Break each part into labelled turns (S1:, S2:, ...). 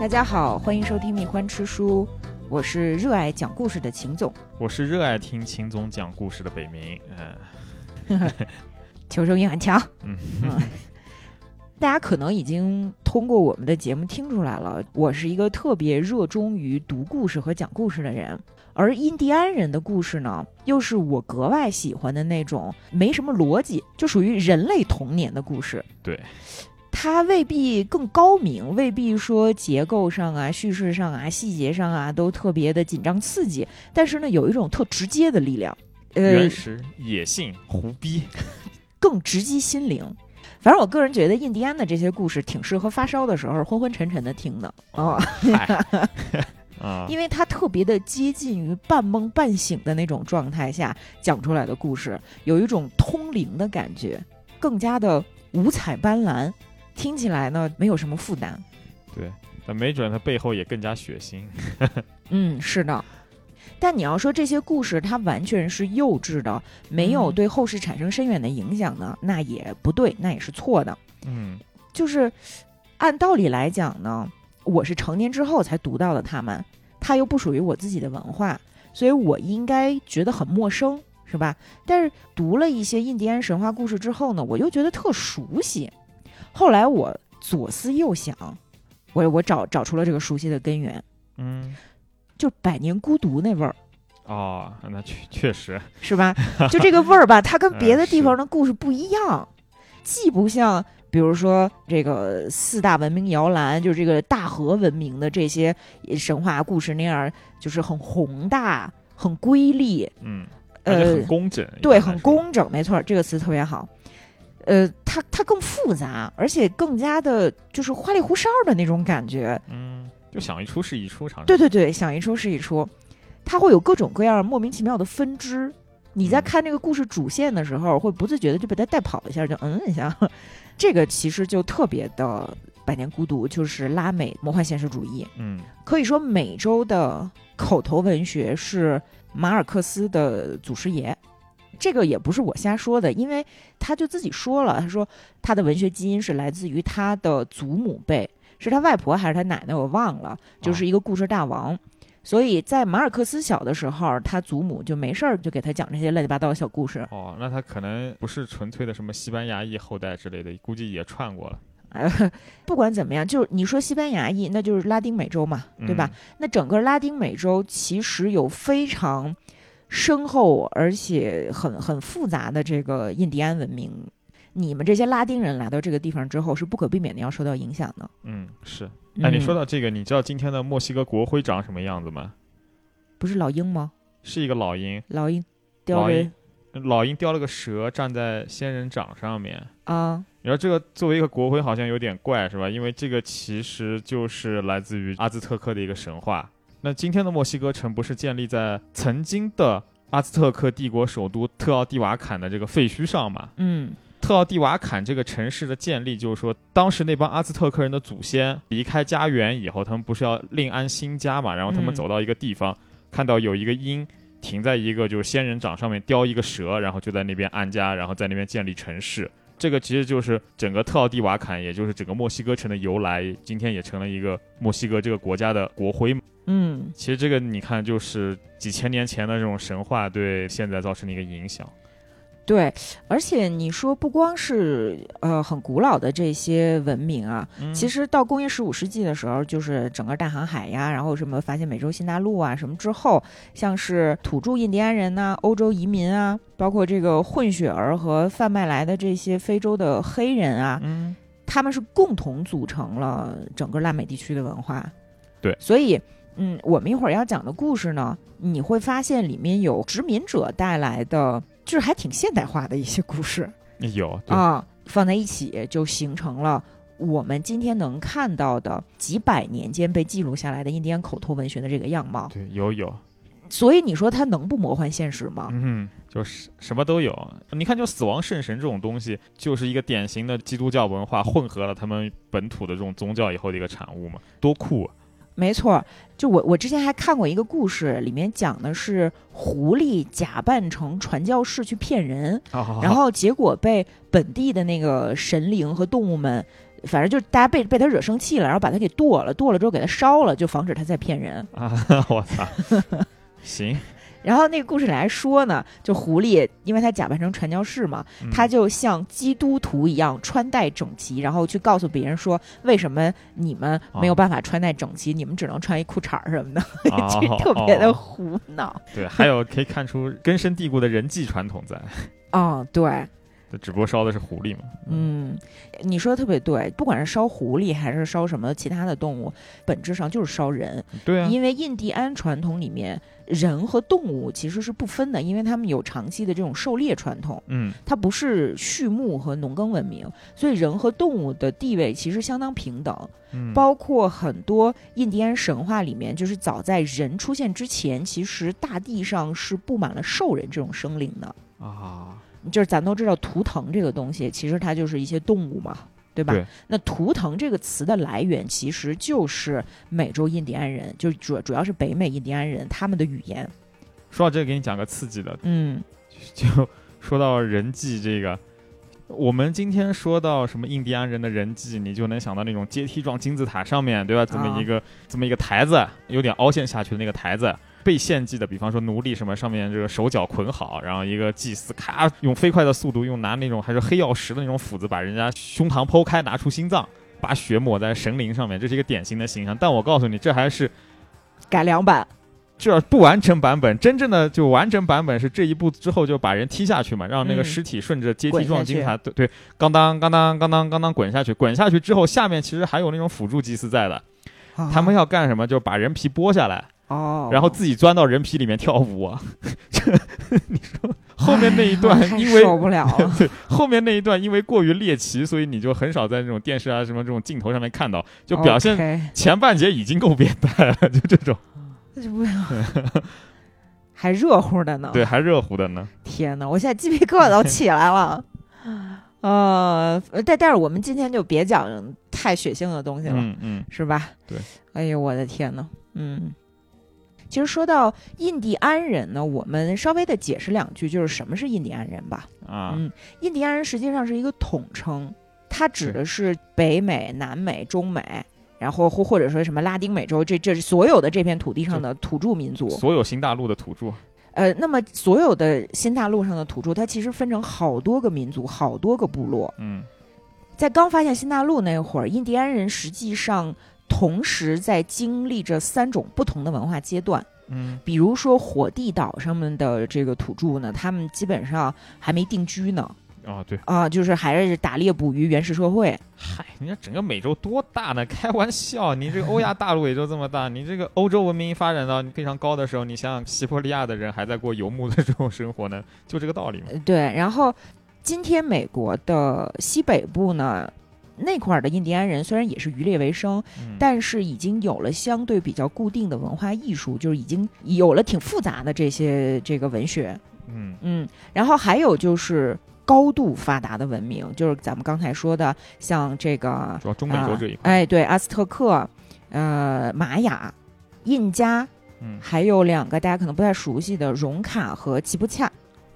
S1: 大家好，欢迎收听《蜜獾吃书》，我是热爱讲故事的秦总。
S2: 我是热爱听秦总讲故事的北冥，嗯、
S1: 求生欲很强。
S2: 嗯
S1: 嗯，大家可能已经通过我们的节目听出来了，我是一个特别热衷于读故事和讲故事的人。而印第安人的故事呢，又是我格外喜欢的那种，没什么逻辑，就属于人类童年的故事。
S2: 对，
S1: 它未必更高明，未必说结构上啊、叙事上啊、细节上啊都特别的紧张刺激，但是呢，有一种特直接的力量。呃
S2: 原，始、野性、胡逼，
S1: 更直击心灵。反正我个人觉得印第安的这些故事挺适合发烧的时候昏昏沉沉的听的哦，
S2: 啊、
S1: 因为它特别的接近于半梦半醒的那种状态下讲出来的故事，有一种通灵的感觉，更加的五彩斑斓，听起来呢没有什么负担。
S2: 对，但没准他背后也更加血腥。
S1: 嗯，是的。但你要说这些故事它完全是幼稚的，没有
S2: 嗯
S1: 对后世产生深远的影响呢，那也不对，那也是错的。
S2: 嗯，
S1: 就是按道理来讲呢，我是成年之后才读到的他们，它又不属于我自己的文化，所以我应该觉得很陌生，是吧？但是读了一些印第安神话故事之后呢，我又觉得特熟悉。后来我左思右想，我我找找出了这个熟悉的根源，
S2: 嗯，
S1: 就《百年孤独》那味儿。
S2: 哦，那确确实，
S1: 是吧？就这个味儿吧，它跟别的
S2: 嗯
S1: 地方的故事不一样，既不像比如说这个四大文明摇篮，就是这个大河文明的这些神话故事那样，就是很宏大、很瑰丽，
S2: 嗯，而且
S1: 呃
S2: 很，工整，啊
S1: 对，
S2: 一般来
S1: 很
S2: 说，
S1: 工整，没错，这个词特别好。呃，它它更复杂，而且更加的就是花里胡哨的那种感觉。
S2: 嗯，就想一出是一出，尝
S1: 对对对，想一出是一出，它会有各种各样莫名其妙的分支。你在
S2: 嗯
S1: 看这个故事主线的时候，会不自觉的就被它带跑一下，就嗯一下。 这个其实就特别的《百年孤独》，就是拉美魔幻现实主义。
S2: 嗯，
S1: 可以说，美洲的口头文学是马尔克斯的祖师爷。这个也不是我瞎说的，因为他就自己说了，他说他的文学基因是来自于他的祖母辈，是他外婆还是他奶奶，我忘了，就是一个故事大王。所以在马尔克斯小的时候，他祖母就没事儿就给他讲这些乱七八糟的小故事。
S2: 哦，那他可能不是纯粹的什么西班牙裔后代之类的，估计也串过了，
S1: 哎不管怎么样，就是你说西班牙裔，那就是拉丁美洲嘛，
S2: 嗯
S1: 对吧？那整个拉丁美洲其实有非常深厚而且很很复杂的这个印第安文明。你们这些拉丁人来到这个地方之后，是不可避免的要受到影响的。
S2: 嗯？嗯，是。哎，你
S1: 嗯
S2: 说到这个，你知道今天的墨西哥国徽长什么样子吗？
S1: 不是老鹰吗？
S2: 是一个老鹰，
S1: 老鹰叼
S2: 老
S1: 着
S2: 鹰老鹰叼了个蛇站在仙人掌上面。
S1: 啊，
S2: 你说这个作为一个国徽好像有点怪是吧？因为这个其实就是来自于阿兹特克的一个神话。那今天的墨西哥城不是建立在曾经的阿兹特克帝国首都特奥蒂瓦坎的这个废墟上吗？
S1: 嗯
S2: 特奥蒂瓦坎这个城市的建立，就是说当时那帮阿兹特克人的祖先离开家园以后，他们不是要另安新家嘛？然后他们
S1: 嗯
S2: 走到一个地方，看到有一个鹰停在一个就是仙人掌上面叼一个蛇，然后就在那边安家，然后在那边建立城市。这个其实就是整个特奥蒂瓦坎，也就是整个墨西哥城的由来，今天也成了一个墨西哥这个国家的国徽嘛。
S1: 嗯，
S2: 其实这个你看，就是几千年前的这种神话对现在造成的一个影响。
S1: 对。而且你说不光是呃很古老的这些文明啊，其
S2: 实，
S1: 实到工业十五世纪的时候，就是整个大航海呀，然后什么发现美洲新大陆啊，什么之后，像是土著印第安人呐、欧洲移民啊，包括这个混血儿和贩卖来的这些非洲的黑人啊，
S2: 嗯，
S1: 他们是共同组成了整个拉美地区的文化。
S2: 对
S1: 所以，嗯，我们一会儿要讲的故事呢，你会发现里面有殖民者带来的，就是还挺现代化的一些故事。
S2: 有对
S1: 啊，放在一起就形成了我们今天能看到的几百年间被记录下来的印第安口头文学的这个样貌。
S2: 对，有有，
S1: 所以你说它能不魔幻现实吗？
S2: 嗯，就是什么都有。你看，就死亡圣神这种东西，就是一个典型的基督教文化混合了他们本土的这种宗教以后的一个产物嘛，多酷、啊！
S1: 没错，就我我之前还看过一个故事，里面讲的是狐狸假扮成传教士哦
S2: 啊
S1: 去骗人，然后结果被本地的那个神灵和动物们。反正就是大家被被他惹生气了，然后把他给剁了，剁了之后给他烧了，就防止他再骗人。
S2: 啊！ 我操， 行，
S1: 然后那个故事里还说呢，就狐狸，因为他假扮成传教士嘛，
S2: 嗯
S1: 他就像基督徒一样穿戴整齐，然后去告诉别人说，为什么你们没有办法穿戴整齐，你们只能穿一裤衩儿什么的，
S2: 哦
S1: 这特别的
S2: 哦
S1: 胡闹。
S2: 对，还有可以看出根深蒂固的人际传统在，
S1: 哦，对，
S2: 只不过烧的是狐狸嘛。
S1: 嗯，你说的特别对，不管是烧狐狸还是烧什么其他的动物，本质上就是烧人，
S2: 对啊，
S1: 因为印第安传统里面。人和动物其实是不分的，因为他们有长期的这种狩猎传统。
S2: 嗯，
S1: 它不是畜牧和农耕文明，所以人和动物的地位其实相当平等。
S2: 嗯
S1: 包括很多印第安神话里面，就是早在人出现之前，其实大地上是布满了兽人这种生灵的。
S2: 啊，
S1: 就是咱都知道图腾这个东西，其实它就是一些动物嘛，对吧？
S2: 对
S1: 那图腾这个词的来源其实就是美洲印第安人，就主主要是北美印第安人他们的语言。
S2: 说到这个，给你讲个刺激的，
S1: 嗯
S2: 就说到人际这个，我们今天说到什么印第安人的人际，你就能想到那种阶梯状金字塔上面，对吧？这么一个、这么一个台子，有点凹陷下去的那个台子。被献祭的，比方说奴隶什么，上面这个手脚捆好，然后一个祭司咔用飞快的速度，用拿那种还是黑曜石的那种斧子，把人家胸膛剖开，拿出心脏，把血抹在神灵上面，这是一个典型的形象。但我告诉你，这还是
S1: 改良版，
S2: 这不完整版本，真正的就完整版本是这一步之后就把人踢下去嘛，让那个
S1: 嗯
S2: 尸体顺着阶梯
S1: 滚下
S2: 状金字塔，对对，刚当刚当刚当刚当滚下去，滚下去之后，下面其实还有那种辅助祭司在的，他们要干什么？就把人皮剥下来，
S1: 啊哦，
S2: 然后自己钻到人皮里面跳舞。啊 这你说后面那一段
S1: 哎呀
S2: 因为
S1: 受不了了
S2: 对，后面那一段因为过于猎奇，所以你就很少在那种电视啊什么这种镜头上面看到，就表现
S1: OK 哦
S2: 前半截已经够变态了，就这种，
S1: 那就不要， 还热乎的呢。
S2: 对，，还热乎的呢。
S1: 天哪，我现在鸡皮疙瘩都起来了。 呃，但但是我们今天就别讲太血腥的东西了，
S2: 嗯嗯，
S1: 是吧？
S2: 对。
S1: 哎呦，我的天哪，嗯。其实说到印第安人呢，我们稍微的解释两句，就是什么是印第安人吧。
S2: 啊，
S1: 嗯，印第安人实际上是一个统称，它指的是北美、南美、中美，然后或或者说什么拉丁美洲，这这是所有的这片土地上的土著民族。
S2: 所有新大陆的土著，
S1: 呃，那么所有的新大陆上的土著，它其实分成好多个民族、好多个部落。
S2: 嗯
S1: 在刚发现新大陆那会儿，印第安人实际上同时在经历着三种不同的文化阶段。
S2: 嗯
S1: 比如说火地岛上面的这个土著呢，他们基本上还没定居呢，
S2: 啊，对，
S1: 啊，就是还是打猎捕鱼，原始社会。
S2: 嗨，人家整个美洲多大呢？开玩笑，你这个欧亚大陆也就这么大，你这个欧洲文明发展到非常高的时候，你想想西伯利亚的人还在过游牧的这种生活呢，就这个道理嘛。
S1: 呃对，然后今天美国的西北部呢，那块儿的印第安人虽然也是渔猎为生，
S2: 嗯，
S1: 但是已经有了相对比较固定的文化艺术，就是已经有了挺复杂的这些这个文学，
S2: 嗯
S1: 嗯，然后还有就是高度发达的文明，就是咱们刚才说的，像这个
S2: 主要中美洲这一
S1: 啊
S2: 块，
S1: 哎，对，阿斯特克，呃，玛雅、印加，
S2: 嗯
S1: 还有两个大家可能不太熟悉的容卡和奇布恰。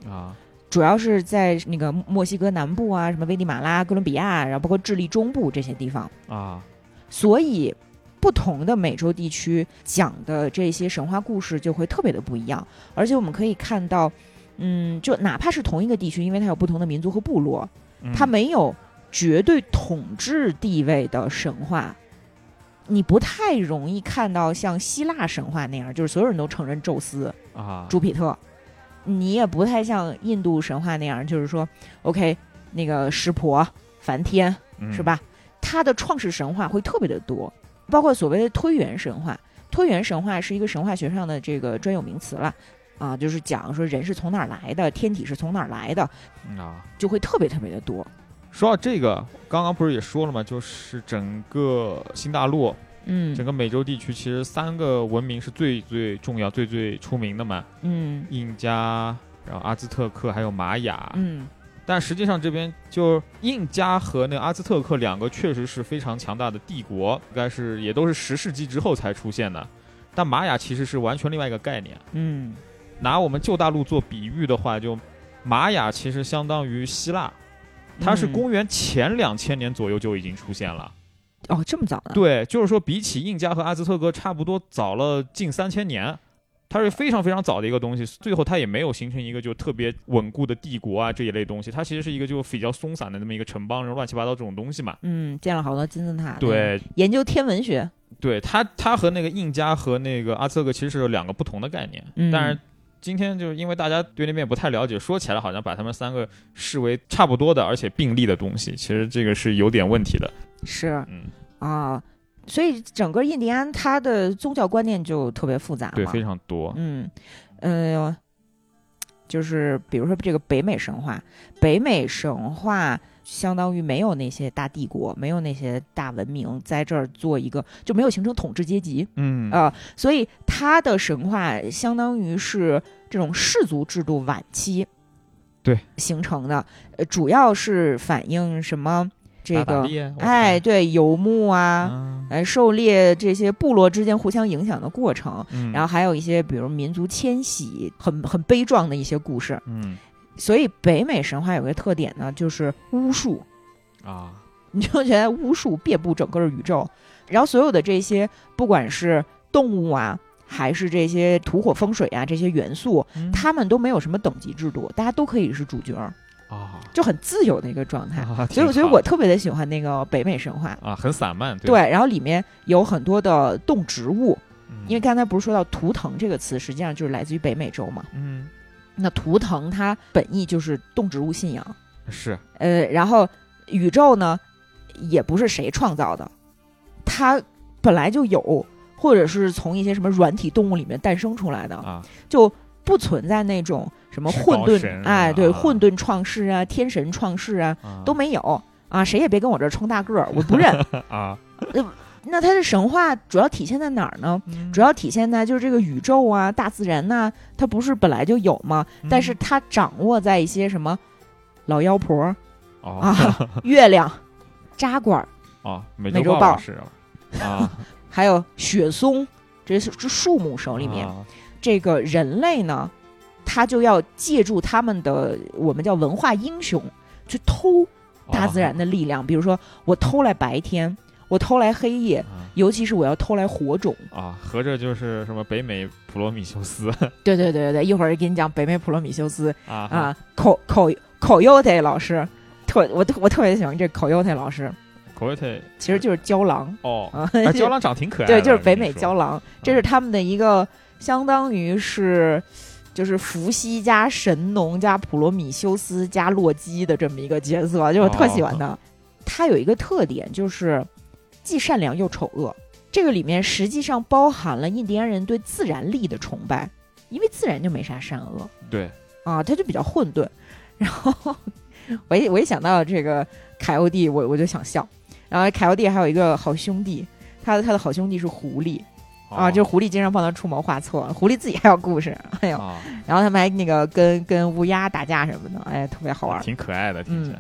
S2: 啊，
S1: 主要是在那个墨西哥南部啊，什么危地马拉、哥伦比亚，然后包括智利中部这些地方。
S2: 啊，
S1: 所以不同的美洲地区讲的这些神话故事就会特别的不一样，而且我们可以看到，嗯，就哪怕是同一个地区，因为它有不同的民族和部落，
S2: 嗯
S1: 它没有绝对统治地位的神话。你不太容易看到像希腊神话那样，就是所有人都承认宙斯、
S2: 啊，
S1: 朱庇特。你也不太像印度神话那样，就是说，OK，那个湿婆、梵天，
S2: 嗯
S1: 是？吧？它的创世神话会特别的多，包括所谓的推原神话。推原神话是一个神话学上的这个专有名词了，啊，就是讲说人是从哪儿来的，天体是从哪儿来的，
S2: 嗯啊，
S1: 就会特别特别的多。
S2: 说到这个，刚刚不是也说了嘛，就是整个新大陆，
S1: 嗯
S2: 整个美洲地区，其实三个文明是最最重要、最最出名的嘛，
S1: 嗯
S2: 印加，然后阿兹特克，还有玛雅。
S1: 嗯
S2: 但实际上这边就印加和那个阿兹特克两个确实是非常强大的帝国，应该是也都是十世纪之后才出现的。但玛雅其实是完全另外一个概念。
S1: 嗯
S2: 拿我们旧大陆做比喻的话，就玛雅其实相当于希腊，它是
S1: 嗯
S2: 公元前两千年左右就已经出现了。
S1: 哦，这么早呢？
S2: 对，就是说比起印加和阿兹特克，差不多早了近三千年。它是非常非常早的一个东西，最后它也没有形成一个就特别稳固的帝国啊这一类东西，它其实是一个就比较松散的那么一个城邦，然后乱七八糟这种东西嘛。
S1: 嗯，建了好多金字塔。，
S2: 对，
S1: 研究天文学。
S2: 对它，它和那个印加和那个阿兹特克其实是有两个不同的概念。
S1: 嗯
S2: 但是今天就是因为大家对那边也不太了解，说起来好像把他们三个视为差不多的，而且并立的东西，其实这个是有点问题的。
S1: 是
S2: 嗯，
S1: 啊，所以整个印第安它的宗教观念就特别复杂
S2: 对，
S1: 嘛。
S2: 非常多。
S1: 嗯，呃，就是比如说这个北美神话，北美神话相当于没有那些大帝国，没有那些大文明在这儿做一个，就没有形成统治阶级，
S2: 嗯，
S1: 啊，所以它的神话相当于是这种氏族制度晚期
S2: 对
S1: 形成的，呃，主要是反映什么这
S2: 打打
S1: 个
S2: 猎，我
S1: 哎，
S2: 看，
S1: 对游牧啊，
S2: 啊
S1: 哎狩猎这些部落之间互相影响的过程，
S2: 嗯，
S1: 然后
S2: 后，
S1: 还有一些比如民族迁徙很很悲壮的一些故事。
S2: 嗯
S1: 所以北美神话有个特点呢，就是巫术，
S2: 啊，
S1: 你就觉得巫术遍布整个宇宙，然后所有的这些，不管是动物啊，还是这些土火风水啊这些元素，
S2: 嗯
S1: 他们都没有什么等级制度，大家都可以是主角儿，
S2: 啊，
S1: 就很自由的一个状态。
S2: 啊
S1: 所以我觉
S2: 挺
S1: 得
S2: 好
S1: 我特别的喜欢那个北美神话，
S2: 啊很散漫，
S1: 对，然后里面有很多的动植物，因为
S2: 为
S1: 刚才不是说到图腾这个词，实际上就是来自于北美洲嘛。
S2: 嗯
S1: 那图腾它本意就是动植物信仰，
S2: 是
S1: 呃，然后宇宙呢，也不是谁创造的，它本来就有，或者是从一些什么软体动物里面诞生出来的，
S2: 啊，
S1: 就不存在那种什么
S2: 至
S1: 混
S2: 高
S1: 沌
S2: 神，
S1: 哎，
S2: 啊
S1: 对，混沌创世啊，天神创世啊，
S2: 啊
S1: 都没有啊，谁也别跟我这儿充大个儿，我不 认。
S2: 啊，
S1: 那它的神话主要体现在哪儿呢？主
S2: 要
S1: 要体现在就是这个宇宙啊、大自然呐、它不是本来就有吗？
S2: 嗯
S1: 但是它掌握在一些什么老妖婆儿、
S2: 哦
S1: 啊、月亮、扎管儿，
S2: 哦，美
S1: 美洲
S2: 豹
S1: 豹
S2: 是 吧啊
S1: 还有雪松，这是这树木手里面。
S2: 啊
S1: 这个人类呢，他就要借助他们的我们叫文化英雄，去偷大自
S2: 哦
S1: 然的力量。比如说，我偷来白天，我偷来黑夜，
S2: 啊
S1: 尤其是我要偷来火种。
S2: 啊，合着就是什么北美普罗米修斯
S1: 对对对对对，一会儿给你讲北美普罗米修斯
S2: 啊
S1: 啊，口口口优特老师，特我特我特别喜欢这口优特老师，
S2: ，Coyote
S1: 其实就是郊狼
S2: 哦，
S1: 啊，
S2: 哎胶囊长挺可爱的，
S1: 对，就是
S2: 我
S1: 北
S2: 跟你
S1: 美
S2: 说
S1: 郊狼，这是他们的一个相当于是。就是伏羲加神农加普罗米修斯加洛基的这么一个角色，就我特喜欢他。
S2: 哦
S1: 他有一个特点，就是既善良又丑恶。这个里面实际上包含了印第安人对自然力的崇拜，因为自然就没啥善恶。
S2: 对
S1: 啊，它就比较混沌。然后我一我一想到这个凯欧弟，我我就想笑。然后凯欧弟还有一个好兄弟，他的他的好兄弟是狐狸、啊，
S2: 哦
S1: 就是狐狸经常帮他出谋划策，狐狸自己还有故事，哎呦，
S2: 啊，
S1: 然后他们还那个跟跟乌鸦打架什么的，哎，特别好玩。嗯
S2: 挺可爱的，听起来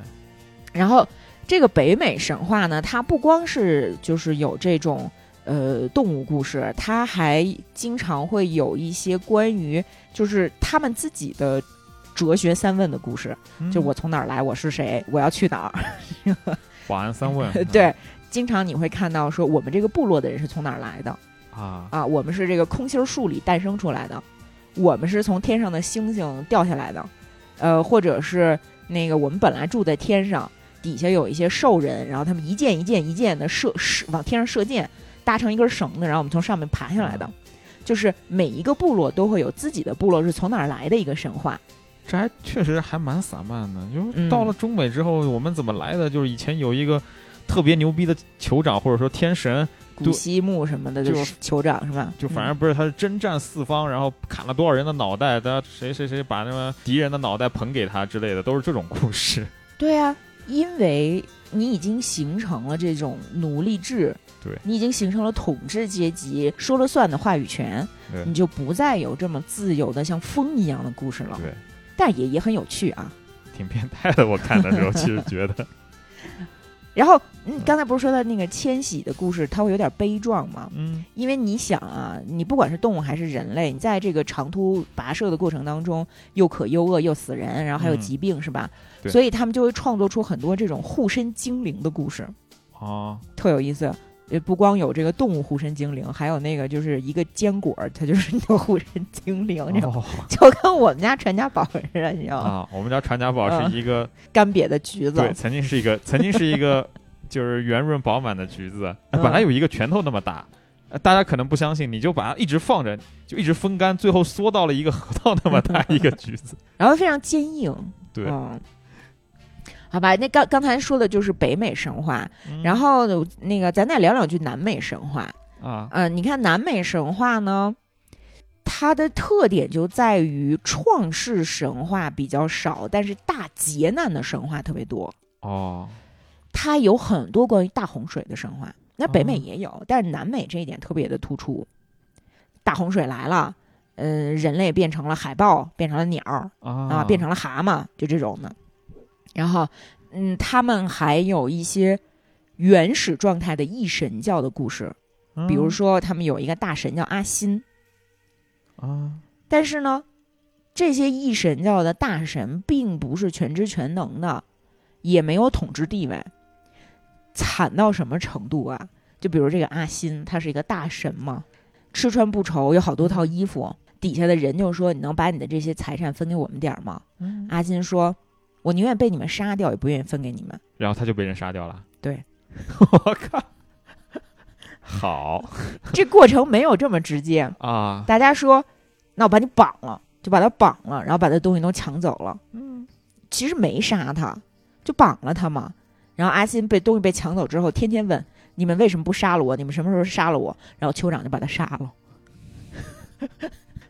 S1: 然后这个北美神话呢，它不光是就是有这种呃动物故事，它还经常会有一些关于就是他们自己的哲学三问的故事，
S2: 嗯
S1: 就我从哪儿来，我是谁，我要去哪儿。
S2: 保安 三问
S1: 对，经常你会看到说我们这个部落的人是从哪儿来的
S2: 啊
S1: 啊？我们是这个空心儿树里诞生出来的，我们是从天上的星星掉下来的，呃，或者是那个我们本来住在天上，底下有一些兽人，然后他们一箭一箭一箭的射射往天上射箭，搭成一根绳子，然后我们从上面爬下来
S2: 嗯
S1: 的。就是每一个部落都会有自己的部落是从哪儿来的一个神话，
S2: 这还确实还蛮散漫的，就是
S1: 嗯
S2: 到了中美之后，我们怎么来的？就是以前有一个特别牛逼的酋长，或者说天神，
S1: 古
S2: 对
S1: 西木什么的，
S2: 就
S1: 就是酋长是吧？
S2: 就反
S1: 嗯
S2: 正不是他是征战四方，然后砍了多少人的脑袋，他谁谁谁把那么敌人的脑袋捧给他之类的，都是这种 故事。
S1: 对啊，因为你已经形成了这种奴隶制，
S2: 对
S1: 你已经形成了统治阶级说了算的话语权，
S2: 对
S1: 你就不再有这么自由的像风一样的故事了。
S2: 对，
S1: 但也也很有趣啊。
S2: 挺变态的，我看的时候其实觉得
S1: 然后，嗯，刚才不是说到那个迁徙的故事，它会有点悲壮吗？
S2: 嗯
S1: 因为你想啊，你不管是动物还是人类，你在这个长途跋涉的过程当中，又渴又饿又死人，然后还有
S2: 嗯
S1: 疾病，是吧？
S2: 对
S1: 所以他们就会创作出很多这种护身精灵的故事，
S2: 啊，
S1: 特有意思。也不光有这个动物护身精灵，还有那个就是一个坚果，它就是你的护身精灵，你知道吗？
S2: 哦
S1: 就跟我们家传家宝似的，你知道吗？
S2: 啊，我们家传家宝
S1: 嗯
S2: 是一个
S1: 干瘪的橘子，啊
S2: 对，曾经是一个，曾经是一个，就是圆润饱满的橘子，呃
S1: 嗯
S2: 本来有一个拳头那么大。呃大家可能不相信，你就把它一直放着，就一直风干，最后缩到了一个核桃那么大一个橘子。嗯
S1: 然后非常坚硬。
S2: 对
S1: 嗯好吧，那刚刚才说的就是北美神话，
S2: 嗯
S1: 然后那个咱再聊两句南美神话。
S2: 啊，
S1: 呃，你看南美神话呢，它的特点就在于创世神话比较少，但是大劫难的神话特别多。
S2: 哦，
S1: 它有很多关于大洪水的神话，那北美
S2: 哦
S1: 也有，但是南美这一点特别的突出。大洪水来了，嗯、人类变成了海豹，变成了鸟，
S2: 啊
S1: 啊，变成了蛤蟆，就这种的。然后，嗯，他们还有一些原始状态的异神教的故事，比如说他们有一个大神叫阿辛，
S2: 嗯
S1: 但是呢，这些异神教的大神并不是全知全能的，也没有统治地位，惨到什么程度啊？就比如这个阿辛，他是一个大神嘛，吃穿不愁，有好多套衣服，底下的人就说：“你能把你的这些财产分给我们点儿吗？”
S2: 啊，
S1: 阿金说：“我宁愿被你们杀掉，也不愿意分给你们。
S2: 然后他就被人杀掉了。
S1: 对，
S2: 我靠，好”
S1: 这过程没有这么直接，
S2: 啊，
S1: 大家说：“那我把你绑了，就把他绑了，然后把他东西都抢走了。”
S2: 嗯，
S1: 其实没杀他，就绑了他嘛。然后阿金被东西被抢走之后，天天问：“你们为什么不杀了我？你们什么时候杀了我？”然后酋长就把他杀了。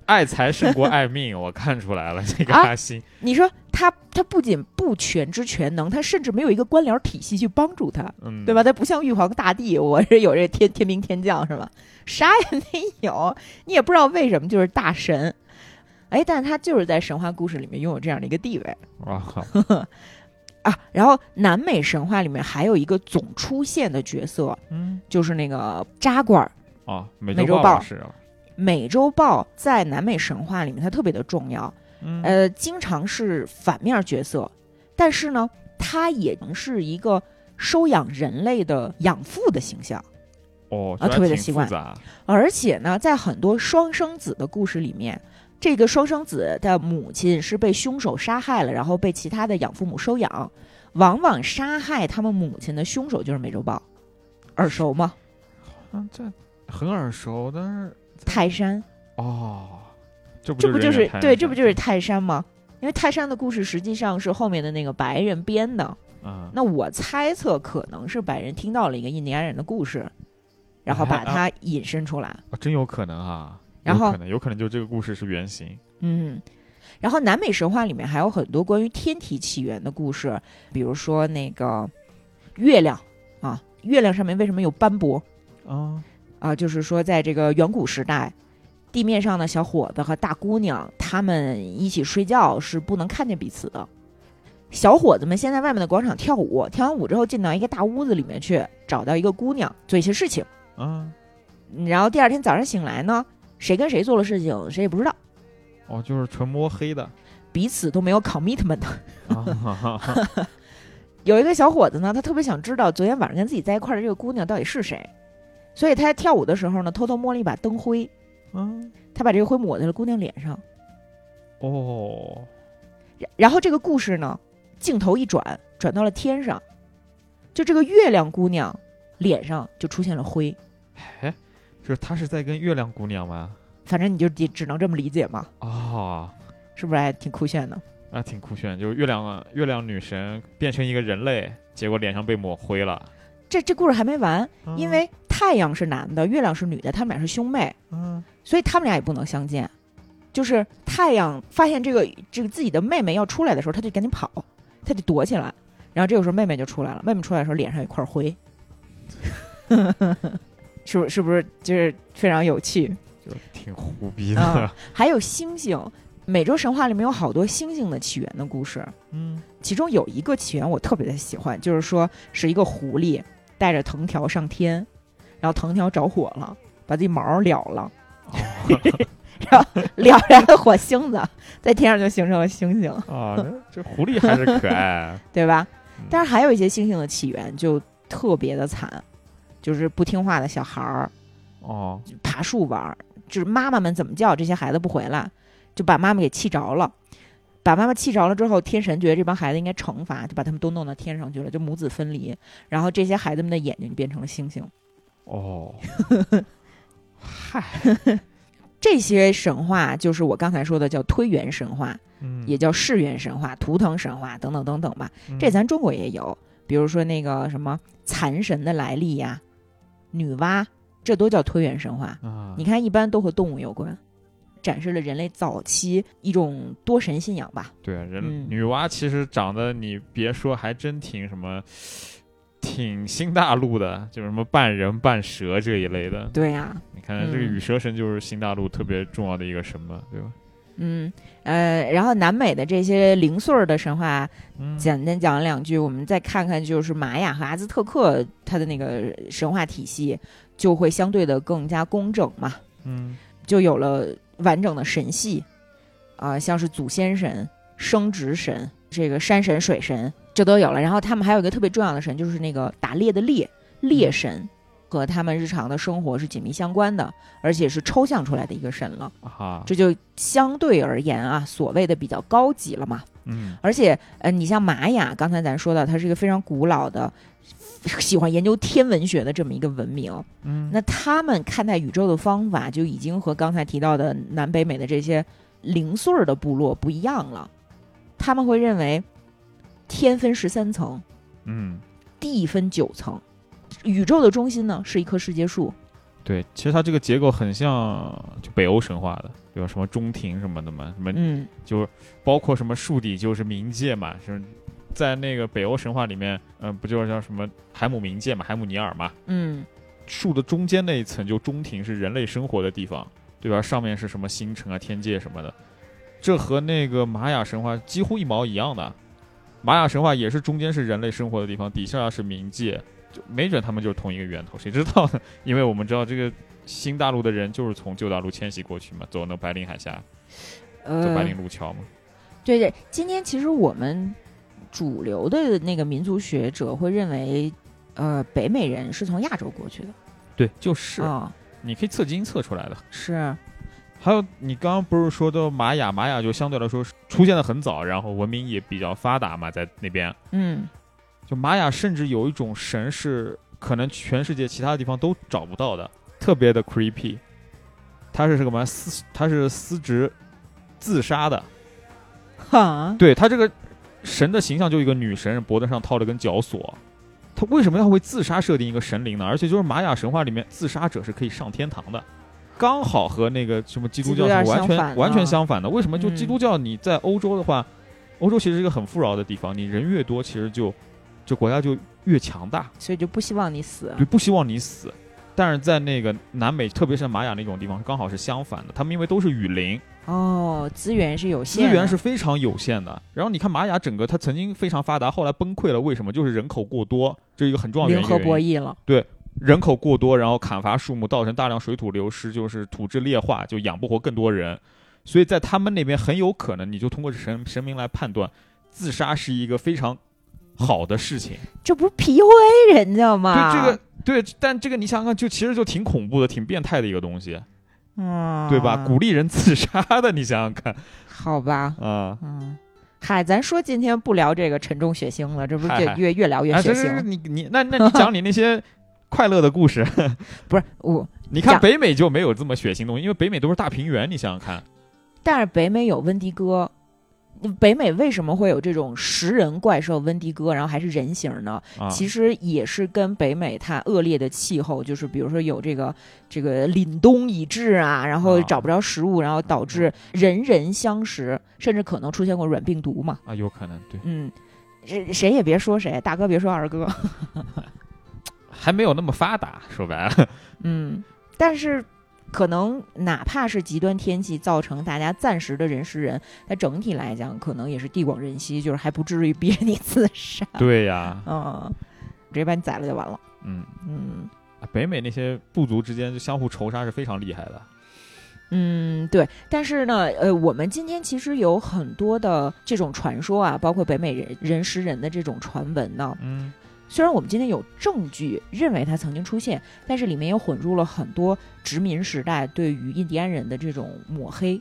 S2: 爱财胜过爱命，我看出来了，这个
S1: 啊
S2: 阿星
S1: 你说他他不仅不全知全能，他甚至没有一个官僚体系去帮助他。
S2: 嗯，
S1: 对吧？？他不像玉皇大帝，我是有这天天兵天将是吧？ 啥也没有，你也不知道为什么就是大神。哎，但是他就是在神话故事里面拥有这样的一个地位
S2: 哇 靠，
S1: 啊。然后南美神话里面还有一个总出现的角色，
S2: 嗯，
S1: 就是那个扎古尔。
S2: 哦，美
S1: 美洲
S2: 豹
S1: 豹
S2: 老师，
S1: 美洲豹在南美神话里面它特别的重要，
S2: 嗯，
S1: 呃，经常是反面角色，但是呢，它也是一个收养人类的养父的形象。
S2: 哦，
S1: 啊
S2: 这还
S1: 特别的
S2: 挺
S1: 习
S2: 复
S1: 惯
S2: 杂
S1: 而且呢，在很多双生子的故事里面，这个双生子的母亲是被凶手杀害了，然后被其他的养父母收养。往往杀害他们母亲的凶手就是美洲豹，耳熟吗？
S2: 嗯，这很耳熟，但是
S1: 泰山，
S2: 哦，这不
S1: 这不就
S2: 人
S1: 是
S2: 猿泰
S1: 对，
S2: 山
S1: 这不就是泰山吗？因为泰山的故事实际上是后面的那个白人编的。
S2: 嗯，
S1: 那我猜测可能是白人听到了一个印第安人的故事，然后把
S2: 哎
S1: 它引申出来。
S2: 啊真有可能啊，
S1: 然
S2: 有
S1: 后
S2: 可能有可能就这个故事是原型
S1: 嗯，然后南美神话里面还有很多关于天体起源的故事，比如说那个月亮啊，月亮上面为什么有斑驳
S2: 啊，
S1: 啊？就是说，在这个远古时代，地面上的小伙子和大姑娘他们一起睡觉是不能看见彼此的。小伙子们先在外面的广场跳舞，跳完舞之后进到一个大屋子里面去，找到一个姑娘做一些事情。
S2: 嗯，
S1: 然后第二天早上醒来呢，谁跟谁做了事情，谁也不知道，
S2: 哦，就是纯摸黑的
S1: 彼此都没有 commitment。
S2: 啊，
S1: 有一个小伙子呢，他特别想知道昨天晚上跟自己在一块儿的这个姑娘到底是谁，所以他在跳舞的时候呢，偷偷摸了一把灯灰，
S2: 嗯，
S1: 他把这个灰抹在了姑娘脸上。
S2: 哦，
S1: 然然后这个故事呢，镜头一转，转到了天上，就这个月亮姑娘脸上就出现了灰。
S2: 哎，就是他是在跟月亮姑娘吗？
S1: 反正你就只只能这么理解嘛，
S2: 啊。
S1: 是不是还挺酷炫的？
S2: 那挺酷炫，就是月亮啊，月亮女神变成一个人类，结果脸上被抹灰了。
S1: 这这故事还没完，
S2: 嗯
S1: 因为太阳是男的，月亮是女的，他们俩是兄妹。
S2: 嗯
S1: 所以他们俩也不能相见。就是太阳发现这个这个自己的妹妹要出来的时候，他就赶紧跑，他就躲起来。然后这个时候妹妹就出来了，妹妹出来的时候脸上有一块灰， 是不是？是不是就是非常有趣？
S2: 就挺胡逼 的。
S1: 啊还有星星，美洲神话里面有好多星星的起源的故事。
S2: 嗯
S1: 其中有一个起源我特别的喜欢，就是说是一个狐狸带着藤条上天，然后藤条着火了，把自己毛儿燎了，
S2: 哦
S1: 然后 燎燃了火星子，在天上就形成了星星，
S2: 啊， 那这狐狸还是可爱。
S1: 对吧
S2: 嗯？
S1: 但是还有一些星星的起源就特别的惨，就是不听话的小孩儿
S2: 哦，
S1: 爬树玩儿，就是妈妈们怎么叫这些孩子不回来，就把妈妈给气着了。把妈妈气着了之后，天神觉得这帮孩子应该惩罚，就把他们都弄到天上去了，就母子分离。然后这些孩子们的眼睛变成了星星。
S2: 哦，
S1: 这些神话就是我刚才说的叫推原神话，
S2: 嗯，
S1: 也叫世原神话、图腾神话等等等等吧。
S2: 嗯
S1: 这咱中国也有，比如说那个什么蚕神的来历呀、女娲，这都叫推原神话。
S2: 啊，
S1: 你看，一般都和动物有关，展示了人类早期一种多神信仰吧。
S2: 对人、
S1: 嗯
S2: 女娲其实长得，你别说，还真挺什么，挺新大陆的，就是什么半人半蛇这一类的。
S1: 对呀、
S2: 你看这个
S1: 嗯
S2: 羽蛇神就是新大陆特别重要的一个神嘛，对吧？
S1: 嗯呃，然后南美的这些零碎儿的神话，
S2: 嗯，
S1: 简单讲两句，我们再看看就是玛雅和阿兹特克它的那个神话体系，就会相对的更加工整嘛，
S2: 嗯
S1: 就有了完整的神系啊、像是祖先神、生殖神、这个山神、水神，这都有了。然后他们还有一个特别重要的神，就是那个打猎的猎猎神，和他们日常的生活是紧密相关的，而且是抽象出来的一个神了。
S2: 啊，
S1: 这就相对而言啊，所谓的比较高级了嘛。
S2: 嗯
S1: 而且，呃，你像玛雅，刚才咱说到，它是一个非常古老的。喜欢研究天文学的这么一个文明，
S2: 嗯，
S1: 那他们看待宇宙的方法就已经和刚才提到的南北美的这些零碎儿的部落不一样了。他们会认为天分十三层，
S2: 嗯。
S1: 地分九层，宇宙的中心呢是一棵世界树。
S2: 对，其实它这个结构很像就北欧神话的，对吧？什么中庭什么的嘛，什么
S1: 嗯，
S2: 就是包括什么树底就是冥界嘛，是在那个北欧神话里面，嗯、不就是叫什么海姆冥界嘛，海姆尼尔嘛，
S1: 嗯，
S2: 树的中间那一层就中庭是人类生活的地方，对吧？上面是什么星辰啊、天界什么的，这和那个玛雅神话几乎一毛一样的。玛雅神话也是中间是人类生活的地方，底下是冥界，就没准他们就是同一个源头，谁知道呢？ 因为我们知道这个新大陆的人就是从旧大陆迁徙过去嘛，走那白令海峡，走白
S1: 呃，
S2: 令路桥嘛。
S1: 对对，今天其实我们主流的那个民族学者会认为，呃，北美人是从亚洲过去的。
S2: 对，就是、
S1: 啊、
S2: 你可以测基因测出来的。
S1: 是，
S2: 还有，你刚刚不是说到玛雅，玛雅就相对来说是出现的很早，然后文明也比较发达嘛，在那边。
S1: 嗯，
S2: 就玛雅甚至有一种神是可能全世界其他地方都找不到的，特别的 creepy。他是什么私？他是司职自杀的。
S1: 哈，
S2: 对他这个神的形象就一个女神，脖子上套了根绞索。他为什么要会自杀设定一个神灵呢？而且就是玛雅神话里面，自杀者是可以上天堂的，刚好和那个什么基督教
S1: 基
S2: 是
S1: 督教
S2: 完
S1: 相反
S2: 全
S1: 啊
S2: 完全相反的。为什么？就
S1: 嗯
S2: 基督教你在欧洲的话，欧洲其实是一个很富饶的地方，你人越多，其实就就国家就越强大。
S1: 所以就不希望你死。
S2: 对，不希望你死。但是在那个南美，特别是玛雅那种地方，刚好是相反的。他们因为都是雨林，
S1: 哦，资源是有
S2: 资
S1: 限的，
S2: 源是非常有限的。然后你看玛雅整个，它曾经非常发达，后来崩溃了，为什么？就是人口过多，这是一个很重要的原
S1: 零和
S2: 因。
S1: 博
S2: 原因
S1: 弈了。
S2: 人口过多，然后砍伐树木，造成大量水土流失，就是土质劣化，就养不活更多人。所以在他们那边，很有可能你就通过神神明来判断，自杀是一个非常好的事情。
S1: 这不是 PUA 人家吗？
S2: 对这个，对，但这个你想想看，就其实就挺恐怖的，挺变态的一个东西。
S1: 嗯，
S2: 对吧？鼓励人自杀的，你想想看
S1: 好吧，
S2: 啊！
S1: 嗯，嗨，咱说今天不聊这个沉重血腥了，这不是
S2: 嗨
S1: 越
S2: 嗨
S1: 越越聊越
S2: 哎，
S1: 血
S2: 这是
S1: 腥？
S2: 你你那那你讲你那些快乐的故事，
S1: 不是我，
S2: 你看
S1: 讲
S2: 北美就没有这么血腥东西，因为北美都是大平原，你想想看，
S1: 但是北美有温迪哥。北美为什么会有这种食人怪兽温迪哥，然后还是人形呢？
S2: 啊，
S1: 其实也是跟北美它恶劣的气候，就是比如说有这个这个凛冬已至啊，然后
S2: 啊嗯
S1: 找不着食物，然后导致人人相食，甚至可能出现过软病毒嘛。
S2: 啊有可能对，
S1: 嗯，谁谁也别说谁，大哥别说二哥，
S2: 还没有那么发达，说白了，
S1: 嗯，但是可能哪怕是极端天气造成大家暂时的人食人，它整体来讲可能也是地广人稀，就是还不至于 逼着你自杀。
S2: 对呀、
S1: 嗯，直接把你宰了就完了。
S2: 嗯，
S1: 嗯
S2: 啊北美那些部族之间就相互仇杀是非常厉害的。
S1: 嗯，对。但是呢，呃，我们今天其实有很多的这种传说啊，包括北美人人食人的这种传闻呢，
S2: 嗯，
S1: 虽然我们今天有证据认为它曾经出现，但是里面又混入了很多殖民时代对于印第安人的这种抹黑。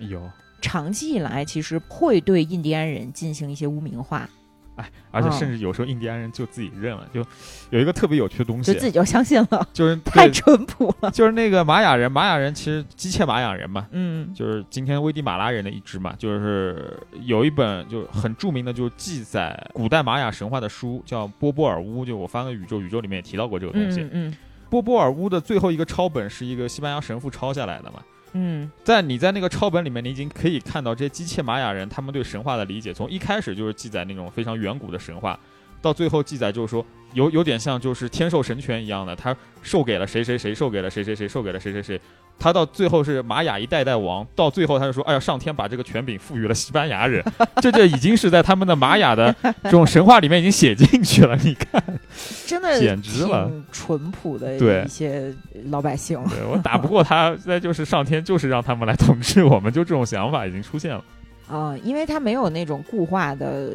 S2: 有，
S1: 长期以来，其实会对印第安人进行一些污名化，
S2: 哎，而且
S1: 嗯
S2: 甚至有时候印第安人就自己认了，就有一个特别有趣的东
S1: 就
S2: 西，
S1: 自己就相信了，
S2: 就是
S1: 太
S2: 对
S1: 淳朴了。
S2: 就是那个玛雅人，玛雅人其实机械玛雅人嘛，
S1: 嗯
S2: 就是今天危地马拉人的一支嘛，就是有一本就是很著名的，就是记载古代玛雅神话的书，叫《波波尔乌》。就我翻个宇宙，宇宙里面也提到过这个东西。
S1: 嗯嗯
S2: 波波尔乌的最后一个抄本是一个西班牙神父抄下来的嘛，
S1: 嗯
S2: 在你在那个抄本里面，你已经可以看到这些机械玛雅人他们对神话的理解，从一开始就是记载那种非常远古的神话，到最后记载就是说有有点像就是天授神权一样的，他授给了谁谁谁，授给了谁谁谁，授给了谁谁谁，他到最后是玛雅一代代王，到最后他就说，哎呀，上天把这个权柄赋予了西班牙人，这这已经是在他们的玛雅的这种神话里面已经写进去了，你看，
S1: 真的
S2: 简直了
S1: 挺淳朴的
S2: 对
S1: 一些老百姓。
S2: 对我打不过他，那就是上天就是让他们来统治我们，就这种想法已经出现了，
S1: 啊、因为他没有那种固化的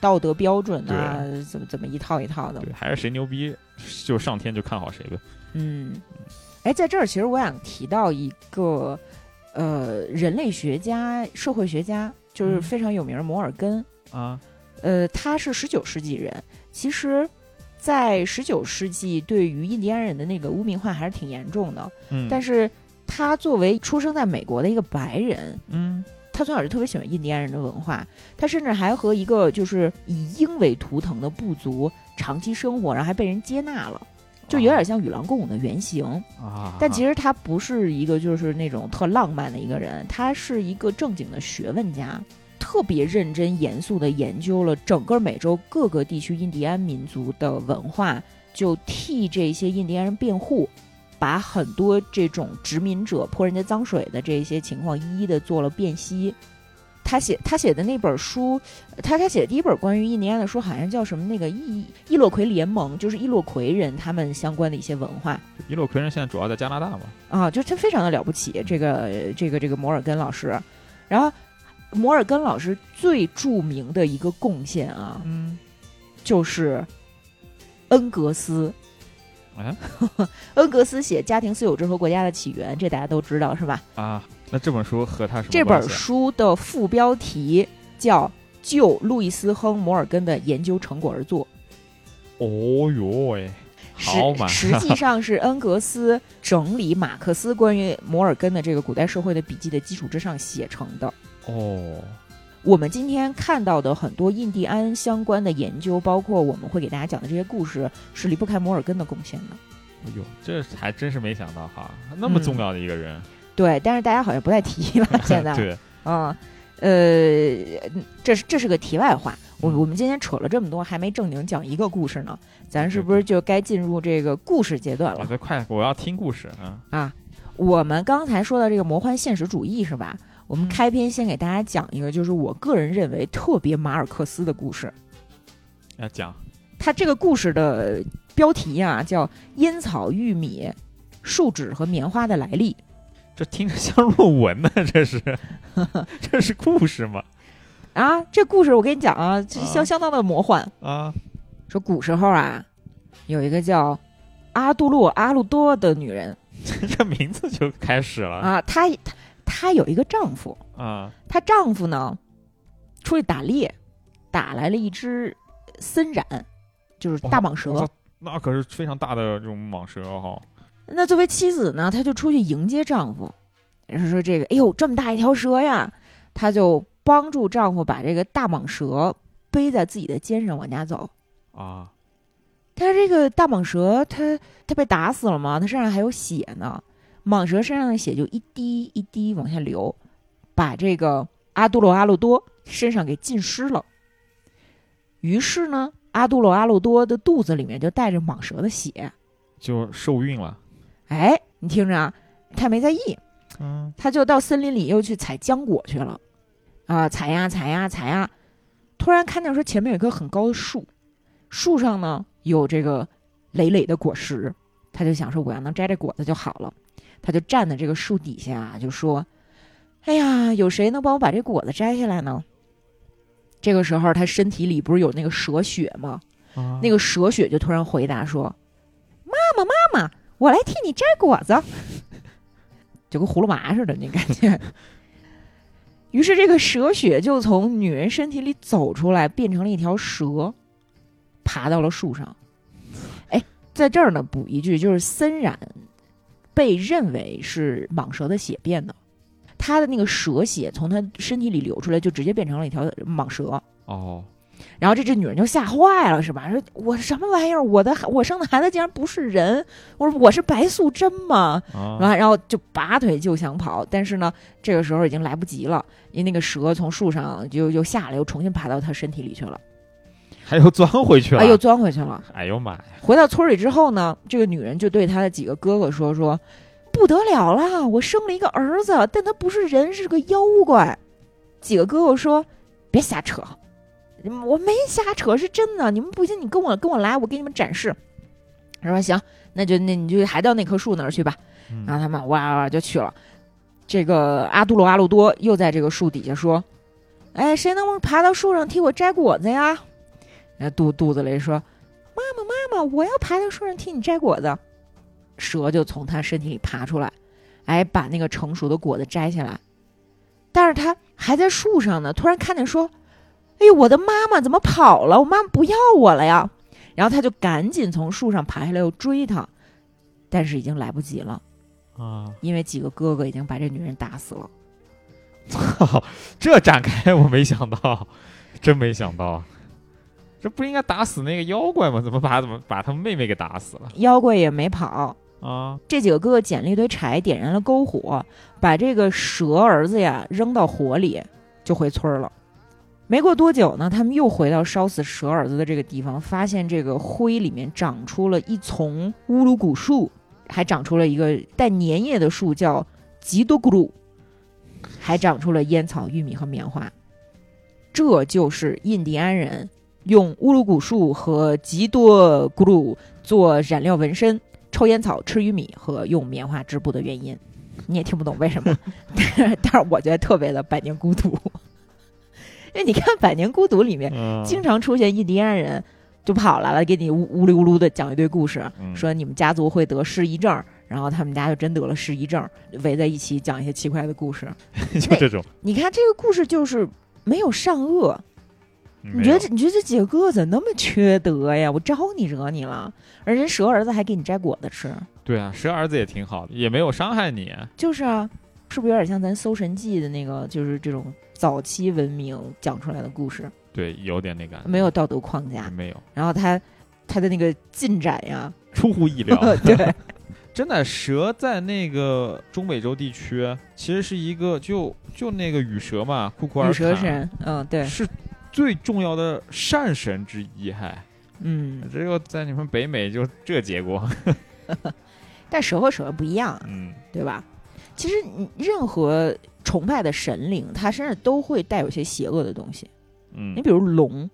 S1: 道德标准啊，怎么怎么一套一套的。
S2: 对，还是谁牛逼就上天就看好谁呗。
S1: 嗯，哎，在这儿其实我想提到一个，呃，人类学家、社会学家，就是
S2: 嗯
S1: 非常有名儿摩尔根，
S2: 啊，
S1: 呃，他是十九世纪人，其实。在十九世纪，对于印第安人的那个污名化还是挺严重的。
S2: 嗯，
S1: 但
S2: 是
S1: 是，他作为出生在美国的一个白人，
S2: 嗯
S1: 他从小就特别喜欢印第安人的文化，他甚至还和一个就是以鹰为图腾的部族长期生活，然后还被人接纳了，就
S2: 哦
S1: 有点像与狼共舞的原型。
S2: 啊，
S1: 但其实他不是一个就是那种特浪漫的一个人，他是一个正经的学问家，特别认真严肃地研究了整个美洲各个地区印第安民族的文化，就替这些印第安人辩护。把很多这种殖民者泼人家脏水的这些情况，一一的做了辨析。他写他写的那本书，他他写的第一本关于印第安的书，好像叫什么那个伊伊洛魁联盟，就是伊洛魁人他们相关的一些文化。
S2: 伊洛魁人现在主要在加拿大嘛，
S1: 啊，就他非常的了不起，这个这个这个摩尔根老师，然后摩尔根老师最著名的一个贡献啊，
S2: 嗯，
S1: 就是恩格斯。
S2: 哎
S1: 恩格斯写《家庭、私有制和国家的起源》，这大家都知道是吧？
S2: 啊，那这本书和他什么
S1: 这
S2: 关
S1: 本
S2: 系啊
S1: 书的副标题叫《就路易斯·亨·摩尔根的研究成果而作》。
S2: 哦哟喂，好嘛，
S1: 实实际上是恩格斯整理马克思关于摩尔根的这个古代社会的笔记的基础之上写成的。
S2: 哦，
S1: 我们今天看到的很多印第安相关的研究，包括我们会给大家讲的这些故事，是离不开摩尔根的贡献的。
S2: 哎呦，这还真是没想到哈，那么
S1: 嗯
S2: 重要的一个人，
S1: 对，但是大家好像不太提了，现在，
S2: 对，
S1: 嗯，呃，这是这是个题外话。我
S2: 嗯
S1: 我们今天扯了这么多，还没正经讲一个故事呢，咱是不是就该进入这个故事阶段
S2: 啊，
S1: 了？
S2: 对，快，我要听故事啊，
S1: 我们刚才说到这个魔幻现实主义是吧？我们
S2: 嗯
S1: 开篇先给大家讲一个，就是我个人认为特别马尔克斯的故事。
S2: 要讲，
S1: 它这个故事的标题啊，叫《烟草、玉米、树脂和棉花的来历》。
S2: 这听 着像论文呢，这是， 这是故事吗？
S1: 啊，这故事我跟你讲啊，这
S2: 啊
S1: 相相当的魔幻。
S2: 啊，
S1: 说古时候啊，有一个叫阿杜洛阿鲁多的女人
S2: 这名字就开始了
S1: 啊，她她她有一个丈夫，
S2: 啊，
S1: 她丈夫呢出去打猎，打来了一只森蚺，就是大蟒蛇。
S2: 哇哇那可是非常大的这种蟒蛇哦哈，
S1: 那作为妻子呢，她就出去迎接丈夫，然后说这个，哎呦，这么大一条蛇呀，她就帮助丈夫把这个大蟒蛇背在自己的肩上往家走。
S2: 啊，
S1: 但是这个大蟒蛇，它它被打死了嘛，它身上还有血呢，蟒蛇身上的血就一滴一滴往下流，把这个阿杜洛阿鲁多身上给浸湿了。于是呢，阿杜洛阿鲁多的肚子里面就带着蟒蛇的血，
S2: 就受孕了。
S1: 哎，你听着啊，太没在意，
S2: 嗯
S1: 他就到森林里又去采浆果去了，啊、采呀采呀采呀，突然看见说前面有一棵很高的树，树上呢有这个累累的果实，他就想说我要能摘这果子就好了，他就站在这个树底下就说：“哎呀，有谁能帮我把这果子摘下来呢？”这个时候，他身体里不是有那个蛇血吗？
S2: 啊
S1: 那个蛇血就突然回答说：“妈妈，妈妈，我来替你摘果子。”就跟葫芦娃似的那感觉。 于是，这个蛇血就从女人身体里走出来，变成了一条蛇，爬到了树上。哎，在这儿呢，补一句，就是森然被认为是蟒蛇的血变的，它的那个蛇血从它身体里流出来，就直接变成了一条蟒蛇。
S2: 哦，
S1: 然后这这女人就吓坏了，是吧？说我什么玩意儿？我的我生的孩子竟然不是人！我说我是白素贞吗？
S2: 啊
S1: 然后然后就拔腿就想跑，但是呢，这个时候已经来不及了，因为那个蛇从树上就又下来，又重新爬到她身体里去了，
S2: 还有钻回去了，
S1: 啊，又钻回去了。
S2: 哎呦妈呀，
S1: 回到村里之后呢，这个女人就对她的几个哥哥说：“说不得了啦，我生了一个儿子，但他不是人，是个妖怪。”几个哥哥说：“别瞎扯，嗯我没瞎扯，是真的。你们不信，你跟我跟我来，我给你们展示。”他说：“行，那就那你就还到那棵树那儿去吧。”
S2: 嗯
S1: 然后他们哇哇哇就去了。这个阿杜罗阿鲁多又在这个树底下说：“哎，谁能爬到树上替我摘果子呀？”那肚肚子里说：“妈妈，妈妈，我要爬到树上替你摘果子。”蛇就从他身体里爬出来，哎，把那个成熟的果子摘下来。但是他还在树上呢，突然看见说：“哎呦，我的妈妈怎么跑了？我妈妈不要我了呀！”然后他就赶紧从树上爬下来，又追她，但是已经来不及了。
S2: 啊，
S1: 因为几个哥哥已经把这女人打死了。
S2: 这展开我没想到， 真没想到，这不应该打死那个妖怪吗？怎么把怎么把他妹妹给打死了
S1: 妖怪也没跑，
S2: 啊？
S1: 这几个哥哥捡了一堆柴，点燃了篝火，把这个蛇儿子呀扔到火里，就回村儿了。没过多久呢，他们又回到烧死蛇儿子的这个地方，发现这个灰里面长出了一丛乌鲁古树，还长出了一个带粘液的树，叫吉多古鲁，还长出了烟草、玉米和棉花。这就是印第安人用乌鲁古树和吉多古鲁做染料纹身，抽烟草、吃玉米和用棉花织布的原因，你也听不懂为什么， 但是但是我觉得特别的《百年孤独》，因为你看《百年孤独》里面
S2: 嗯，
S1: 经常出现印第安人就跑来了，给你呜呜噜呜噜的讲一堆故事，啊
S2: 嗯
S1: 说你们家族会得失忆症，然后他们家就真得了失忆症，围在一起讲一些奇怪的故事。
S2: 嗯 就这种，
S1: 你看这个故事就是没有善恶，你
S2: 你
S1: 觉得这你觉得这几个哥哥怎么那么缺德呀？我招你惹你了，而人蛇儿子还给你摘果子吃。
S2: 对啊，蛇儿子也挺好的，也没有伤害你，
S1: 就是啊，是不是有点像咱《搜神记》的那个，就是这种早期文明讲出来的故事，
S2: 对，有点那感觉，
S1: 没有道德框架，
S2: 没有，
S1: 然后他他的那个进展呀，，
S2: 出乎意料
S1: 对，
S2: 真的，蛇在那个中美洲地区其实是一个就就那个羽蛇嘛，库库尔
S1: 羽蛇
S2: 坎
S1: 神，嗯，对，
S2: 是最重要的善神之一，还
S1: 嗯，
S2: 这个在你们北美就这结 果，
S1: 但蛇和蛇不一样，啊
S2: 嗯，
S1: 对吧？其实你任何崇拜的神灵，它身上都会带有些邪恶的东西。你
S2: 嗯，
S1: 比如龙，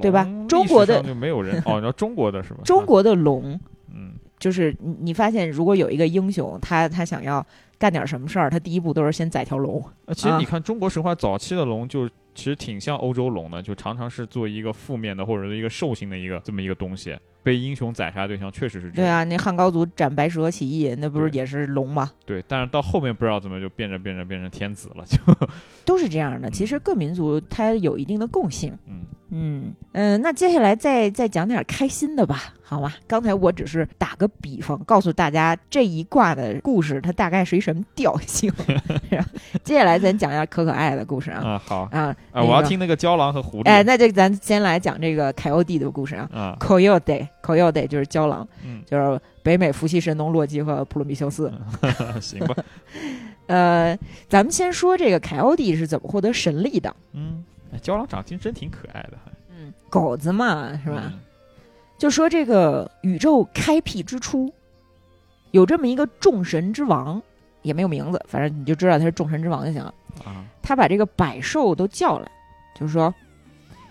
S1: 对吧
S2: 龙
S1: 中国的
S2: 历史上就没 有人哦，你知道中国的是吧？
S1: 中，国的龙，
S2: 嗯，
S1: 就是你你发现，如果有一个英雄，他他想要干点什么事儿，他第一步都是先宰条龙。
S2: 呃其实
S1: 啊
S2: 你看中国神话早期的龙就。其实挺像欧洲龙的，就常常是做一个负面的或者是一个兽性的一个这么一个东西，被英雄宰杀的对象确实是这
S1: 对
S2: 样。
S1: 啊，那汉高祖斩白蛇起义，那不是
S2: 对
S1: 也是龙吗？
S2: 对，但是到后面不知道怎么就变着变着变成天子了，就
S1: 都是这样的。
S2: 嗯
S1: 其实各民族它有一定的共性。
S2: 嗯，
S1: 嗯嗯、呃那接下来再再讲点开心的吧，好吗？刚才我只是打个比方，告诉大家这一卦的故事它大概是一什么调性。是吧接下来咱讲一下可可爱的故事啊
S2: 啊好啊，
S1: 啊！那
S2: 我要
S1: 个。
S2: 听那个郊狼和狐狸，
S1: 哎，那就咱先来讲这个凯欧蒂的故事啊。
S2: 啊
S1: Coyote，Coyote 就是郊狼，
S2: 嗯，
S1: 就是北美伏羲神农洛基和普罗米修斯。
S2: 行吧，
S1: 呃，咱们先说这个凯欧蒂是怎么获得神力的。
S2: 嗯，哎胶囊长得真挺可爱的，
S1: 嗯，狗子嘛，是
S2: 是
S1: 吧？？就说这个宇宙开辟之初，有这么一个众神之王，也没有名字，反正你就知道他是众神之王就行了。
S2: 啊，
S1: 他把这个百兽都叫来，就是说，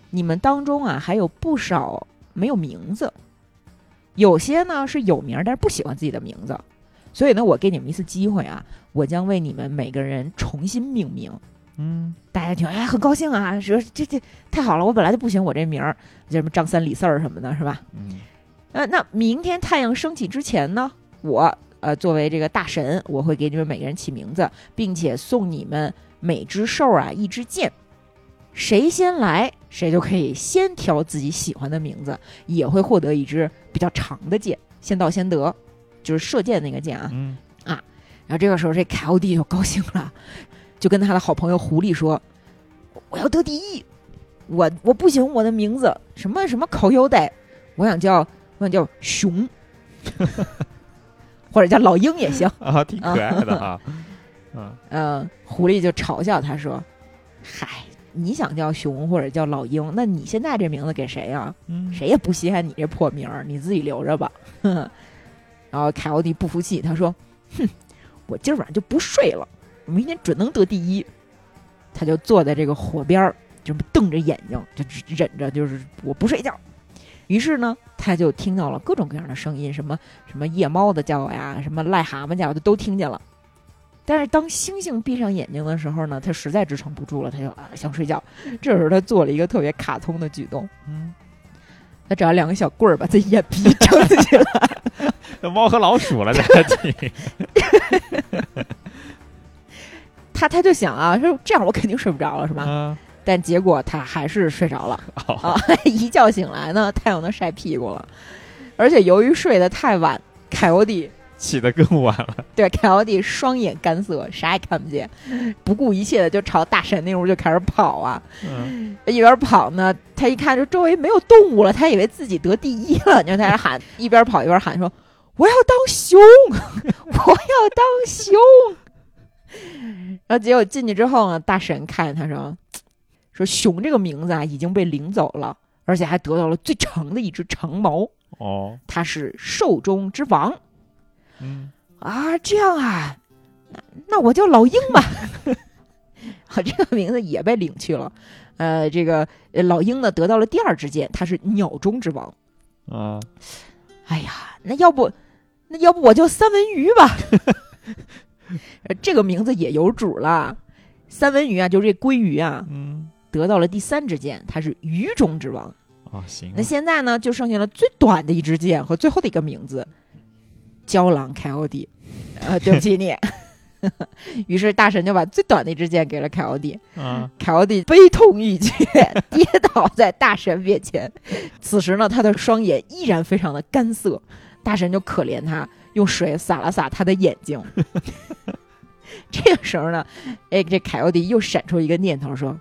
S1: 你们当中啊还有不少没有名字，有些呢是有名儿，但是不喜欢自己的名字，所以呢，我给你们一次机会啊，我将为你们每个人重新命名。
S2: 嗯，
S1: 大家听，哎，很高兴啊，说这这太好了，我本来就不喜欢我这名儿，就什么张三李四儿什么的，是吧？
S2: 嗯，
S1: 呃，那明天太阳升起之前呢，我呃作为这个大神，我会给你们每个人起名字，并且送你们每只兽啊一支箭，谁先来谁就可以先挑自己喜欢的名字，也会获得一支比较长的箭，先到先得，就是射箭那个箭啊。
S2: 嗯，
S1: 然后这个时候，这凯欧弟就高兴了， 就跟他的好朋友狐狸说：“我要得第一，我我不喜欢我的名字，什么什么口优得，我想叫我想叫熊，或者叫老鹰也行。
S2: 啊，挺可爱的哈，啊，”
S1: 嗯，狐狸就嘲笑他说：“嗨，你想叫熊或者叫老鹰，那你现在这名字给谁啊呀、
S2: 嗯，
S1: 谁也不稀罕你这破名儿，你自己留着吧。 然后凯奥蒂不服气，他说：“哼，我今儿晚上就不睡了，我明天准能得第一。”他就坐在这个火边儿，就瞪着眼睛，就只忍着，就是我不睡觉。于是呢，他就听到了各种各样的声音，什么什么夜猫子叫呀，什么癞蛤蟆叫，就都听见了。但是当星星闭上眼睛的时候呢，他实在支撑不住了，他就啊想睡觉。这时候他做了一个特别卡通的举动，
S2: 嗯，
S1: 他找两个小棍儿把自己眼皮 撑起来，
S2: 那猫和老鼠了，在 这里，
S1: 他他就想啊，说这样我肯定睡不着了，是吧？
S2: 啊，
S1: 但结果他还是睡着了
S2: 好，
S1: 啊！ 一觉醒来呢，太阳都晒屁股了，而且由于睡得太晚，凯欧蒂
S2: 起得更晚了，
S1: 对凯欧蒂双眼干涩，啥也看不见，不顾一切的就朝大神那屋就开始跑啊！
S2: 嗯，
S1: 一边跑呢，他一看就周围没有动物了，他以为自己得第一了，你就在那喊，一边跑一边喊说：“我要当熊， 我要当熊。”然后结果进去之后呢，大神看着他说：“说熊这个名字啊已经被领走了，而且还得到了最长的一只长矛，
S2: 哦，
S1: 它是兽中之王。”
S2: 嗯，
S1: 啊，这样啊，那那我叫老鹰吧。 好，这个名字也被领去了。呃，这个呃老鹰呢得到了第二支箭，它是鸟中之王。
S2: 啊，
S1: 哎呀，那要不，那要不我叫三文鱼吧？ 呃这个名字也有主了。三文鱼啊，就是这鲑鱼啊，
S2: 嗯，
S1: 得到了第三支箭，它是鱼中之王。
S2: 啊，行
S1: 那，现在呢，就剩下了最短的一支箭和最后的一个名字——胶囊凯欧迪。呃，对不起你。 于是大神就把最短的一支箭给了凯欧迪，
S2: 啊，
S1: 凯欧迪悲痛欲绝，跌倒在大神面前。 此时呢，他的双眼依然非常的干涩，大神就可怜他，用水洒了洒他的眼睛。 这个时候呢，哎，这凯欧迪又闪出一个念头，说：“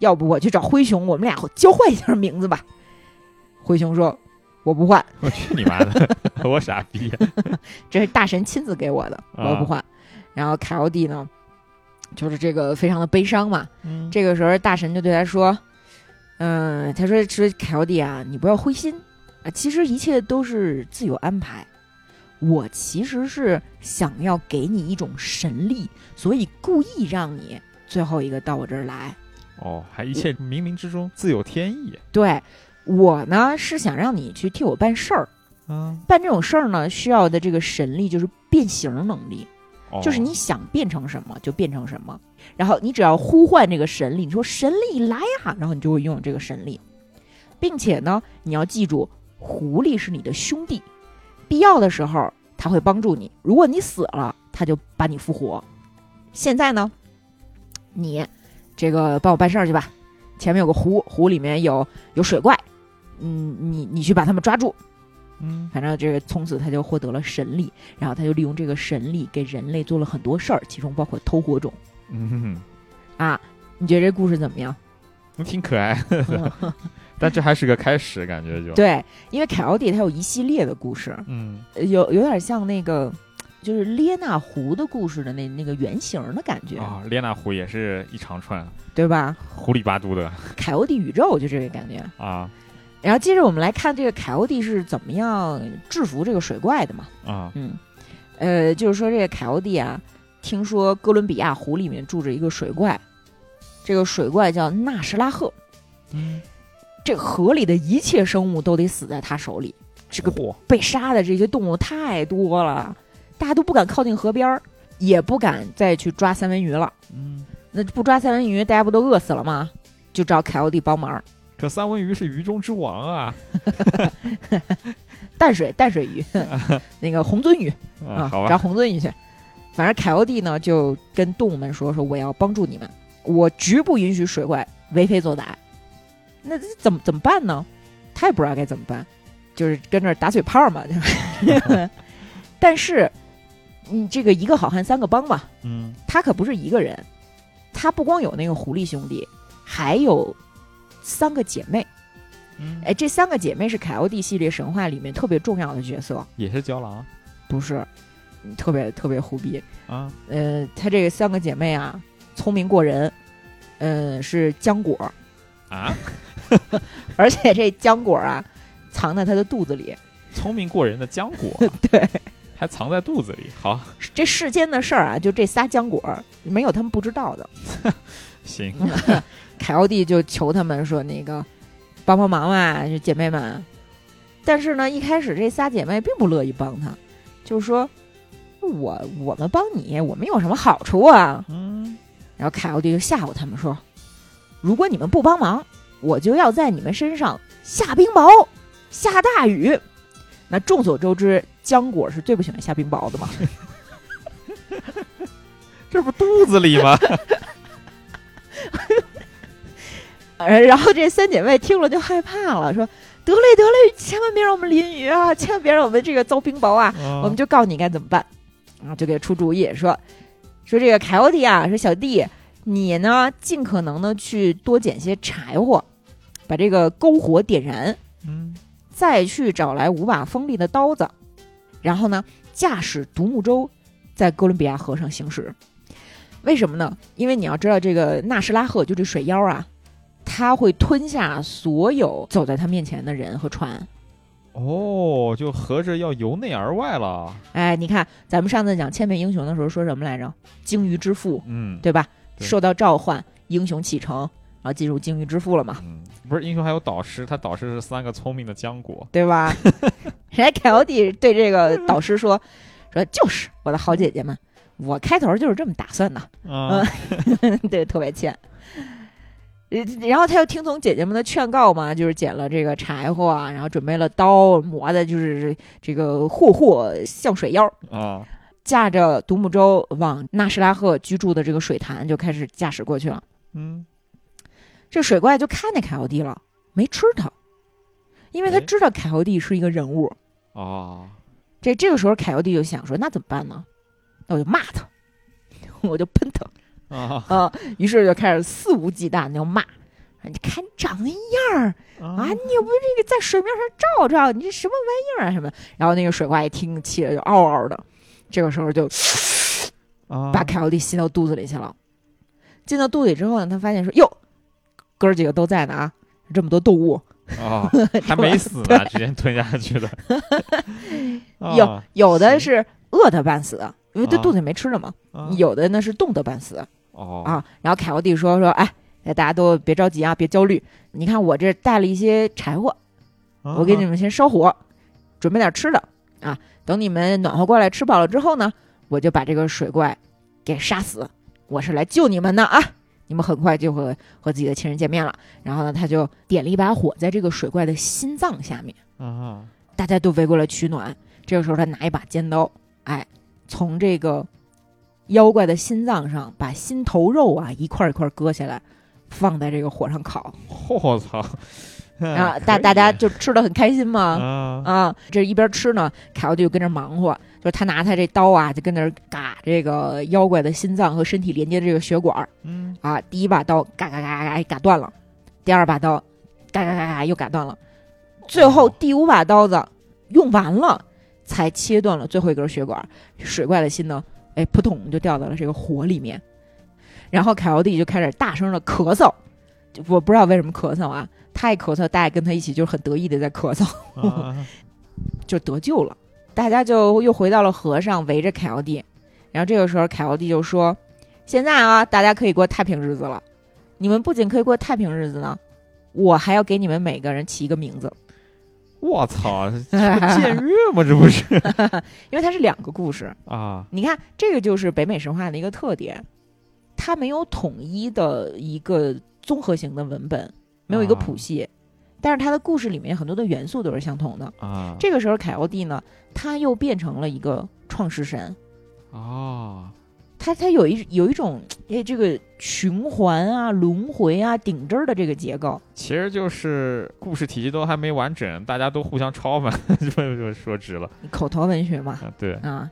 S1: 要不我去找灰熊，我们俩交换一下名字吧。”灰熊说：“我不换，
S2: 我去你妈的， 我傻逼，
S1: 这是大神亲自给我的，
S2: 啊
S1: 我不换。然后凯欧迪呢，就是这个非常的悲伤嘛。
S2: 嗯，
S1: 这个时候，大神就对他说：“嗯、他说说凯欧迪啊，你不要灰心啊，其实一切都是自有安排。我其实是想要给你一种神力，所以故意让你最后一个到我这儿来。
S2: 哦，还一切冥冥之中自有天意，
S1: 对我呢，是想让你去替我办事儿。
S2: 啊，
S1: 办这种事儿呢，需要的这个神力就是变形能力。”
S2: 哦
S1: 就是你想变成什么就变成什么，然后你只要呼唤这个神力，你说神力来呀、然后你就会拥有这个神力，并且呢，你要记住，狐狸是你的兄弟，必要的时候他会帮助你，如果你死了，他就把你复活。现在呢，你这个帮我办事儿去吧，前面有个湖，湖里面有有水怪，嗯，你你去把他们抓住，
S2: 嗯，
S1: 反正这个从此他就获得了神力，然后他就利用这个神力给人类做了很多事儿，其中包括偷火种
S2: 嗯，
S1: 啊。你觉得这故事怎么样？
S2: 挺可爱 的，但这还是个开始，感觉 就，
S1: 对，因为凯奥蒂他有一系列的故事，
S2: 嗯，
S1: 呃有有点像那个就是列那狐的故事的那那个原型的感觉，
S2: 啊，列那狐也是一长串
S1: 对吧？
S2: 狐里八嘟的
S1: 凯欧蒂宇宙就这个感觉。
S2: 啊
S1: 然后接着我们来看这个凯欧蒂是怎么样制服这个水怪的嘛？
S2: 啊，
S1: 嗯，呃，就是说这个凯欧蒂啊，听说哥伦比亚湖里面住着一个水怪，这个水怪叫纳什拉赫，
S2: 嗯，
S1: 这河里的一切生物都得死在他手里。这个
S2: 嚯，
S1: 被杀的这些动物太多了，大家都不敢靠近河边儿，也不敢再去抓三文鱼了。
S2: 嗯，
S1: 那不抓三文鱼，大家不都饿死了吗？就找凯欧蒂帮忙，
S2: 这三文鱼是鱼中之王啊！
S1: 淡水淡水鱼， 那个红鳟鱼
S2: 啊，
S1: 啊
S2: 好，
S1: 找
S2: 吧，
S1: 红鳟鱼去。反正凯欧蒂呢就跟动物们说：“说我要帮助你们，我绝不允许水怪为非作歹。”那这怎么怎么办呢？他也不知道该怎么办，就是跟这儿打嘴炮嘛。 但是你这个一个好汉三个帮嘛，
S2: 嗯，
S1: 他可不是一个人，他不光有那个狐狸兄弟，还有三个姐妹。
S2: 嗯
S1: 哎，这三个姐妹是凯欧蒂系列神话里面特别重要的角色，
S2: 也是胶囊
S1: 不是？嗯特别特别胡逼。
S2: 啊，
S1: 呃，她这三个姐妹啊，聪明过人，嗯、是浆果，
S2: 啊，
S1: 而且这浆果啊，藏在她的肚子里。
S2: 聪明过人的浆果，啊
S1: 对，
S2: 还藏在肚子里。好，
S1: 这世间的事儿啊，就这仨浆果，没有他们不知道的。
S2: 行，
S1: 凯奥蒂就求他们说：“那个，帮帮忙嘛，这姐妹们。”但是呢，一开始这仨姐妹并不乐意帮他，就是说：“我我们帮你，我们有什么好处啊
S2: 嗯，？”
S1: 然后凯奥蒂就吓唬他们说：“如果你们不帮忙，我就要在你们身上下冰雹，下大雨。”那众所周知，浆果是最不喜欢下冰雹的嘛。
S2: 这不肚子 里吗？
S1: 呃，然后这三姐妹听了就害怕了，说：“得嘞得嘞，千万别让我们淋雨啊，千万别让我们这个遭冰雹啊！我
S2: 我
S1: 们就告诉你该怎么办。”然后就给出主意说：“说这个凯欧蒂啊，说小弟，你呢尽可能的去多捡些柴火，把这个篝火点燃，
S2: 嗯，
S1: 再去找来五把锋利的刀子，然后呢驾驶独木舟在哥伦比亚河上行驶。为什么呢？因为你要知道，这个纳什拉赫就这水妖啊，他会吞下所有走在他面前的人和船。
S2: 哦，就合着要由内而外了。
S1: 哎，你看咱们上次讲千面英雄的时候说什么来着？鲸鱼之父，
S2: 嗯，
S1: 对吧？
S2: 对
S1: 受到召唤，英雄启程，然后进入鲸鱼之父了嘛，
S2: 嗯，不是英雄还有导师，他导师是三个聪明的浆果。
S1: 对吧？人家凯欧蒂对这个导师说：“ 说就是我的好姐姐们，我开头就是这么打算的。”
S2: 啊，
S1: 对，特别欠。呃然后他又听从姐姐们的劝告嘛，就是捡了这个柴火啊，然后准备了刀，磨的就是这个霍霍像水妖，
S2: 啊，
S1: 驾着独木舟往纳什拉赫居住的这个水潭就开始驾驶过去了。
S2: 嗯，
S1: 这水怪就看见凯欧蒂了，没吃他，因为他
S2: 哎
S1: 知道凯欧蒂是一个人物。
S2: 啊，
S1: 这这个时候，凯欧蒂就想说，那怎么办呢？那我就骂他， 我就喷他。
S2: 啊，
S1: 啊，于是就开始肆无忌惮的就骂。你看你长那样儿啊！
S2: 啊
S1: 你也不这个在水面上照照，你这什么玩意儿啊？什么？然后那个水怪一听，气得就嗷嗷的。这个时候就
S2: 啊，
S1: 把凯奥蒂吸到肚子里去了。进到肚子里之后呢，他发现说：“哟，哥儿几个都在呢啊，这么多动物，
S2: 啊，还没死呢，直接吞下去的。啊
S1: 有有的
S2: 行
S1: 是饿得半死，因为他
S2: 啊
S1: 肚子里没吃的嘛；
S2: 啊
S1: 有的呢是冻得半死，
S2: 哦
S1: 啊。然后凯欧蒂说说，哎，大家都别着急啊，别焦虑。你看我这带了一些柴火，啊
S2: 啊
S1: 我给你们先烧火，准备点吃的啊。等你们暖和过来，吃饱了之后呢，我就把这个水怪给杀死。我是来救你们的啊！你们很快就会和自己的亲人见面了。然后呢，他就点了一把火在这个水怪的心脏下面，
S2: 啊，
S1: 大家都围过来取暖。这个时候，他拿一把尖刀，哎，从这个妖怪的心脏上把心头肉啊一块一块割下来，放在这个火上烤。
S2: 我操！
S1: 然后
S2: 啊
S1: 大大家就吃的很开心嘛。
S2: 啊
S1: 啊，这一边吃呢，凯奥就跟那儿忙活，就是他拿他这刀啊，就跟那儿嘎这个妖怪的心脏和身体连接的这个血管儿
S2: 嗯
S1: 啊。第一把刀嘎嘎嘎嘎嘎嘎断了，第二把刀嘎嘎嘎嘎又嘎断了，最后第五把刀子用完了，才切断了最后一根血管儿。水怪的心呢，哎，扑通就掉到了这个火里面，然后凯奥蒂就开始大声的咳嗽，就我不知道为什么咳嗽啊，他一咳嗽，大家跟他一起就是很得意的在咳嗽。
S2: 啊
S1: 就得救了。大家就又回到了河上，围着凯奥蒂。然后这个时候，凯奥蒂就说：“现在啊，大家可以过太平日子了。你们不仅可以过太平日子呢，我还要给你们每个人起一个名字。
S2: 我 操，僭越吗？这不是
S1: 因为它是两个故事。
S2: 啊？
S1: 你看，这个就是北美神话的一个特点，它没有统一的一个综合型的文本，没有一个谱系，但是它的故事里面很多的元素都是相同的。
S2: 啊
S1: 这个时候，凯奥蒂呢，他又变成了一个创世神，
S2: 啊！
S1: 他他有一有一种哎这个循环啊、轮回啊、顶针儿的这个结构。
S2: 其实就是故事体系都还没完整，大家都互相抄嘛， 就就说直了
S1: 口头文学嘛，
S2: 啊。对，
S1: 啊，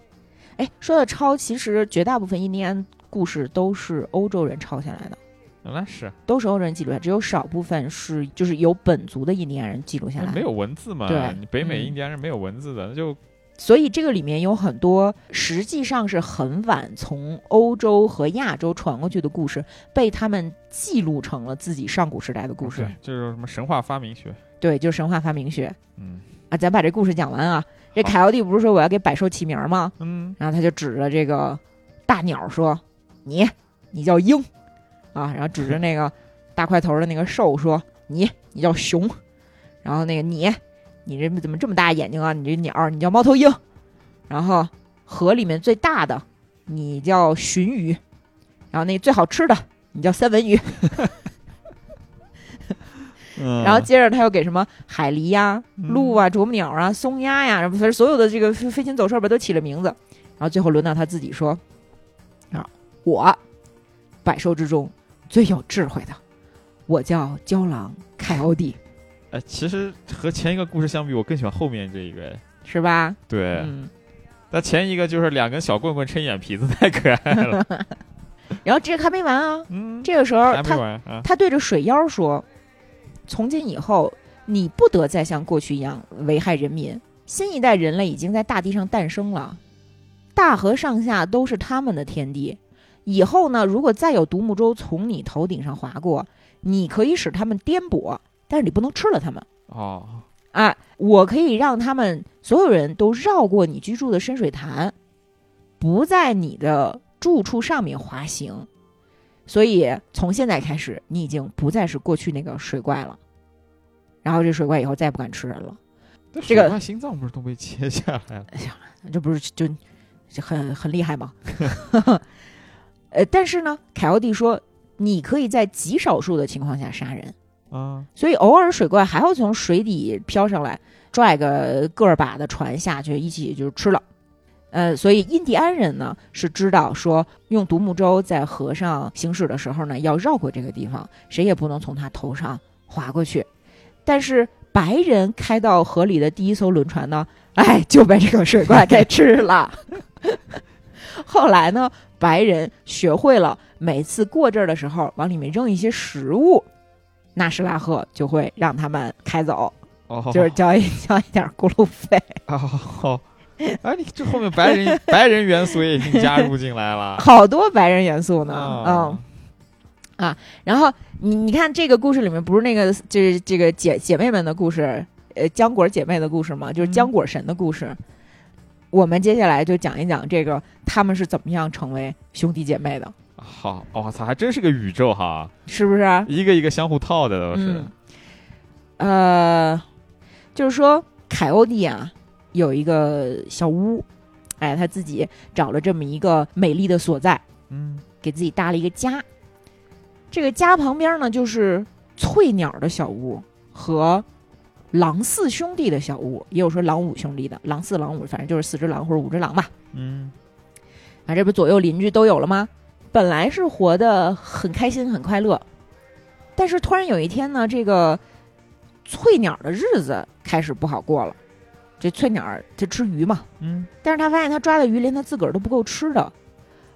S1: 哎，说到抄，其实绝大部分印第安故事都是欧洲人抄下来的，
S2: 那是
S1: 都是欧洲人记录下来，只有少部分是就是由本族的印第安人记录下来。
S2: 嗯没有，文字嘛？
S1: 啊对
S2: 你北
S1: 嗯
S2: 美印第安人没有文字的，那就
S1: 所以这个里面有很多实际上是很晚从欧洲和亚洲传过去的故事，被他们记录成了自己上古时代的故事。
S2: 对就是什么神话发明学。
S1: 对，就是神话发明学
S2: 嗯
S1: 啊。咱把这故事讲完啊。这
S2: 好
S1: 凯奥蒂不是说我要给百兽起名儿吗？
S2: 嗯，
S1: 然后他就指着这个大鸟说：“你，你叫鹰啊。”然后指着那个大块头的那个兽说：“你，你叫熊。”然后那个你，你这怎么这么大眼睛啊？你这鸟，你叫猫头鹰。然后河里面最大的，你叫鲟鱼。然后那最好吃的，你叫三文鱼。
S2: 然
S1: 然后接着他又给什么海狸呀、
S2: 嗯
S1: 鹿啊、啄木鸟啊、松鸦呀、然后反正所有的这个飞飞禽走兽吧都起了名字。然后最后轮到他自己说：“啊，我百兽之中最有智慧的，我叫郊狼凯欧蒂，
S2: 哎，其实和前一个故事相比，我更喜欢后面这一个。哎
S1: 是吧？”
S2: 对，
S1: 嗯。
S2: 但前一个就是两根小棍棍撑眼皮子，太可 爱了。
S1: 然后这还没完啊，
S2: 嗯，
S1: 这个时候
S2: 还没
S1: 他
S2: 完啊。
S1: 他对着水妖说：“从今以后，你不得再像过去一样危害人民。新一代人类已经在大地上诞生了，大河上下都是他们的天地。以后呢，如果再有独木舟从你头顶上划过，你可以使他们颠簸，但是你不能吃了他们。
S2: 哦，
S1: 啊，我可以让他们所有人都绕过你居住的深水潭，不在你的住处上面滑行。所以从现在开始，你已经不再是过去那个水怪了。然后这水怪以后再也不敢吃人了，
S2: 那
S1: 这个
S2: 水怪心脏不是都被切下 来了？
S1: 这不是就就很很厉害吗？ 呃，但是呢，凯奥蒂说，你可以在极少数的情况下杀人。
S2: 啊，
S1: 所以偶尔水怪还要从水底飘上来，拽个个儿把的船下去一起就吃了。呃，所以印第安人呢是知道说，用独木舟在河上行驶的时候呢，要绕过这个地方，谁也不能从他头上划过去。但是白人开到河里的第一艘轮船呢，哎，就被这个水怪 给吃了。后来呢，白人学会了每次过这儿的时候，往里面扔一些食物，纳什拉赫就会让他们开走，
S2: 哦，
S1: 就是交一 交一点过路费。
S2: 哦，哎，你这后面 白人白人元素也已经加入进来了。
S1: 好多白人元素呢，
S2: 啊，
S1: 嗯。然后你你看这个故事里面不是那个就是这个姐姐妹们的故事，呃，浆果姐妹的故事嘛，就是浆果神的故事。我们接下来就讲一讲这个他们是怎么样成为兄弟姐妹的，
S2: 好，我操，还真是个宇宙哈，
S1: 是不是？
S2: 一个一个相互套的都是
S1: 嗯。呃，就是说凯欧蒂啊有一个小屋，哎，他自己找了这么一个美丽的所在，
S2: 嗯，
S1: 给自己搭了一个家。这个家旁边呢，就是翠鸟的小屋和狼四兄弟的小屋，也有说狼五兄弟的，狼四、狼五，反正就是四只狼或者五只狼吧。
S2: 嗯，
S1: 啊，这不左右邻居都有了吗？本来是活得很开心、很快乐，但是突然有一天呢，这个翠鸟的日子开始不好过了。这翠鸟儿它吃鱼嘛，
S2: 嗯，
S1: 但是它发现它抓的鱼连它自个儿都不够吃的。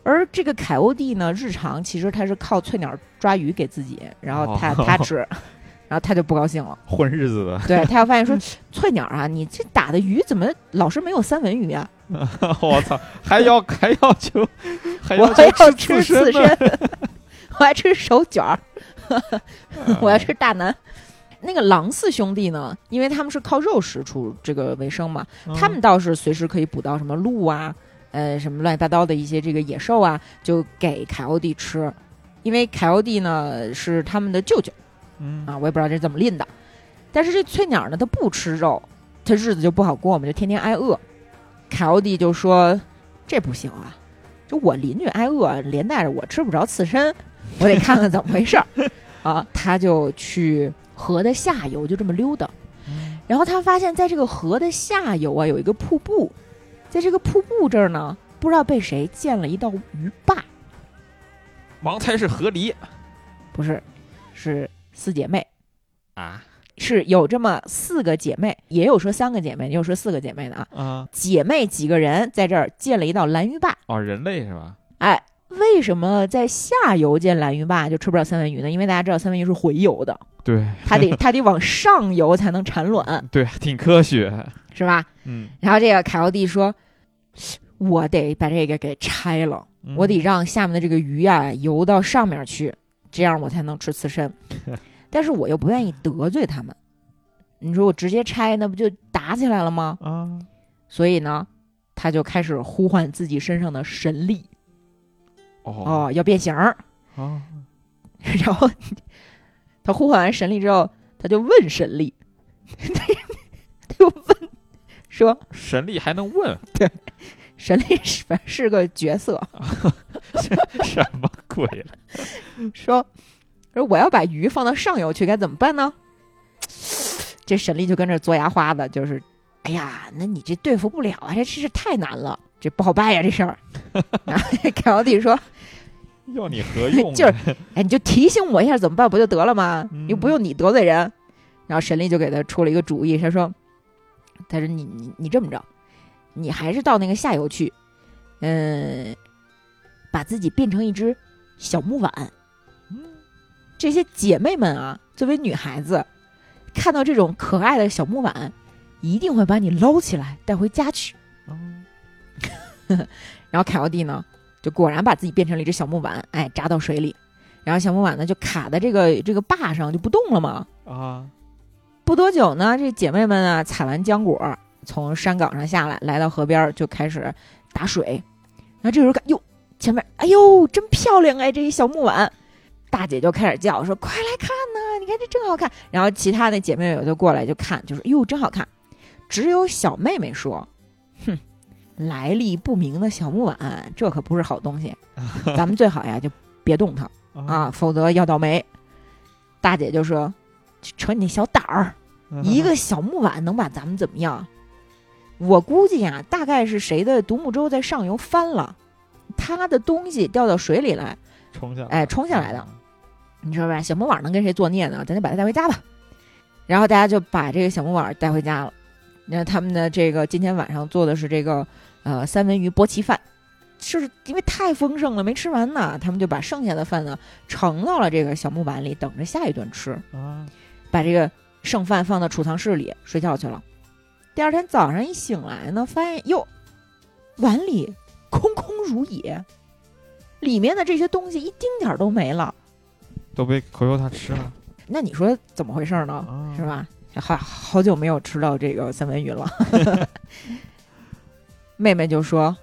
S1: 而这个凯欧蒂呢，日常其实它是靠翠鸟抓鱼给自己，然后它它吃，然后它就不高兴了。
S2: 混日子的，
S1: 对，它又发现说，翠鸟啊，你这打的鱼怎么老是没有三文鱼啊？
S2: 我操，还要还要求，还
S1: 我
S2: 要
S1: 还要
S2: 求
S1: 吃
S2: 刺
S1: 刺
S2: 身呢，嗯
S1: 身，我还吃手卷儿，我要吃大腩。那个狼四兄弟呢，因为他们是靠肉食出这个为生嘛，
S2: 嗯
S1: 他们倒是随时可以捕到什么鹿啊，呃，什么乱七八糟的一些这个野兽啊，就给凯欧蒂吃，因为凯欧蒂呢是他们的舅舅
S2: 嗯
S1: 啊，我也不知道这怎么拎的。但是这翠鸟呢，它不吃肉，它日子就不好过嘛，就天天挨饿。凯欧蒂就说：“这不行啊，就我邻居挨饿，连带着我吃不着刺身，我得看看怎么回事儿啊。”他就去河的下游，就这么溜达。
S2: 嗯
S1: 然后他发现，在这个河的下游啊，有一个瀑布，在这个瀑布这儿呢，不知道被谁建了一道鱼坝，
S2: 盲猜是河狸
S1: 啊不是，是四姐妹，
S2: 啊
S1: 是有这么四个姐妹，也有说三个姐妹，也有说四个姐妹的啊。
S2: 啊
S1: 姐妹几个人在这儿建了一道蓝鱼坝，
S2: 哦，人类是吧？
S1: 哎，为什么在下游建蓝鱼坝就吃不了三文鱼呢？因为大家知道三文鱼是洄游的，
S2: 对
S1: 它得它得往上游才能产卵，
S2: 对，挺科学。
S1: 是吧？
S2: 嗯，
S1: 然后这个凯奥蒂说：“我得把这个给拆了。”
S2: 嗯
S1: 我得让下面的这个鱼啊游到上面去，这样我才能吃刺身。但是我又不愿意得罪他们，你说我直接拆，那不就打起来了吗？
S2: 啊，
S1: 所以呢，他就开始呼唤自己身上的神力
S2: 哦
S1: 哦，要变形儿。
S2: 哦，
S1: 然后他呼唤完神力之后，他就问神力， 他就问说：“
S2: 神力还能问
S1: 神力是是个角色，
S2: 什么鬼？啊
S1: 说说我要把鱼放到上游去，该怎么办呢？这沈丽就跟这嘬牙花子，就是，哎呀，那你这对付不了啊，这事太难了，这不好办呀，这事儿。 然后凯奥蒂说
S2: 要 你何用啊？
S1: 就是哎，你就提醒我一下怎么办不就得了吗？
S2: 嗯
S1: 又不用你得罪人。然后沈丽就给他出了一个主意，他说：“他说你你你这么着，你还是到那个下游去，嗯，把自己变成一只小木碗。这些姐妹们啊，作为女孩子，看到这种可爱的小木碗，一定会把你捞起来带回家去。”
S2: 嗯
S1: 然后凯奥蒂呢，就果然把自己变成了一只小木碗，哎，扎到水里，然后小木碗呢就卡在这个这个坝上就不动了嘛。
S2: 啊，
S1: 不多久呢，这姐妹们啊采完浆果，从山岗上下来，来到河边儿就开始打水。然后这时候看，哟，前面，哎呦，真漂亮哎，这一小木碗。大姐就开始叫说：“快来看呐、你看这真好看。”然后其他的姐妹有就过来就看，就说：“哟，真好看。”只有小妹妹说：“哼，来历不明的小木碗，这可不是好东西，咱们最好呀就别动它。”
S2: 嗯
S1: 啊，否则要倒霉。大姐就说：“瞅你那小胆儿，
S2: 嗯
S1: 一个小木碗能把咱们怎么样？”我估计啊，大概是谁的独木舟在上游翻了，他的东西掉到水里来，
S2: 冲下来，啊
S1: 哎冲下来的你说吧，小木碗能跟谁作孽呢？咱就把它带回家吧。然后大家就把这个小木碗带回家了。那他们的这个今天晚上做的是这个呃三文鱼波奇饭，就是因为太丰盛了没吃完呢，他们就把剩下的饭呢盛到了这个小木碗里，等着下一顿吃。
S2: 啊，
S1: 把这个剩饭放到储藏室里睡觉去了。第二天早上一醒来呢，发现哟，碗里空空如也，里面的这些东西一丁点儿都没了。
S2: 都被口油塔吃了
S1: 那你说怎么回事呢？
S2: 啊
S1: 哦是？吧？好好久没有吃到这个三文鱼了。 妹妹就说：“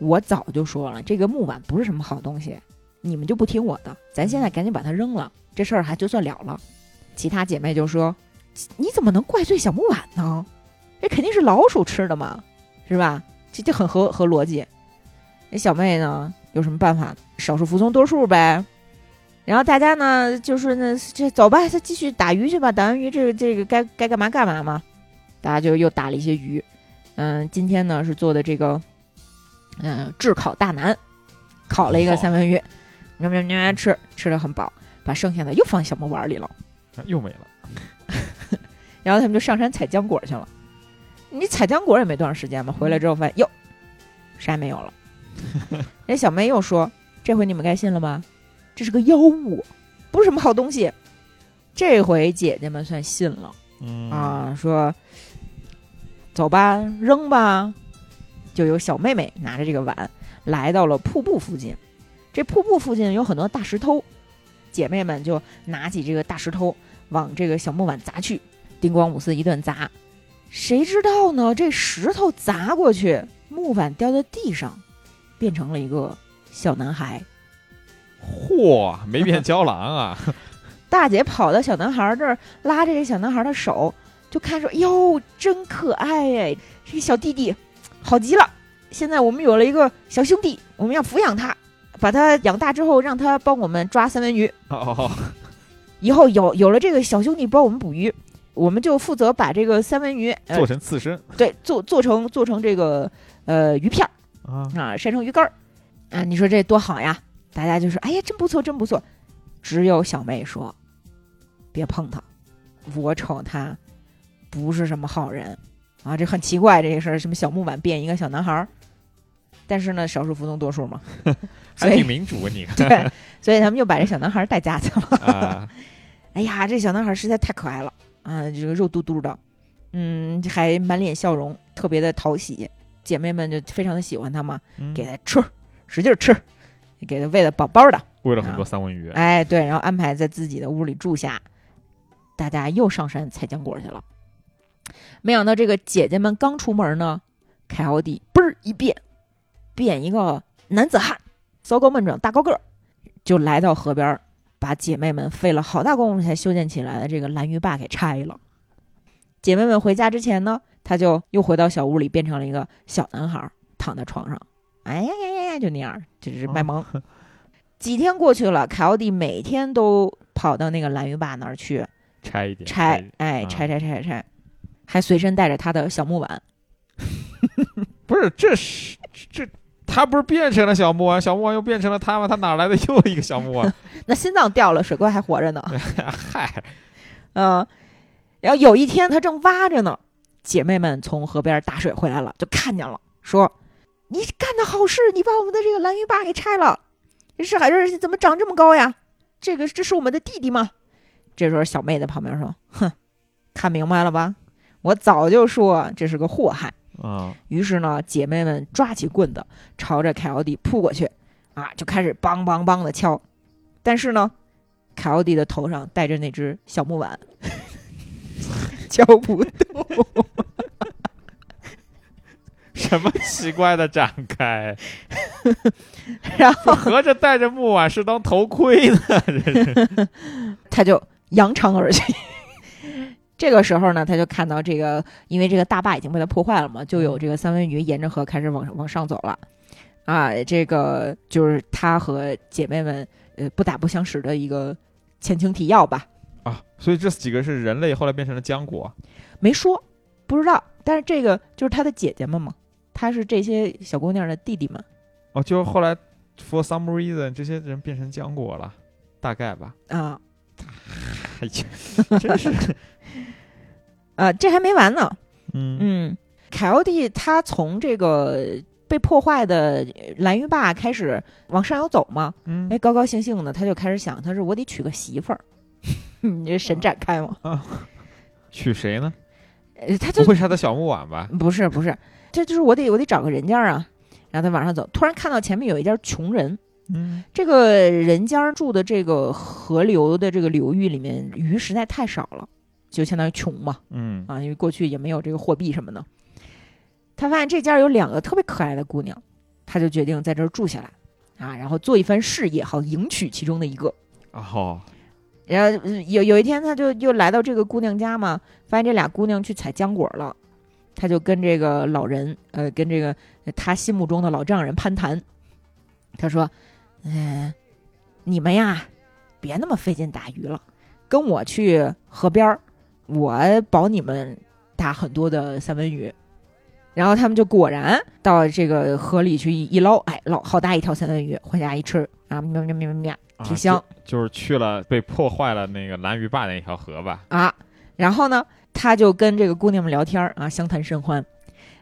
S1: 我早就说了，这个木碗不是什么好东西，你们就不听我的，咱现在赶紧把它扔了，这事儿还就算了了。”其他姐妹就说：“你怎么能怪罪小木碗呢？这肯定是老鼠吃的嘛，是吧？这就很合合逻辑。”那小妹呢，有什么办法？少数服从多数呗。然后大家呢，就是那这走吧，再继续打鱼去吧，打完鱼这个这个该该干嘛干嘛嘛。大家就又打了一些鱼，嗯，今天呢是做的这个，嗯，炙烤大腩，烤了一个三文鱼，喵喵喵喵吃，吃的很饱，把剩下的又放小木碗里了。
S2: 又没了，
S1: 然后他们就上山采浆果去了。你采浆果也没多长时间嘛，回来之后发现哟，啥也没有了。人小妹又说：“这回你们该信了吧？这是个妖物，不是什么好东西。”这回姐姐们算信了、
S2: 嗯
S1: 啊，说：“走吧，扔吧。”就有小妹妹拿着这个碗来到了瀑布附近。这瀑布附近有很多大石头，姐妹们就拿起这个大石头往这个小木碗砸去。丁光五四一顿砸，谁知道呢？这石头砸过去，木碗掉在地上，变成了一个小男孩。
S2: 嚯，没变胶囊啊！
S1: 大姐跑到小男孩这儿，拉着这小男孩的手，就看说：“哟，真可爱哎，这个小弟弟，好极了！现在我们有了一个小兄弟，我们要抚养他，把他养大之后，让他帮我们抓三文鱼。
S2: 哦，
S1: 以后有有了这个小兄弟帮我们捕鱼，我们就负责把这个三文鱼，呃
S2: 做，成刺身
S1: 对，做做成做成这个呃鱼片儿
S2: 啊！
S1: 啊，晒成鱼干儿啊，你说这多好呀！大家就说，哎呀，真不错，真不错。只有小妹说，别碰他，我瞅他不是什么好人啊，这很奇怪，这个事儿，什么小木碗变一个小男孩儿。但是呢，少数服从多数 嘛，所
S2: 还挺
S1: 以
S2: 民主，啊 你看
S1: 对，所以他们就把这小男孩儿带家去了。
S2: 啊，
S1: 哎呀，这小男孩实在太可爱了啊，这个肉嘟嘟的，嗯，还满脸笑容，特别的讨喜。姐妹们就非常的喜欢他嘛，
S2: 嗯
S1: 给他吃，使劲吃，给他喂的饱饱的。
S2: 为了很多三文鱼，
S1: 哎，对，然后安排在自己的屋里住下。大家又上山采浆果去了。没想到这个姐姐们刚出门呢，凯奥蒂嘣儿一变，变一个男子汉，骚高闷壮，大高个儿，就来到河边儿，把姐妹们费了好大功夫才修建起来的这个蓝鱼坝给拆了。姐妹们回家之前呢，他就又回到小屋里，变成了一个小男孩儿，躺在床上，哎呀呀呀呀，就那样儿，就是卖萌。几天过去了，凯奥蒂每天都跑到那个蓝鱼坝那儿去
S2: 拆一点，
S1: 拆，哎，
S2: 嗯
S1: 拆拆拆拆拆，还随身带着他的小木碗。
S2: 不是，这是这他不是变成了小木啊碗，小木碗又变成了他吗？他哪来的又一个小木碗？
S1: 那心脏掉了，水怪还活着呢。
S2: 嗨，
S1: 嗯，然后有一天他正挖着呢，姐妹们从河边打水回来了，就看见了，说：“你干的好事，你把我们的这个蓝鱼坝给拆了，这是海这怎么长这么高呀？这个这是我们的弟弟吗？”这时候小妹在旁边说：“哼，看明白了吧？我早就说这是个祸害。”
S2: 啊，
S1: 于是呢，姐妹们抓起棍子，朝着凯奥蒂扑过去，啊，就开始梆梆梆的敲。但是呢，凯奥蒂的头上戴着那只小木碗，敲不动。
S2: 什么奇怪的展开？
S1: 然后
S2: 合着戴着木碗是当头盔呢？这是
S1: 他就扬长而去。 这个时候呢，他就看到这个，因为这个大坝已经被他破坏了嘛，就有这个三文鱼沿着河开始往往上走了。啊，这个就是他和姐妹们呃不打不相识的一个前情提要吧。
S2: 啊，所以这几个是人类后来变成了浆果
S1: 没说，不知道。但是这个就是他的姐姐们嘛，他是这些小姑娘的弟弟们
S2: 哦，就是后来 for some reason 这些人变成浆果了，大概吧。
S1: 啊
S2: 哎呀，真是，
S1: 啊，这还没完呢。
S2: 嗯
S1: 嗯，凯奥蒂他从这个被破坏的蓝鱼坝开始往上游走嘛，
S2: 嗯
S1: 哎，高高兴兴的，他就开始想，他说我得娶个媳 妇儿。你这神展开吗？
S2: 娶谁呢？
S1: 呃他就
S2: 嗯不会是他的小木碗吧？
S1: 不是不是，这就是我得我得找个人家啊。然后他往上走，突然看到前面有一家穷人，
S2: 嗯，
S1: 这个人家住的这个河流的这个流域里面，鱼实在太少了，就相当于穷嘛
S2: 嗯
S1: 啊，因为过去也没有这个货币什么的。他发现这家有两个特别可爱的姑娘，他就决定在这儿住下来啊，然后做一番事业，好迎娶其中的一个。
S2: 哦，
S1: 然后呃有有一天，他就又来到这个姑娘家嘛，发现这俩姑娘去采浆果了，他就跟这个老人，呃，跟这个呃他心目中的老丈人攀谈。他说：“嗯、你们呀，别那么费劲打鱼了，跟我去河边儿，我保你们打很多的三文鱼。”然后他们就果然到这个河里去一一捞，哎，捞好大一条三文鱼，回家一吃啊，喵喵喵喵喵，
S2: 啊
S1: 挺香。
S2: 就就是去了被破坏了那个蓝鱼坝那一条河吧。
S1: 啊，然后呢，他就跟这个姑娘们聊天儿啊，相谈甚欢。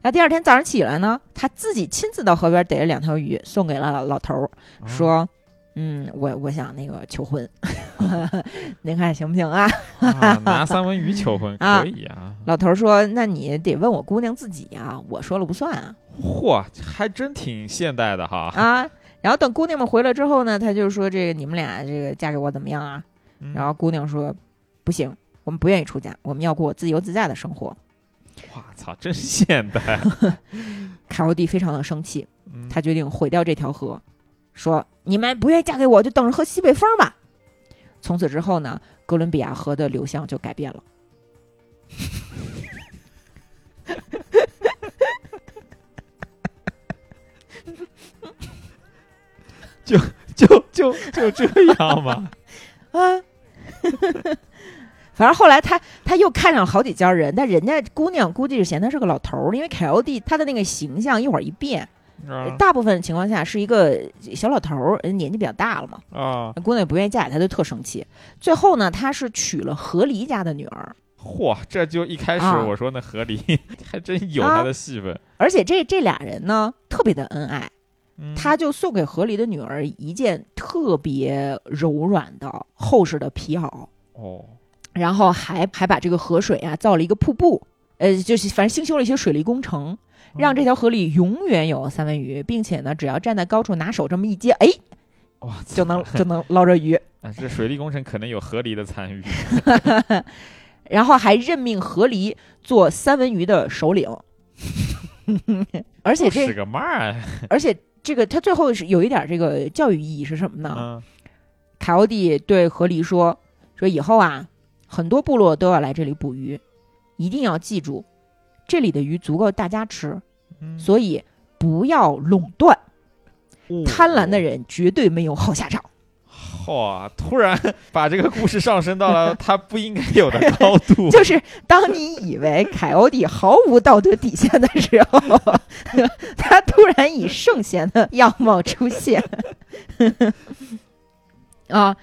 S1: 那第二天早上起来呢，他自己亲自到河边逮了两条鱼，送给了老老头儿，
S2: 哦
S1: 说：“嗯，我我想那个求婚， 您看行不行啊
S2: 啊，拿三文鱼求婚
S1: 啊
S2: 可以啊？”？
S1: 老头儿说：“那你得问我姑娘自己啊，我说了不算啊。
S2: 嚯，还真挺现代的”哈。
S1: 啊，然后等姑娘们回来之后呢，他就说：“这个你们俩这个嫁给我怎么样啊？”
S2: 嗯
S1: 然后姑娘说：“不行，我们不愿意出家，我们要过自由自在的生活。
S2: 哇操，真现代。
S1: 卡罗蒂非常的生气，
S2: 嗯
S1: 他决定毁掉这条河，说：“你们不愿意嫁给我，就等着喝西北风吧。”从此之后呢，哥伦比亚河的流向就改变了。
S2: 就就就这 样嘛。
S1: 啊，反正后来他他又看上了好几家人，但人家姑娘估计是嫌他是个老头儿，因为凯欧蒂他的那个形象一会儿一变，
S2: 啊
S1: 大部分情况下是一个小老头儿，人年纪比较大了嘛，
S2: 啊，
S1: 姑娘也不愿意嫁给他，就特生气。最后呢，他是娶了何离家的女儿，
S2: 嚯，这就一开始
S1: 啊
S2: 我说那合理， 还真有他的戏份。
S1: 而且这这俩人呢特别的恩爱，
S2: 嗯
S1: 他就送给何离的女儿一件特别柔软的厚实的皮袄，
S2: 哦，
S1: 然后还还把这个河水啊造了一个瀑布，呃，就是反正兴修了一些水利工程，
S2: 嗯
S1: 让这条河里永远有三文鱼，并且呢，只要站在高处拿手这么一接，哎，
S2: 哇，
S1: 就能就能捞着鱼。
S2: 啊这水利工程可能有合理的参与。
S1: 然后还任命河狸做三文鱼的首领，而且
S2: 是
S1: 这
S2: 个嘛儿
S1: 而且这个他最后是有一点这个教育意义是什么呢？
S2: 啊？
S1: 凯欧蒂对河狸说：“说以后啊，很多部落都要来这里捕鱼，一定要记住，这里的鱼足够大家吃，
S2: 嗯
S1: 所以不要垄断，
S2: 哦
S1: 贪婪的人绝对没有好下场。
S2: 嚯！突然把这个故事上升 到了他不应该有的高度。啊
S1: 就是当你以为凯欧蒂毫无道德底线的时候， 他突然以圣贤的样貌出现。啊，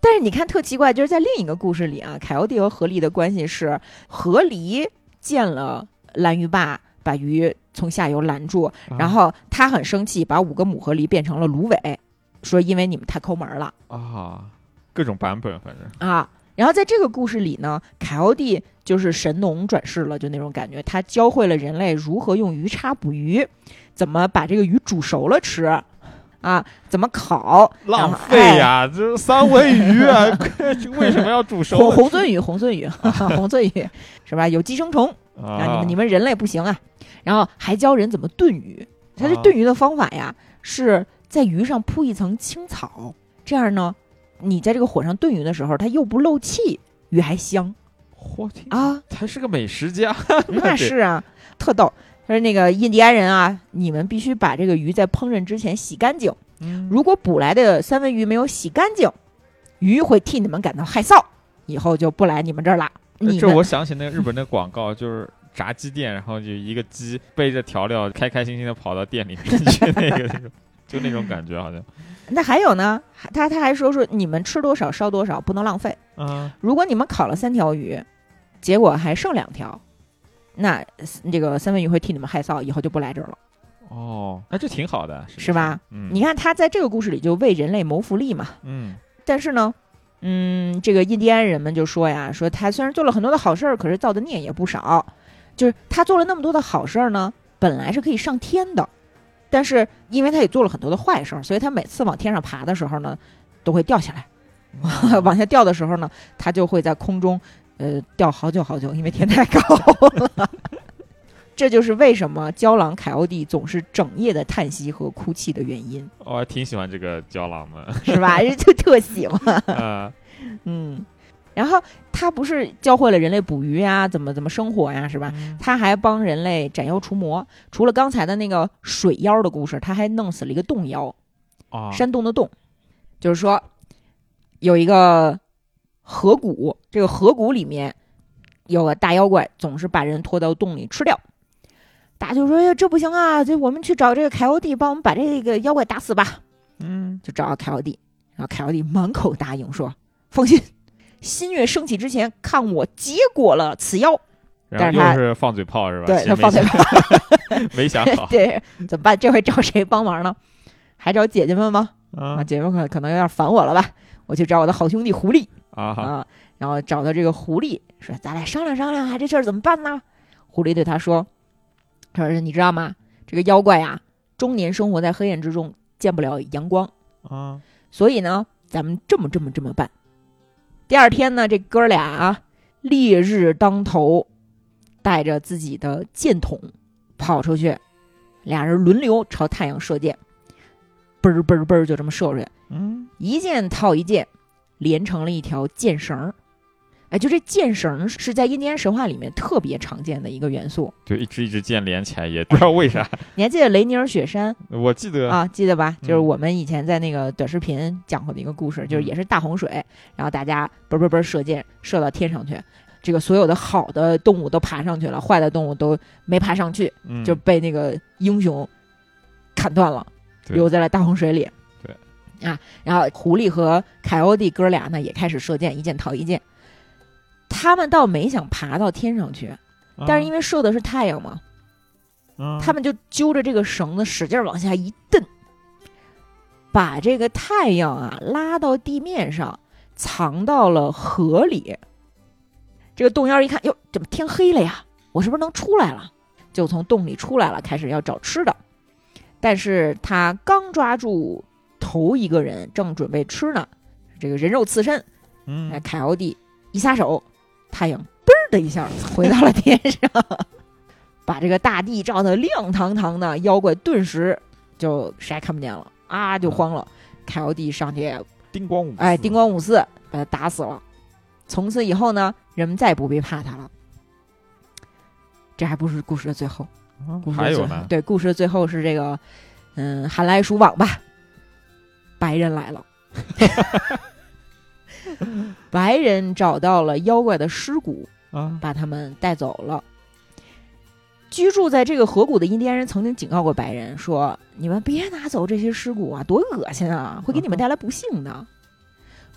S1: 但是你看特奇怪，就是在另一个故事里啊，凯欧蒂和河狸的关系是河狸见了蓝鱼爸，把鱼从下游拦住，
S2: 啊
S1: 然后他很生气，把五个母河狸变成了芦苇，说因为你们太抠门儿了。
S2: 啊，各种版本，反正
S1: 啊。然后在这个故事里呢，凯欧蒂就是神农转世了，就那种感觉。他教会了人类如何用鱼叉捕鱼，怎么把这个鱼煮熟了吃，啊，怎么烤，哎
S2: 浪费呀！这三文鱼啊， 为什么要煮熟
S1: 红红鳟鱼，红鳟 鱼，红鳟鱼是吧？有寄生虫啊，你
S2: 啊？
S1: 们你们人类不行啊。然后还教人怎么炖鱼，他这
S2: 啊
S1: 炖鱼的方法呀，是在鱼上铺一层青草，这样呢，你在这个火上炖鱼的时候，它又不漏气，鱼还香
S2: 嚯，听
S1: 啊。
S2: 他是个美食家，
S1: 那
S2: 对
S1: 是啊，特逗。他说那个印第安人啊，你们必须把这个鱼在烹饪之前洗干净。嗯
S2: 嗯
S1: 如果捕来的三文鱼没有洗干净，鱼会替你们感到害臊，以后就不来你们这儿了。你
S2: 呃这
S1: 们
S2: 我想起那个日本的广告，就是炸鸡店，然后就一个鸡背着调料，开开心心的跑到店里面去，那个那种，就那种感觉，好像。
S1: 那还有呢？还他他还说说你们吃多少烧多少，不能浪费。
S2: 啊，
S1: 如果你们烤了三条鱼，结果还剩两条，那这个三文鱼会替你们害臊，以后就不来这儿了。
S2: 哦，那这挺好的，是
S1: 是吧？
S2: 嗯，
S1: 你，看他在这个故事里就为人类谋福利嘛，
S2: 嗯，
S1: 但是呢，嗯，这个印第安人们就说呀，说他虽然做了很多的好事儿，可是造的孽也不少。就是他做了那么多的好事儿呢，本来是可以上天的，但是因为他也做了很多的坏事儿，所以他每次往天上爬的时候呢，都会掉下来。
S2: 嗯
S1: 呃往下掉的时候呢，他就会在空中，呃，掉好久好久，因为天太高了。 这就是为什么胶囊凯欧蒂总是整夜的叹息和哭泣的原因，
S2: 哦我还挺喜欢这个胶囊 的，
S1: 是吧？就特喜欢。
S2: 啊，
S1: 嗯，然后他不是教会了人类捕鱼呀，怎么怎么生活呀，是吧？
S2: 嗯
S1: 他还帮人类斩妖除魔。除了刚才的那个水妖的故事，他还弄死了一个洞妖，
S2: 啊，
S1: 山洞的洞，就是说有一个河谷，这个河谷里面有个大妖怪，总是把人拖到洞里吃掉。大家就说：“哎呀，这不行啊！这我们去找这个凯欧蒂，帮我们把这个妖怪打死吧。”
S2: 嗯，
S1: 就找凯奥蒂，然后凯奥蒂满口答应说：“放心，新月升起之前，看我结果了此妖。
S2: 然
S1: 但是
S2: 后
S1: 他
S2: 又是放嘴炮是吧？
S1: 对
S2: 先
S1: 他
S2: 没
S1: 放嘴
S2: 想
S1: 炮，
S2: 没想 好
S1: 对，怎么办？这回找谁帮忙呢？还找姐姐们吗？啊，
S2: 啊
S1: 姐姐们可可能有点烦我了吧？我去找我的好兄弟狐狸
S2: 啊，
S1: 啊，然后找到这个狐狸，说咱俩商量商量啊，这事儿怎么办呢？狐狸对他说：“他说你知道吗？这个妖怪呀、终年生活在黑暗之中，见不了阳光。”
S2: 啊
S1: 所以呢，咱们这么这么这么办。第二天呢，这哥俩啊，烈日当头，带着自己的箭筒跑出去，俩人轮流朝太阳射箭，嘣儿嘣儿嘣儿就这么射出去，
S2: 嗯，
S1: 一箭套一箭，连成了一条箭绳儿。哎，就这箭绳儿是在印第安神话里面特别常见的一个元素。
S2: 就一支一支箭连起来，也不知道为啥。
S1: 你还记得雷尼尔雪山
S2: 我记得，
S1: 啊，记得吧？就是
S2: 嗯
S1: 我们以前在那个短视频讲过的一个故事，就是
S2: 嗯
S1: 也是大洪水，然后大家嘣嘣嘣射箭射到天上去，这个所有的好的动物都爬上去了，坏的动物都没爬上去，
S2: 嗯，
S1: 就被那个英雄砍断了，
S2: 对
S1: 留在了大洪水里。
S2: 对。
S1: 啊，然后狐狸和凯欧蒂哥俩呢也开始射箭，一箭套一箭。他们倒没想爬到天上去，但是因
S2: 为
S1: 为射的是太阳嘛，
S2: 啊
S1: 他们就揪着这个绳子使劲儿往下一蹬，把这个太阳啊拉到地面上，藏到了河里。这个洞妖一看，哟，怎么天黑了呀？我是不是能出来了？就从洞里出来了，开始要找吃的。但是他刚抓住头一个人，正准备吃呢，这个人肉刺身，
S2: 嗯
S1: 哎，凯奥蒂一撒手，太阳嘣儿的一下回到了天上， 把这个大地照得亮堂堂的，妖怪顿时就啥也看不见了啊，就慌了。凯奥蒂上去，
S2: 叮咣嗯五，
S1: 哎，叮，咣五四把他打死了。从此以后呢，人们再也不必怕他了。这还不是故事的最后，故事的
S2: 啊还有
S1: 最后
S2: 呢，
S1: 对，故事的最后是这个，嗯，寒来暑往吧，白人来了， 白人找到了妖怪的尸骨，
S2: 啊，
S1: 把他们带走了。居住在这个河谷的印第安人曾经警告过白人说：“你们别拿走这些尸骨啊，多恶心啊，会给你
S2: 嗯
S1: 们带来不幸的。”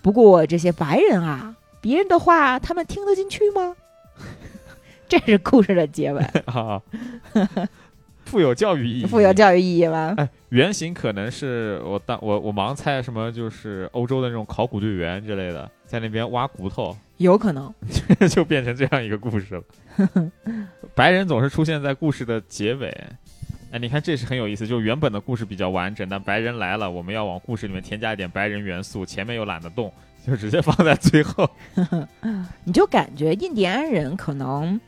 S1: 不过这些白人啊，别人的话他们听得进去吗？ 这是故事的结尾，
S2: 啊，富有教育意 义，
S1: 富有。教育意义吧？
S2: 哎，原型可能是我当我我盲猜什么，就是欧洲的那种考古队员之类的，在那边挖骨头，
S1: 有可能，
S2: 就变成这样一个 故事了。白人总是出现在故事的结尾。哎，你看这是很有意思，就原本的故事比较完整，但白人来了，我们要往故事里面添加一点白人元素，前面又懒得动，就直接放在最后。
S1: 你就感觉印第安人可能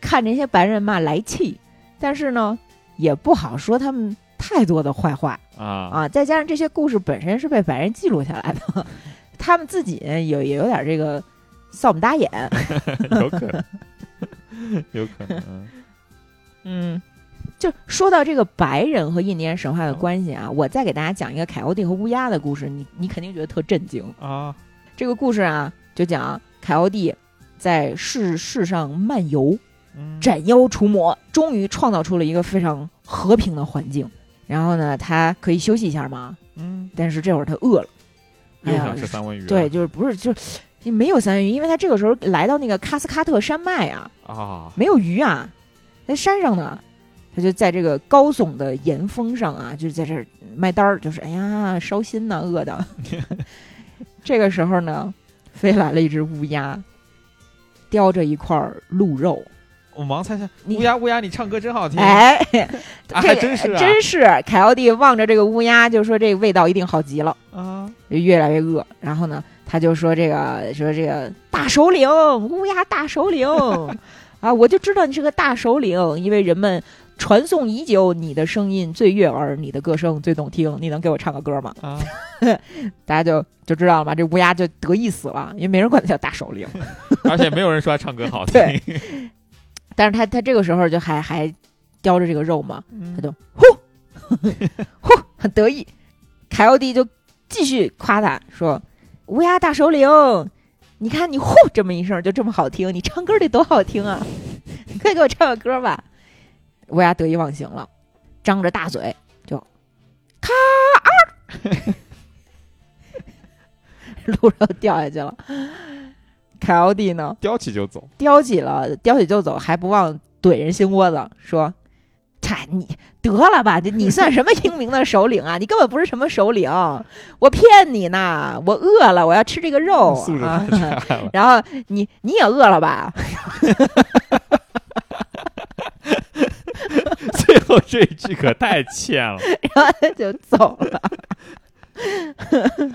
S1: 看这些白人嘛来气，但是呢，也不好说他们太多的坏话
S2: 啊，
S1: 啊。再加上这些故事本身是被白人记录下来的， 他们自己也也有点这个扫不打眼。
S2: 有可 能，有可能，嗯
S1: 嗯，就说到这个白人和印第安神话的关系啊，我再给大家讲一个凯欧蒂和乌鸦的故事，你你肯定觉得特震惊。
S2: 啊，
S1: 这个故事啊，就讲凯欧蒂在世世上漫游。
S2: 嗯，
S1: 斩妖除魔，终于创造出了一个非常和平的环境。然后呢，他可以休息一下嘛，
S2: 嗯，
S1: 但是这会儿他饿了，哎
S2: 又
S1: 呀
S2: 想吃三文鱼了，
S1: 对，就是不是就是没有三文鱼，因为他这个时候来到那个喀斯喀特山脉啊，
S2: 啊，
S1: 没有鱼啊，在山上呢，他就在这个高耸的岩峰上啊，就在这儿卖单儿，就是哎呀烧心呐、饿 的。这个时候呢，飞来了一只乌鸦，叼着一块儿鹿肉，
S2: 我盲猜一下，
S1: 你
S2: 乌鸦乌鸦，你唱歌真好听，
S1: 哎，
S2: 啊，
S1: 这
S2: 还
S1: 个
S2: 真是啊，
S1: 真是凯奥蒂望着这个乌鸦，就说这个味道一定好极了，
S2: 啊，
S1: 就越来越饿。然后呢，他就说这个说这个大首领，乌鸦大首领啊，我就知道你是个大首领，因为人们传颂已久，你的声音最悦耳，你的歌声最动听，你能给我唱个歌吗？
S2: 啊，
S1: 大家就就知道了吧？这乌鸦就得意死了，因为没人管他叫大首领。
S2: 而且没有人说他唱歌好听，
S1: 对但是他他这个时候就还还叼着这个肉嘛，
S2: 嗯
S1: 他就呼呼，很得意。凯奥蒂就继续夸他说：“乌鸦大首领，你看你呼这么一声就这么好听，你唱歌得多好听啊！ 你快给我唱个歌吧。”乌鸦得意忘形了，张着大嘴就咔 啊，鹿肉掉下去了。 凯奥蒂呢，
S2: 叼起就走，
S1: 叼起了，叼起就走，还不忘怼人心窝子，说：“嗨，你得了吧，这你算什么英明的首领啊？ 你根本不是什么首领，我骗你呢！我饿了，我要吃这个肉
S2: 素质
S1: 啊，
S2: 太！差了
S1: 然后你你也饿了吧？
S2: 最后这一句可太欠了，
S1: 然后他就走了。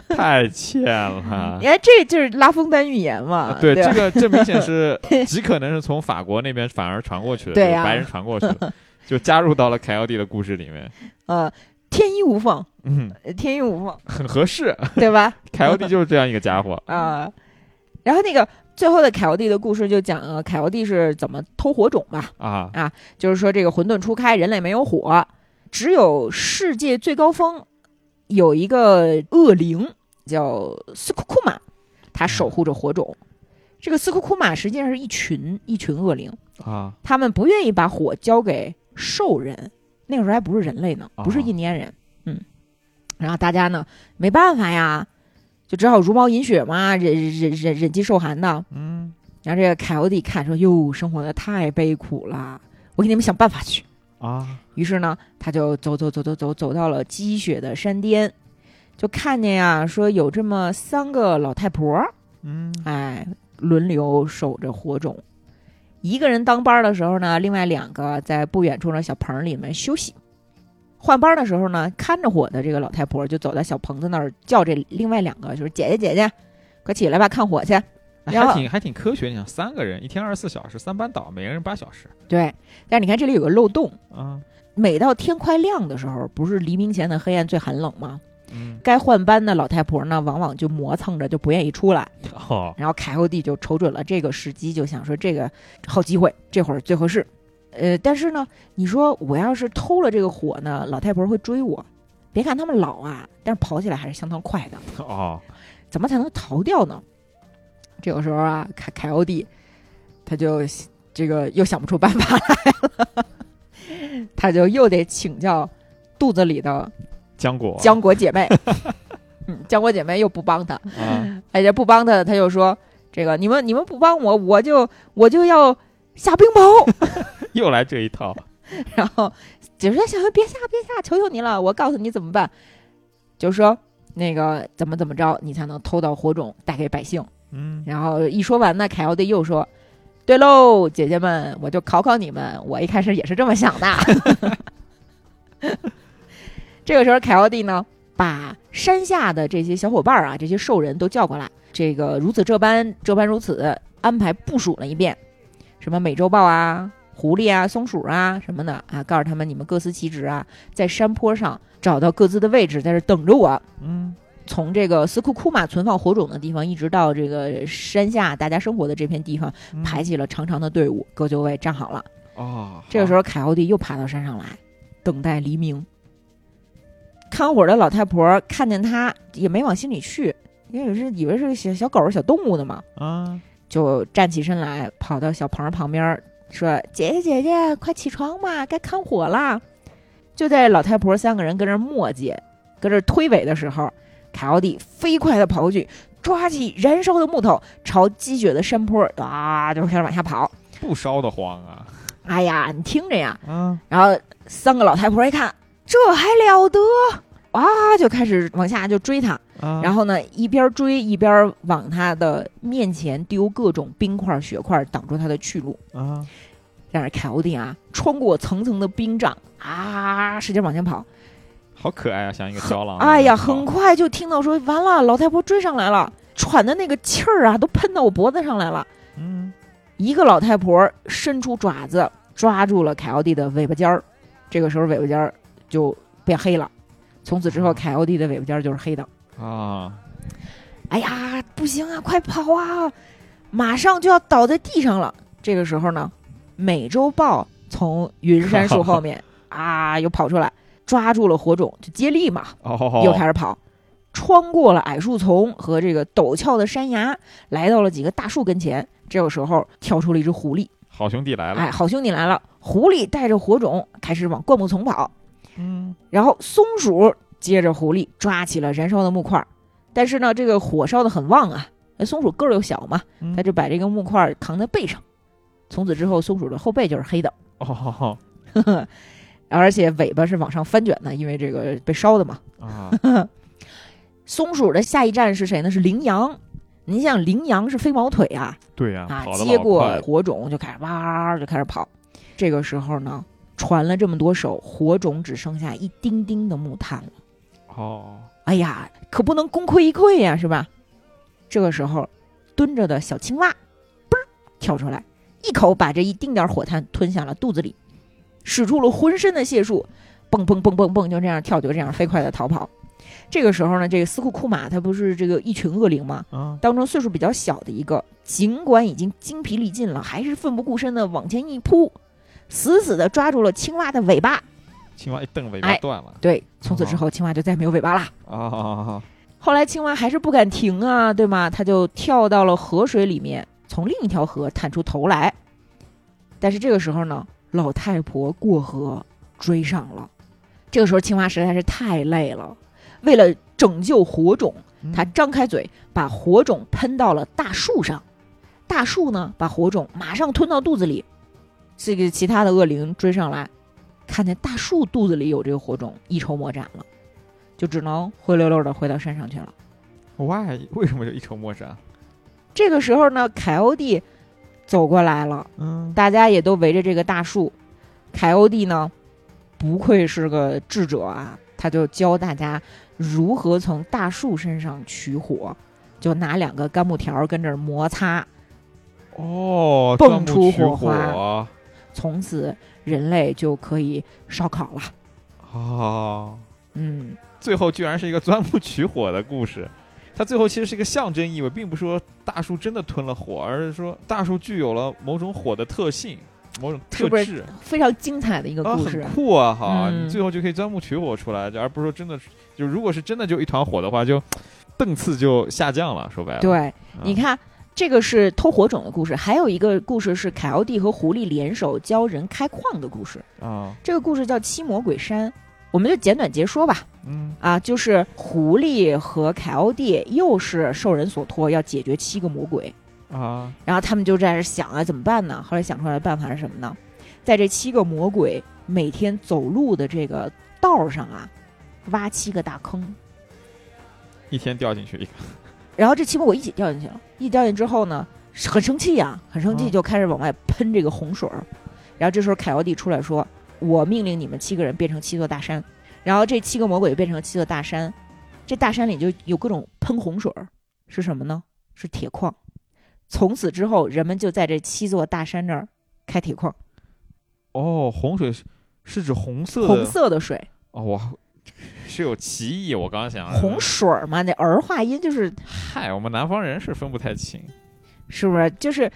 S2: 太欠 了。
S1: 哎，这就是拉封丹预言嘛，
S2: 啊对，
S1: 吧
S2: 这 个这明显是极可能是从法国那边反而传过去的，
S1: 对
S2: 就是
S1: 呀
S2: 白人传过去的，就加入到了凯奥蒂的故事里面，
S1: 呃，天衣无缝，
S2: 嗯，
S1: 呃天衣无缝，
S2: 很合适。
S1: 对 吧？
S2: 凯奥蒂就是这样一个家伙，
S1: 啊、然后那个最后的凯奥蒂的故事就讲呃凯奥蒂是怎么偷火种吧，
S2: 啊，
S1: 就是说这个混沌初开，人类没有火，只有世界最高峰有一个恶灵叫斯库库玛，它守护着火种。这个斯库库玛实际上是一群一群恶灵，
S2: 啊，
S1: 他们不愿意把火交给兽人，那个时候还不是人类呢，不是
S2: 哦
S1: 印第安人，嗯，然后大家呢没办法呀，就只好茹毛饮血嘛，忍忍忍忍饥受寒的。
S2: 嗯，
S1: 然后这个凯欧蒂看说：“哟，生活的太悲苦了，我给你们想办法去。”
S2: 啊，
S1: 于是呢，他就走走走走走走到了积雪的山巅，就看见呀，说有这么三个老太婆，
S2: 嗯，
S1: 哎，轮流守着火种。一个人当班儿的时候呢，另外两个在不远处的小棚里面休息。换班儿的时候呢，看着火的这个老太婆就走到小棚子那儿，叫这另外两个，就是姐姐姐姐，快起来吧，看火去。然后
S2: 哎还挺还挺科学。你想，三个人一天二十四小时，三班倒，每个人八小时
S1: 对，但是你看这里有个漏洞，
S2: 啊，
S1: 每到天快亮的时候，不是黎明前的黑暗最寒冷吗？
S2: 嗯，
S1: 该换班的老太婆呢，往往就磨蹭着就不愿意出来。
S2: 哦，
S1: 然后凯后帝就瞅准了这个时机，就想说这个好机会，这会儿最合适。呃，但是呢，你说我要是偷了这个火呢，老太婆会追我。别看他们老啊，但是跑起来还是相当快的。
S2: 哦，
S1: 怎么才能逃掉呢？这个时候啊，凯凯欧蒂他就这个又想不出办法来了，他就又得请教肚子里的
S2: 浆果，
S1: 浆果姐妹。嗯，浆果姐妹又不帮他，
S2: 啊，
S1: 哎，这不帮他，他就说：“这个你们你们不帮我，我就我就要下冰雹。
S2: 又来这一套，”
S1: 然后解说：“小熊别下别下，求求你了，我告诉你怎么办。”就说那个怎么怎么着，你才能偷到火种带给百姓。
S2: 嗯，
S1: 然后一说完呢，凯奥蒂又说：“对喽，姐姐们，我就考考你们，我一开始也是这么想的。”这个时候，凯奥蒂呢，把山下的这些小伙伴儿啊，这些兽人都叫过来，这个如此这般，这般如此，安排部署了一遍，什么美洲豹啊、狐狸啊、松鼠啊什么的啊，告诉他们你们各司其职啊，在山坡上找到各自的位置，在这儿等着我。
S2: 嗯，
S1: 从这个斯库库玛存放火种的地方，一直到这个山下大家生活的这片地方，
S2: 嗯
S1: 排起了长长的队伍，各就位站好了。
S2: 哦，
S1: 这个时
S2: 候
S1: 候，凯奥蒂又爬到山上来，等待黎明。看火的老太婆看见他也没往心里去，因为是以为是个小小狗儿、小动物呢嘛，
S2: 啊，
S1: 就站起身来，跑到小棚儿旁边儿说：“姐姐姐姐，快起床吧，该看火啦！”就在老太婆三个人跟这儿磨叽、跟这儿推诿的时候，凯奥蒂飞快地跑过去，抓起燃烧的木头，朝积雪的山坡儿啊就开始往下跑。
S2: 不烧得慌啊，
S1: 哎呀，你听着呀！
S2: 啊，
S1: 然后三个老太婆一看，这还了得！啊，就开始往下就追他，
S2: 啊
S1: 然后呢，一边追一边往他的面前丢各种冰块、雪块，挡住他的去路。
S2: 啊，
S1: 但是凯欧蒂啊，穿过层层的冰障啊，使劲往前跑。
S2: 好可爱啊，像一啊个小狼。
S1: 哎呀，很快就听到说完了，老太婆追上来了，喘的那个气儿啊，都喷到我脖子上来了。
S2: 嗯，
S1: 一个老太婆伸出爪子抓住了凯奥蒂的尾巴尖儿，这个时候尾巴尖儿就变黑了。从此之后，凯奥蒂的尾巴尖儿就是黑的。
S2: 啊，
S1: 哎呀，不行啊，快跑啊！马上就要倒在地上了。这个时候呢，美洲豹从云杉树后 面啊又跑出来，抓住了火种，就接力嘛，
S2: 哦，
S1: 又开始跑，穿过了矮树丛和这个陡峭的山崖，来到了几个大树跟前。这个时候跳出了一只狐狸，
S2: 好兄弟来了，
S1: 哎，好兄弟来了！狐狸带着火种开始往灌木丛跑，
S2: 嗯，
S1: 然后松鼠接着狐狸抓起了燃烧的木块儿，但是呢，这个火烧的很旺啊，那松鼠个儿又小嘛，
S2: 嗯
S1: 它就把这个木块儿扛在背上。从此之后，松鼠的后背就是黑的，
S2: 哦
S1: 而且尾巴是往上翻卷的，因为这个被烧的嘛。
S2: 啊，
S1: 松鼠的下一站是谁呢？是羚羊。你想，羚羊是飞毛腿啊，
S2: 对呀，
S1: 啊
S2: 跑，得
S1: 接
S2: 老
S1: 过
S2: 快
S1: 火种就开始哇就开始跑。这个时候呢，传了这么多手，火种只剩下一丁丁的木炭了。
S2: 哦，
S1: 哎呀，可不能功亏一篑呀，是吧？这个时候，蹲着的小青蛙，嘣儿跳出来，一口把这一丁点儿火炭吞下了肚子里，使出了浑身的解数，蹦蹦蹦蹦蹦，就这样跳，就这样飞快的逃跑。这个时候呢，这个斯库库马他不是这个一群恶灵吗？
S2: 啊，
S1: 当中岁数比较小的一个，尽管已经精疲力尽了，还是奋不顾身的往前一扑，死死的抓住了青蛙的尾巴。
S2: 青蛙一蹬尾
S1: 哎
S2: 巴断了
S1: 对，从此之后青蛙就再没有尾巴啦。
S2: 啊，
S1: 后来青蛙还是不敢停啊，对吗？它就跳到了河水里面，从另一条河探出头来。但是这个时候呢，老太婆过河追上了。这个时候青蛙实在是太累了，为了拯救火种，
S2: 嗯
S1: 它张开嘴把火种喷到了大树上，大树呢把火种马上吞到肚子里。这个其他的恶灵追上来，看见大树肚子里有这个火种，一筹莫展了，就只能灰溜溜的回到山上去了。
S2: why 为什么就一筹莫展？
S1: 这个时候呢，凯欧蒂走过来了，
S2: 嗯，
S1: 大家也都围着这个大树。凯欧蒂呢，不愧是个智者啊，他就教大家如何从大树身上取火，就拿两个干木条跟这儿摩擦，
S2: 哦，
S1: 蹦
S2: 钻木
S1: 出
S2: 取
S1: 火
S2: 火
S1: 花从此人类就可以烧烤了。
S2: 啊！
S1: 嗯，
S2: 最后居然是一个钻木取火的故事。它最后其实是一个象征意味，并不是说大树真的吞了火，而是说大树具有了某种火的特性，某种
S1: 是
S2: 特
S1: 不是
S2: 质
S1: 非常精彩的一个
S2: 啊，
S1: 故事
S2: 很。酷啊！哈，
S1: 嗯
S2: 你最后就可以钻木取火出来，而不是说真的，就如果是真的就一团火的话，就档次就下降了。说白了，
S1: 对，
S2: 嗯
S1: 你看，这个是偷火种的故事，还有一个故事是凯奥蒂和狐狸联手教人开矿的故事。
S2: 啊，
S1: 这个故事叫《七魔鬼山》，我们就简短截说吧。
S2: 嗯
S1: 啊，就是狐狸和凯欧蒂又是受人所托，要解决七个魔鬼，
S2: 啊，
S1: 然后他们就在这想啊，怎么办呢？后来想出来的办法是什么呢？在这七个魔鬼每天走路的这个道上啊，挖七个大坑，
S2: 一天掉进去一个，
S1: 然后这七魔鬼一起掉进去了。一掉进去之后呢，很生气呀、很生气，
S2: 嗯
S1: 就开始往外喷这个洪水儿。然后这时候凯奥蒂出来说：“我命令你们七个人变成七座大山。”然后这七个魔鬼变成七座大山，这大山里就有各种喷洪水儿，是什么呢？是铁矿。从此之后，人们就在这七座大山那儿开铁矿，
S2: 哦，洪水是是指红色的，
S1: 红色的水，
S2: 哦，我是有歧义，我刚刚想
S1: 洪水儿嘛，那儿化音就是
S2: 嗨，我们南方人是分不太清。
S1: 是不是就是，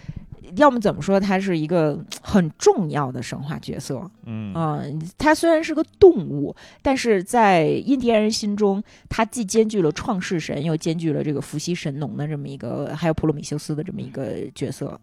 S1: 要么怎么说它是一个很重要的神话角色？
S2: 嗯
S1: 嗯，它虽然是个动物，但是在印第安人心中，它既兼具了创世神，又兼具了这个伏羲神农的这么一个，还有普罗米修斯的这么一个角色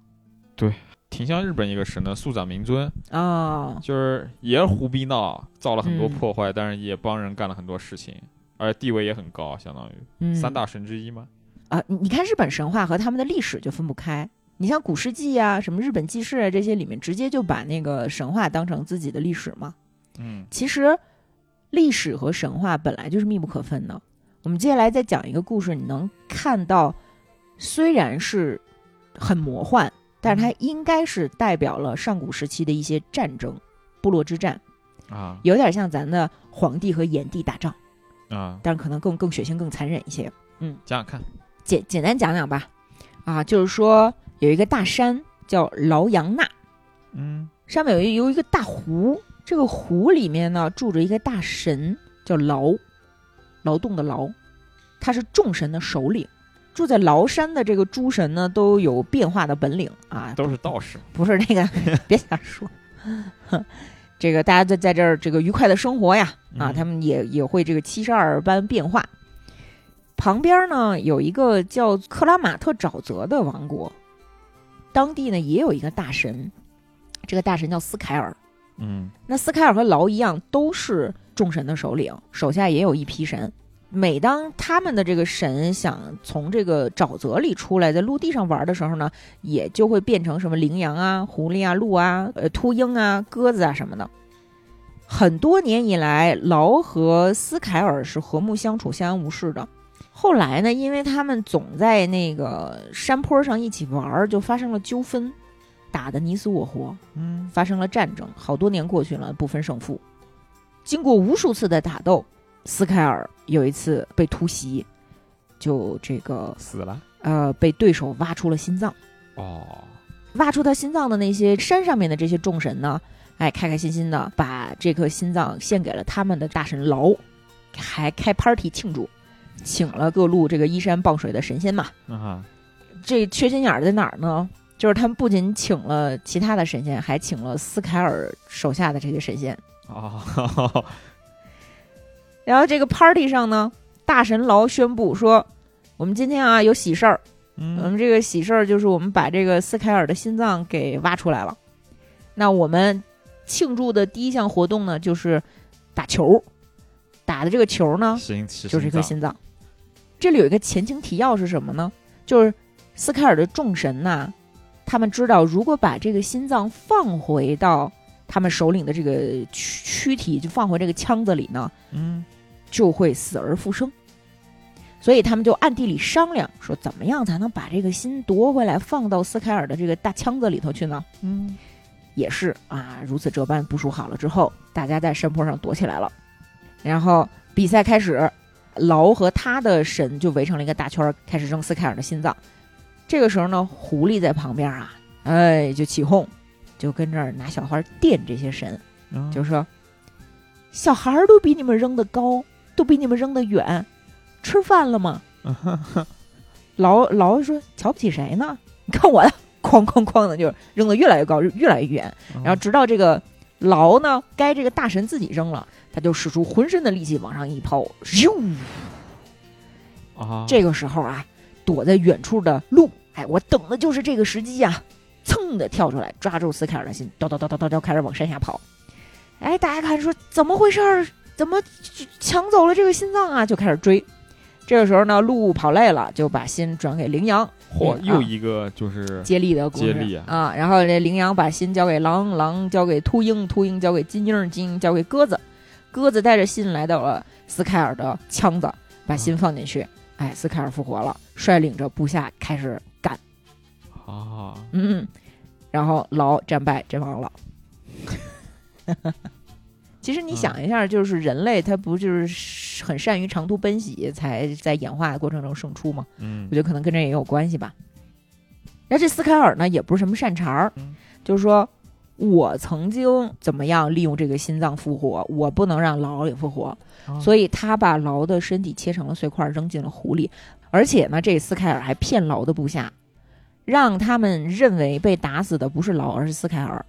S2: 挺像日本一个神的素长明尊，
S1: 啊、
S2: 就是也是胡逼闹，造了很多
S1: 嗯
S2: 破坏，但是也帮人干了很多事情，而地位也很高，相当于、
S1: 嗯，
S2: 三大神之一嘛。
S1: 啊，你你看日本神话和他们的历史就分不开。你像古世纪啊，什么日本纪事啊，这些里面直接就把那个神话当成自己的历史嘛。
S2: 嗯，
S1: 其实，历史和神话本来就是密不可分的。我们接下来再讲一个故事，你能看到，虽然是很魔幻，但是它应该是代表了上古时期的一些战争，部落之战，
S2: 啊
S1: 有点像咱的皇帝和炎帝打仗，
S2: 啊，
S1: 但是可能更更血腥、更残忍一些。
S2: 想想看，
S1: 简简单讲讲吧，啊，就是说有一个大山叫劳扬纳，
S2: 嗯
S1: 上面有一有一个大湖，这个湖里面呢住着一个大神，叫劳，劳动的劳，他是众神的首领。住在崂山的这个诸神呢，都有变化的本领啊，
S2: 都是道士。
S1: 不是这个， 别瞎说。 这个大家在在这儿这个愉快的生活呀，啊，
S2: 嗯
S1: 他们也也会这个七十二般变化。旁边呢有一个叫克拉玛特沼泽的王国，当地呢也有一个大神，这个大神叫斯凯尔。
S2: 嗯
S1: 那斯凯尔和劳一样，都是众神的首领，手下也有一批神。每当他们的这个神想从这个沼泽里出来，在陆地上玩的时候呢，也就会变成什么羚羊啊、狐狸啊、鹿啊、呃、秃鹰啊、鸽子啊什么的。很多年以来，劳和斯凯尔是和睦相处、相安无事的。后来呢，因为他们总在那个山坡上一起玩儿，就发生了纠纷，打得你死我活。
S2: 嗯
S1: 发生了战争，好多年过去了，不分胜负。经过无数次的打斗，斯凯尔有一次被突袭，就这个
S2: 死了。
S1: 呃被对手挖出了心脏。
S2: 哦，
S1: 挖出他心脏的那些山上面的这些众神呢，哎，开开心心的把这颗心脏献给了他们的大神劳，还开 party 庆祝，请了各路这个依山傍水的神仙嘛。
S2: 那啊哈，
S1: 这缺心眼儿在哪儿呢？就是他们不仅请了其他的神仙，还请了斯凯尔手下的这些神仙。
S2: 哦，
S1: 然后这个 party 上呢，大神劳宣布说，我们今天啊有喜事儿，我
S2: 嗯
S1: 们这个喜事儿就是我们把这个斯凯尔的心脏给挖出来了。那我们庆祝的第一项活动呢，就是打球，打的这个球呢，
S2: 嗯行，是
S1: 就是一颗
S2: 脏
S1: 心脏。这里有一个前情提要是什么呢？就是斯凯尔的众神呐、他们知道如果把这个心脏放回到他们首领的这个躯躯体，就放回这个腔子里呢，
S2: 嗯，
S1: 就会死而复生。所以他们就暗地里商量，说怎么样才能把这个心夺回来，放到斯凯尔的这个大腔子里头去呢？
S2: 嗯，
S1: 也是啊，如此这般部署好了之后，大家在山坡上躲起来了。然后比赛开始，劳和他的神就围成了一个大圈儿，开始扔斯凯尔的心脏。这个时候呢，狐狸在旁边啊，哎，就起哄，就跟这儿拿小花电这些神，
S2: 嗯
S1: 就说：“小孩儿都比你们扔得高，都比你们扔得远，吃饭了吗？” 劳劳说：“瞧不起谁呢？ 你看我的，哐哐哐的，就是扔得越来越高，越来越远。
S2: 嗯
S1: 然后直到这个牢呢，该这个大神自己扔了，他就使出浑身的力气往上一抛，咻！
S2: 啊，
S1: 这个时候啊，躲在远处的鹿，哎，我等的就是这个时机呀、噌的跳出来，抓住斯凯尔的心，叨叨叨叨叨叨，开始往山下跑。哎，大家看说怎么回事儿？怎么抢走了这个心脏啊？就开始追。这个时候呢，鹿跑累了，就把心转给羚羊，
S2: 嚯，
S1: 嗯
S2: 又
S1: 啊
S2: 一个就是
S1: 接力的故事
S2: 接力啊
S1: 然后这羚羊把心交给狼，狼交给秃鹰，秃鹰交给金鹰，金鹰交给鸽子，鸽子带着心来到了斯凯尔的腔子，把心放进去。哎，斯凯尔复活了，率领着部下开始干，
S2: 啊，
S1: 嗯，然后劳战败阵亡了。 其实你想一下，就是人类他不就是很善于长途奔袭，才在演化的过程中胜出吗？
S2: 嗯
S1: 我觉得可能跟这也有关系吧。然后这斯凯尔呢，也不是什么善茬儿
S2: 嗯，
S1: 就是说我曾经怎么样利用这个心脏复活，我不能让劳也复活，
S2: 啊
S1: 所以他把劳的身体切成了碎块，扔进了湖里。而且呢，这斯凯尔还骗劳的部下，让他们认为被打死的不是劳，而是斯凯尔。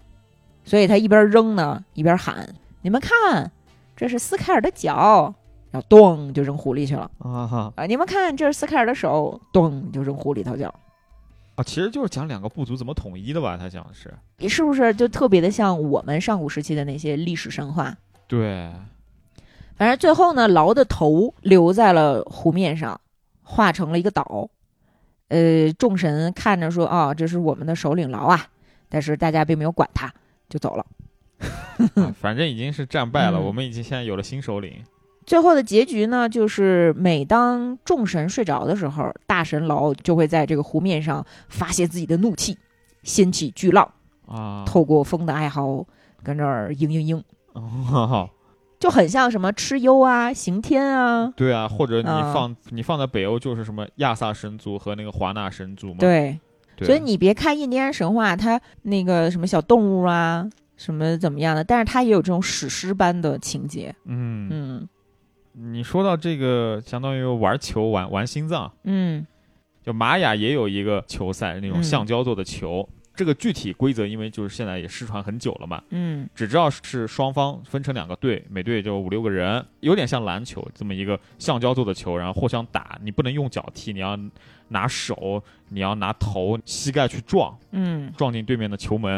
S1: 所以他一边扔呢，一边喊：“你们看，这是斯凯尔的脚！”然后咚就扔湖里去了。
S2: 啊哈
S1: 啊，你们看，这是斯凯尔的手，咚就扔湖里头去了，
S2: 啊，其实就是讲两个部族怎么统一的吧，他讲的是，
S1: 你是不是就特别的像我们上古时期的那些历史神话？
S2: 对，啊
S1: 反正最后呢，劳的头留在了湖面上，化成了一个岛。呃，众神看着说：“啊、这是我们的首领劳啊！”但是大家并没有管他，就走了。
S2: 啊反正已经是战败了，
S1: 嗯
S2: 我们已经现在有了新首领，
S1: 最后的结局呢，就是每当众神睡着的时候，大神劳就会在这个湖面上发泄自己的怒气，掀起巨浪，
S2: 啊，
S1: 透过风的哀嚎，跟这儿嘤嘤嘤。
S2: 哦，
S1: 就很像什么蚩尤啊、刑天啊，
S2: 对啊，或者你
S1: 啊
S2: 放、你放在北欧就是什么亚萨神族和那个华纳神族嘛，
S1: 嗯对。啊
S2: 对，
S1: 所以你别看印第安神话，它那个什么小动物啊，什么怎么样的，但是它也有这种史诗般的情节。
S2: 嗯，
S1: 嗯
S2: 你说到这个，相当于玩球玩玩心脏，
S1: 嗯
S2: 就玛雅也有一个球赛，那种
S1: 嗯
S2: 橡胶做的球。这个具体规则，因为就是现在也失传很久了嘛，
S1: 嗯
S2: 只知道是双方分成两个队，每队就五六个人，有点像篮球这么一个橡胶做的球，然后互相打，你不能用脚踢，你要拿手，你要拿头、膝盖去撞，
S1: 嗯，
S2: 撞进对面的球门，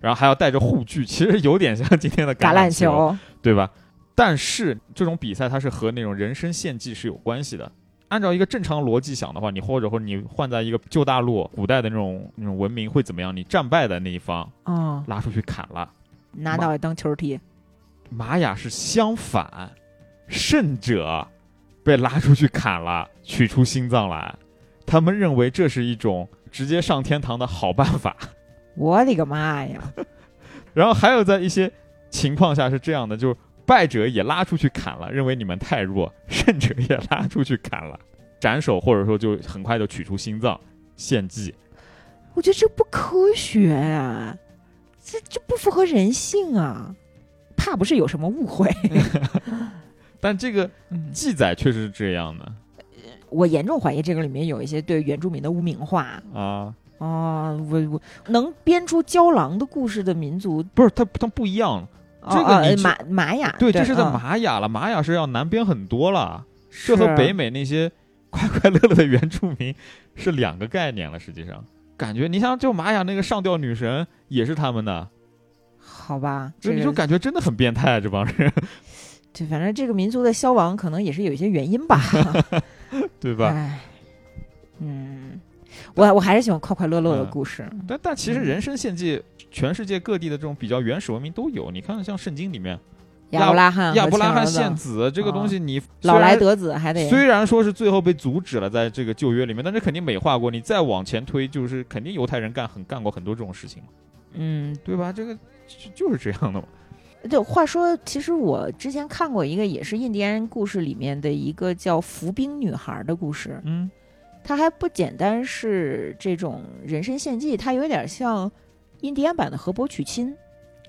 S2: 然后还要带着护具，其实有点像今天的
S1: 橄
S2: 榄
S1: 榄球，
S2: 对吧？但是这种比赛它是和那种人生献祭是有关系的。按照一个正常逻辑想的话，你或者或者你换在一个旧大陆古代的那种那种文明会怎么样？你战败的那一方
S1: 哦，
S2: 拉出去砍了。
S1: 拿脑袋当球踢。
S2: 玛雅是相反，胜者被拉出去砍了，取出心脏来。他们认为这是一种直接上天堂的好办法。
S1: 我的个妈呀！
S2: 然后还有在一些情况下是这样的，就是败者也拉出去砍了，认为你们太弱，胜者也拉出去砍了。斩首，或者说就很快就取出心脏献祭。
S1: 我觉得这不科学啊，这这不符合人性啊，怕不是有什么误会。
S2: 但这个
S1: 嗯
S2: 记载确实是这样的
S1: 我严重怀疑这个里面有一些对原住民的污名化
S2: 啊，
S1: 哦，我我能编出胶囊的故事的民族，
S2: 不是它它不一样，
S1: 哦
S2: 这个
S1: 哦
S2: 你
S1: 呃
S2: 知
S1: 玛玛雅
S2: 对，这是在
S1: 嗯
S2: 玛雅了，玛雅是要南边很多了，这和
S1: 是
S2: 北美那些 快快乐乐的原住民是两个概念了，实际上。感觉你像就玛雅那个上吊女神也是他们的，
S1: 好吧，
S2: 就
S1: 这
S2: 你就
S1: 个
S2: 感觉真的很变态、啊、这帮人，
S1: 对，反正这个民族的消亡可能也是有一些原 因吧。
S2: 对吧？
S1: 唉，嗯，我我还是喜欢快快乐乐的
S2: 嗯
S1: 故事。
S2: 但但其实
S1: 嗯
S2: 人身献祭，全世界各地的这种比较原始文明都有。你看，像圣经里面
S1: 亚伯拉罕、
S2: 亚伯拉罕献、子这个东西，你
S1: 嗯老
S2: 虽然
S1: 来得子还得
S2: 虽然说是最后被阻止了，在这个旧约里面，但是肯定美化过。你再往前推，就是肯定犹太人干很干过很多这种事情嘛，
S1: 嗯，
S2: 对吧？这个就就是这样的嘛。
S1: 对。话说，其实我之前看过一个也是印第安人故事里面的一个叫伏兵女孩的故事，
S2: 嗯
S1: 它还不简单是这种人身献祭，它有点像印第安版的河伯娶亲。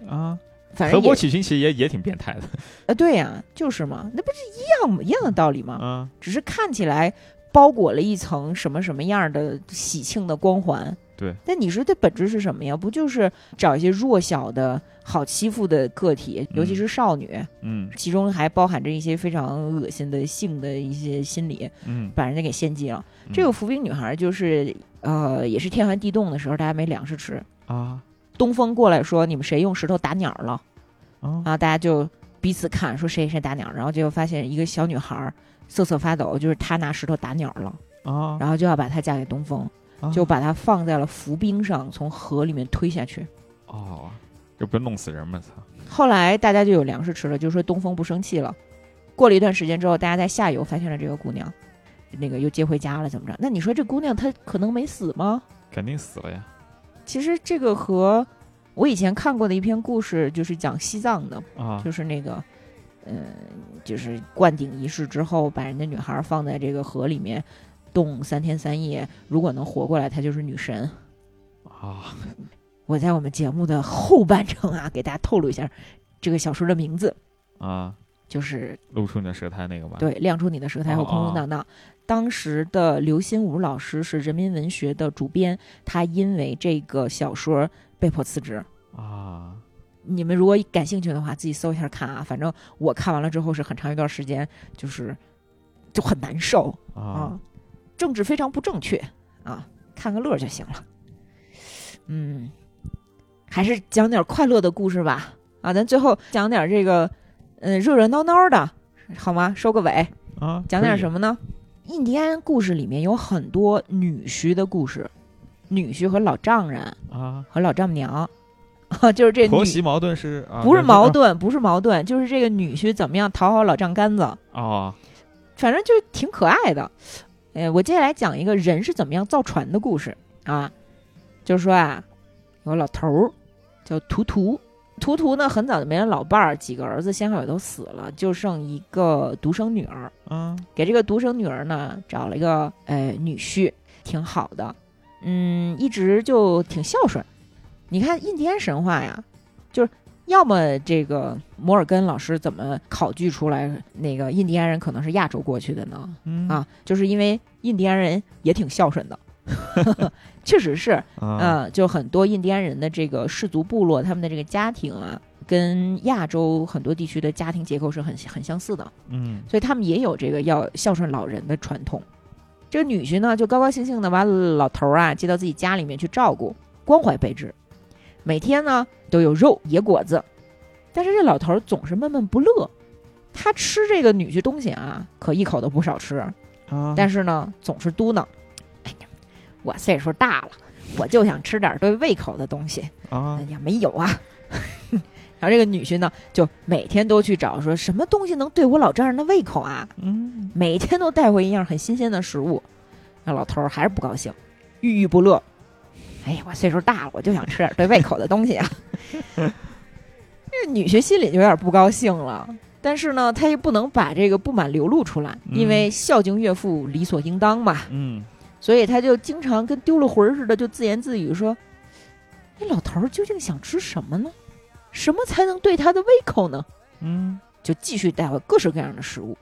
S2: 啊，
S1: 反
S2: 河
S1: 正
S2: 伯
S1: 也
S2: 娶亲其实也也挺变态的
S1: 呃，对呀、就是嘛，那不是一样一样的道理吗？
S2: 啊。
S1: 只是看起来包裹了一层什么什么样的喜庆的光环。
S2: 对，
S1: 但你说这本质是什么呀？不就是找一些弱小的、好欺负的个体，尤其
S2: 嗯
S1: 是少女，
S2: 嗯
S1: 其中还包含着一些非常恶心的性的一些心理，
S2: 嗯，
S1: 把人家给献祭了。这个伏兵女孩就是，呃，也是天寒地冻的时候，大家没粮食吃，
S2: 啊
S1: 东风过来说你们谁用石头打鸟了，
S2: 啊
S1: 然后大家就彼此看说谁谁打鸟，然后结果发现一个小女孩儿瑟瑟发抖，就是她拿石头打鸟了。
S2: 啊
S1: 然后就要把她嫁给东风，
S2: 啊
S1: 就把她放在了浮冰上，从河里面推下去。
S2: 哦，这不是弄死人吗？操！
S1: 后来大家就有粮食吃了，就说东风不生气了。过了一段时间之后，大家在下游发现了这个姑娘，那个又接回家了，怎么着？那你说这姑娘她可能没死吗？
S2: 肯定死了呀！
S1: 其实这个和我以前看过的一篇故事，就是讲西藏的，
S2: 啊
S1: 就是那个，嗯、就是灌顶仪式之后，把人家女孩放在这个河里面冻三天三夜，如果能活过来，她就是女神。
S2: 啊
S1: 我在我们节目的后半程啊，给大家透露一下这个小说的名字，
S2: 啊！
S1: 就是
S2: 露出你的舌苔那个吧？
S1: 对“亮出你的舌苔”和“空空荡荡”。当时的刘心武老师是人民文学的主编，他因为这个小说被迫辞职。
S2: 啊，
S1: 你们如果感兴趣的话，自己搜一下看啊。反正我看完了之后是很长一段时间，就是就很难受
S2: 啊
S1: 啊，政治非常不正确啊，看个乐儿就行了。嗯，还是讲点快乐的故事吧。啊，咱最后讲点这个，嗯，热热闹闹的，好吗？收个尾，
S2: 啊！
S1: 讲点什
S2: 么？
S1: 么呢？印第安故事里面有很多女婿的故事，女婿和老丈人
S2: 啊，
S1: 和老丈母娘， 啊，就是这
S2: 婆
S1: 女
S2: 媳矛盾是啊
S1: 不是
S2: 人
S1: 矛盾，不是矛盾，就是这个女婿怎么样讨好老丈杆子，
S2: 啊
S1: 反正就是挺可爱的。呃，我接下来讲一个人是怎么样造船的故事啊，就是说啊，有个老头儿叫图图，图图呢很早就没了老伴儿，几个儿子先后也都死了，就剩一个独生女儿，
S2: 啊
S1: 给这个独生女儿呢找了一个呃女婿，挺好的，嗯，一直就挺孝顺。你看印第安神话呀，就是要么这个摩尔根老师怎么考据出来那个印第安人可能是亚洲过去的呢？
S2: 嗯
S1: 啊，就是因为印第安人也挺孝顺的， 确实是，
S2: 啊
S1: 嗯，就很多印第安人的这个氏族部落，他们的这个家庭啊，跟亚洲很多地区的家庭结构是很很相似的。
S2: 嗯
S1: 所以他们也有这个要孝顺老人的传统。这个女婿呢，就高高兴兴的把老头儿啊接到自己家里面去照顾，关怀备至，每天呢都有肉、野果子。但是这老头儿总是闷闷不乐，他吃这个女婿东西啊，可一口都不少吃，
S2: 啊
S1: 但是呢总是嘟囔：“哎呀，我岁数大了，我就想吃点儿对胃口的东西。”
S2: 啊
S1: 哎呀，没有啊。 然后这个女婿呢，就每天都去找，说什么东西能对我老丈人的胃口啊？
S2: 嗯
S1: 每天都带回一样很新鲜的食物。 那老头儿还是不高兴，郁郁不乐。哎呀，我岁数大了，我就想吃点 对胃口的东西啊。这女婿心里就有点不高兴了，但是呢，他也不能把这个不满流露出来，
S2: 嗯
S1: 因为孝敬岳父理所应当嘛，
S2: 嗯，
S1: 所以他就经常跟丢了魂儿似的，就自言自语说：“那老头儿究竟想吃什么呢？什么才能对他的胃口呢？”
S2: 嗯，
S1: 就继续带回各式各样的食物。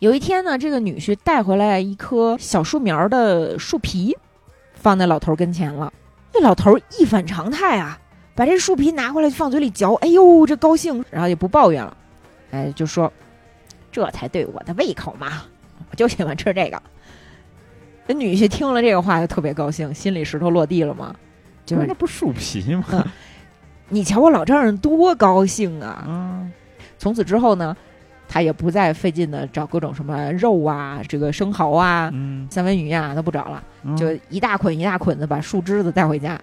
S1: 有一天呢，这个女婿带回来一棵小树苗的树皮，放在老头跟前了。这老头一反常态啊，把这树皮拿回来就放嘴里嚼，哎呦，这高兴，然后也不抱怨了，哎，就说这才对我的胃口嘛，我就喜欢吃这个。那女婿听了这个话就特别高兴，心里石头落地了嘛，就
S2: 不是
S1: 是
S2: 那不是树皮吗？
S1: 你瞧我老丈人多高兴啊！
S2: 啊，
S1: 从此之后呢，他也不再费劲的找各种什么肉啊、这个生蚝啊、
S2: 嗯，
S1: 三文鱼啊都不找了，
S2: 嗯
S1: 就一大捆一大捆的把树枝子带回家。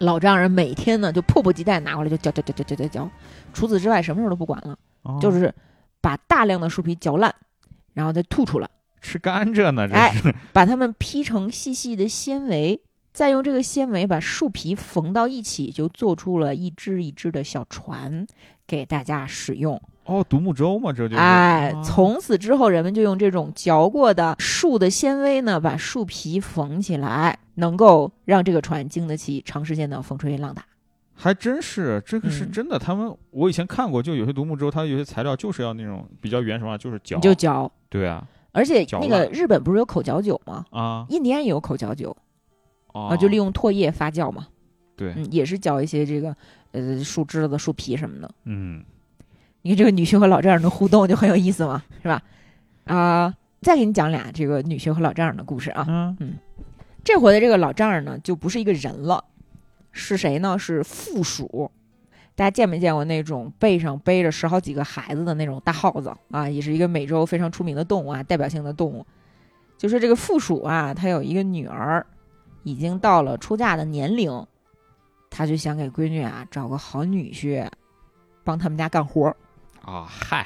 S1: 老丈人每天呢就迫不及待拿过来就嚼嚼嚼嚼嚼嚼嚼，除此之外什么事儿都不管了，
S2: 哦
S1: 就是把大量的树皮嚼烂，然后再吐出来，
S2: 吃甘蔗呢，这
S1: 哎
S2: 是，
S1: 把它们劈成细细的纤维。再用这个纤维把树皮缝到一起，就做出了一只一只的小船，给大家使用。
S2: 哦，独木舟嘛，这就是，
S1: 哎
S2: 啊，
S1: 从此之后，人们就用这种嚼过的树的纤维呢，把树皮缝起来，能够让这个船经得起长时间的风吹浪打。
S2: 还真是这个是
S1: 嗯
S2: 真的。他们我以前看过，就有些独木舟，它有些材料就是要那种比较原始化，就是嚼，
S1: 你就嚼，
S2: 对啊，
S1: 而且
S2: 嚼
S1: 那个
S2: 烂
S1: 日本不是有口嚼酒吗？
S2: 啊
S1: 印第安也有口嚼酒
S2: 啊
S1: 啊，就利用唾液发酵嘛，
S2: 对，
S1: 嗯，也是嚼一些这个呃树枝子、树皮什么的。
S2: 嗯
S1: 你看这个女婿和老丈人的互动就很有意思嘛，是吧？啊、再给你讲俩这个女婿和老丈人的故事啊。
S2: 啊
S1: 这回的这个老丈人呢，就不是一个人了，是谁呢？是附属。大家见没见过那种背上背着十好几个孩子的那种大耗子啊？也是一个美洲非常出名的动物啊，代表性的动物。就说这个附属啊，他有一个女儿，已经到了出嫁的年龄，他就想给闺女啊找个好女婿，帮他们家干活儿。
S2: 啊嗨，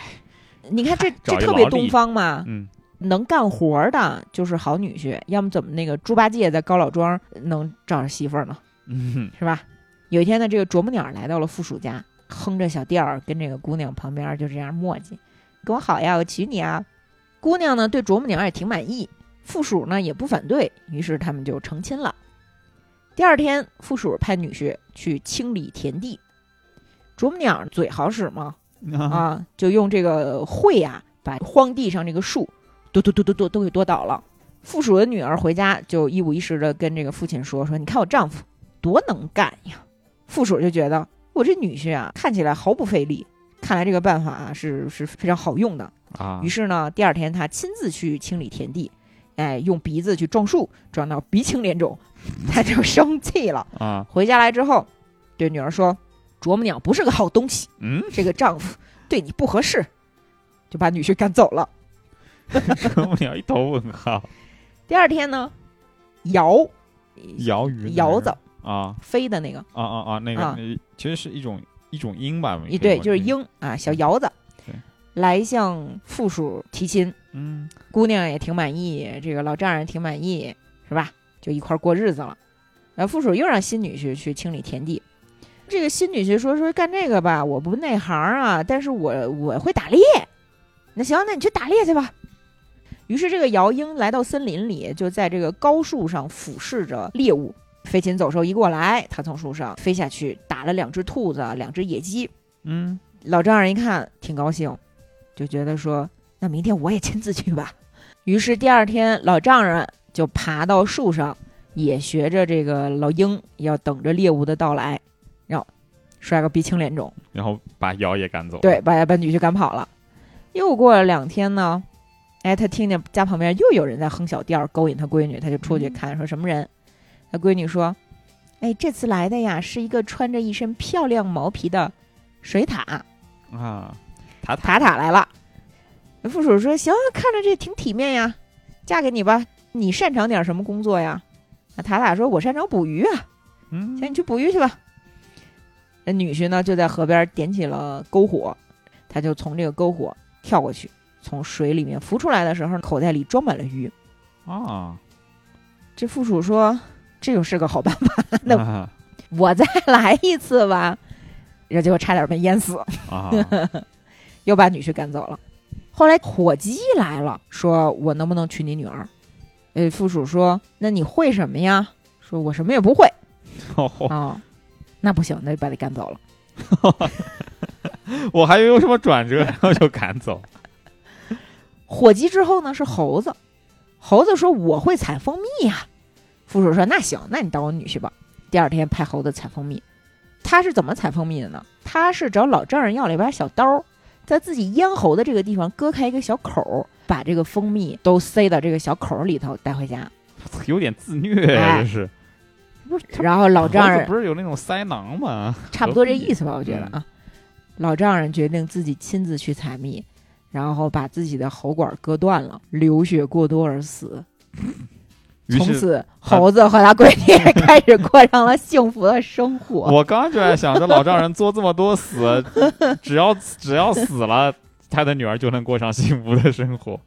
S1: 你看这这
S2: 找一
S1: 特别
S2: 劳力
S1: 东方嘛，
S2: 嗯
S1: 能干活儿的就是好女婿，要么怎么那个猪八戒在高老庄能找着媳妇儿呢，
S2: 嗯
S1: 是吧？有一天呢，这个啄木鸟来到了附属家，哼着小调儿，跟这个姑娘旁边就这样磨叽：“跟我好呀，我娶你啊！”姑娘呢对啄木鸟也挺满意，附属呢也不反对，于是他们就成亲了。第二天，附属派女婿去清理田地，啄木鸟嘴好使吗？
S2: 啊
S1: 啊，就用这个会呀、把荒地上这个树，都都都都都都给剁倒了。附属的女儿回家就一五一十的跟这个父亲说说，你看我丈夫多能干呀。附属就觉得我这女婿啊，看起来毫不费力，看来这个办法啊是是非常好用的。
S2: 啊
S1: 于是呢，第二天他亲自去清理田地，哎，用鼻子去撞树，撞到鼻青脸肿，他就生气了。
S2: 啊
S1: 回家来之后，对女儿说，啄木鸟不是个好东西。
S2: 嗯，
S1: 这个丈夫对你不合适，就把女婿赶走了。
S2: 啄木鸟一头问 号，
S1: 第二天呢，摇
S2: 摇鱼
S1: 摇子
S2: 啊
S1: 飞的那个，
S2: 啊啊啊，那个
S1: 啊
S2: 那其实是一种一种鹰吧，
S1: 一对就是
S2: 鹰，
S1: 鹰啊，小摇子
S2: 对，
S1: 来向附属提亲，
S2: 嗯
S1: 姑娘也挺满意，这个老丈人挺满意，是吧？就一块儿过日子了。然后附属又让新女婿去清理田地。这个新女婿说说干这个吧，我不内行啊，但是我我会打猎。那行，那你去打猎去吧。于是这个姚英来到森林里，就在这个高树上俯视着猎物。飞禽走兽一过来，他从树上飞下去，打了两只兔子，两只野鸡。
S2: 嗯
S1: 老丈人一看挺高兴，就觉得说那明天我也亲自去吧。 于是第二天，老丈人就爬到树上，也学着这个老鹰，要等着猎物的到来，然后摔个鼻青脸肿，
S2: 然后把瑶也赶走，
S1: 对，把把女婿赶跑了。又过了两天呢，哎，他听见家旁边又有人在哼小调勾引他闺女，他就出去看，说什么人？他闺女说：“哎，这次来的呀，是一个穿着一身漂亮毛皮的水獭。”
S2: 啊，塔
S1: 塔
S2: 塔
S1: 塔来了。附属说：“行，看着这挺体面呀，嫁给你吧。你擅长点什么工作呀？”那塔塔说：“我擅长捕鱼啊，
S2: 嗯
S1: 行，你去捕鱼去吧。”那女婿呢，就在河边点起了篝火，他就从这个篝火跳过去，从水里面浮出来的时候，口袋里装满了鱼。
S2: 啊，
S1: 这附属说：“这又是个好办法，那
S2: 啊
S1: 我再来一次吧。”然后结果差点被淹死。
S2: 啊
S1: 又把女婿赶走了。后来伙计来了，说我能不能娶你女儿？呃，附属说那你会什么呀？说我什么也不会
S2: 哦，
S1: 哦，那不行，那就把你赶走了。
S2: 我还以为有什么转折，然后就赶走。
S1: 火鸡之后呢是猴子，猴子说我会采蜂蜜呀、附属说那行，那你当我女婿吧。第二天派猴子采蜂蜜，他是怎么采蜂蜜的呢？他是找老丈人要了一把小刀，在自己咽喉的这个地方割开一个小口，把这个蜂蜜都塞到这个小口里头带回家。
S2: 有点自虐呀、
S1: 哎
S2: 这是。
S1: 不是，然后老丈
S2: 猴子
S1: 人
S2: 不是有那种塞囊吗？
S1: 差不多这意思吧，我觉得
S2: 嗯
S1: 啊，老丈人决定自己亲自去采蜜，然后把自己的喉管割断了，流血过多而死。
S2: 于
S1: 从
S2: 是，
S1: 此，猴子和他闺女开始过上了幸福的生活。
S2: 我刚就在想，这老丈人作这么多死， 只要只要死了，他的女儿就能过上幸福的生活。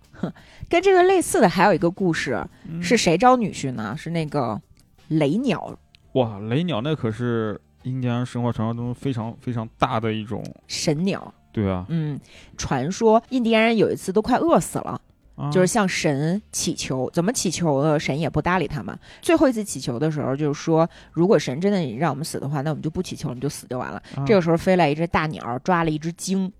S1: 跟这个类似的还有一个故事，
S2: 嗯
S1: 是谁招女婿呢？是那个雷鸟
S2: 哇，雷鸟那可是印第安神话传说中非常非常大的一种，
S1: 神鸟。
S2: 对啊，
S1: 嗯，传说印第安人有一次都快饿死了，
S2: 啊
S1: 就是向神祈求，怎么祈求呢？神也不搭理他们。最后一次祈求的时候，就是说，如果神真的让我们死的话，那我们就不祈求了，你就死就完了。
S2: 啊
S1: 这个时候飞来一只大鸟，抓了一只鲸，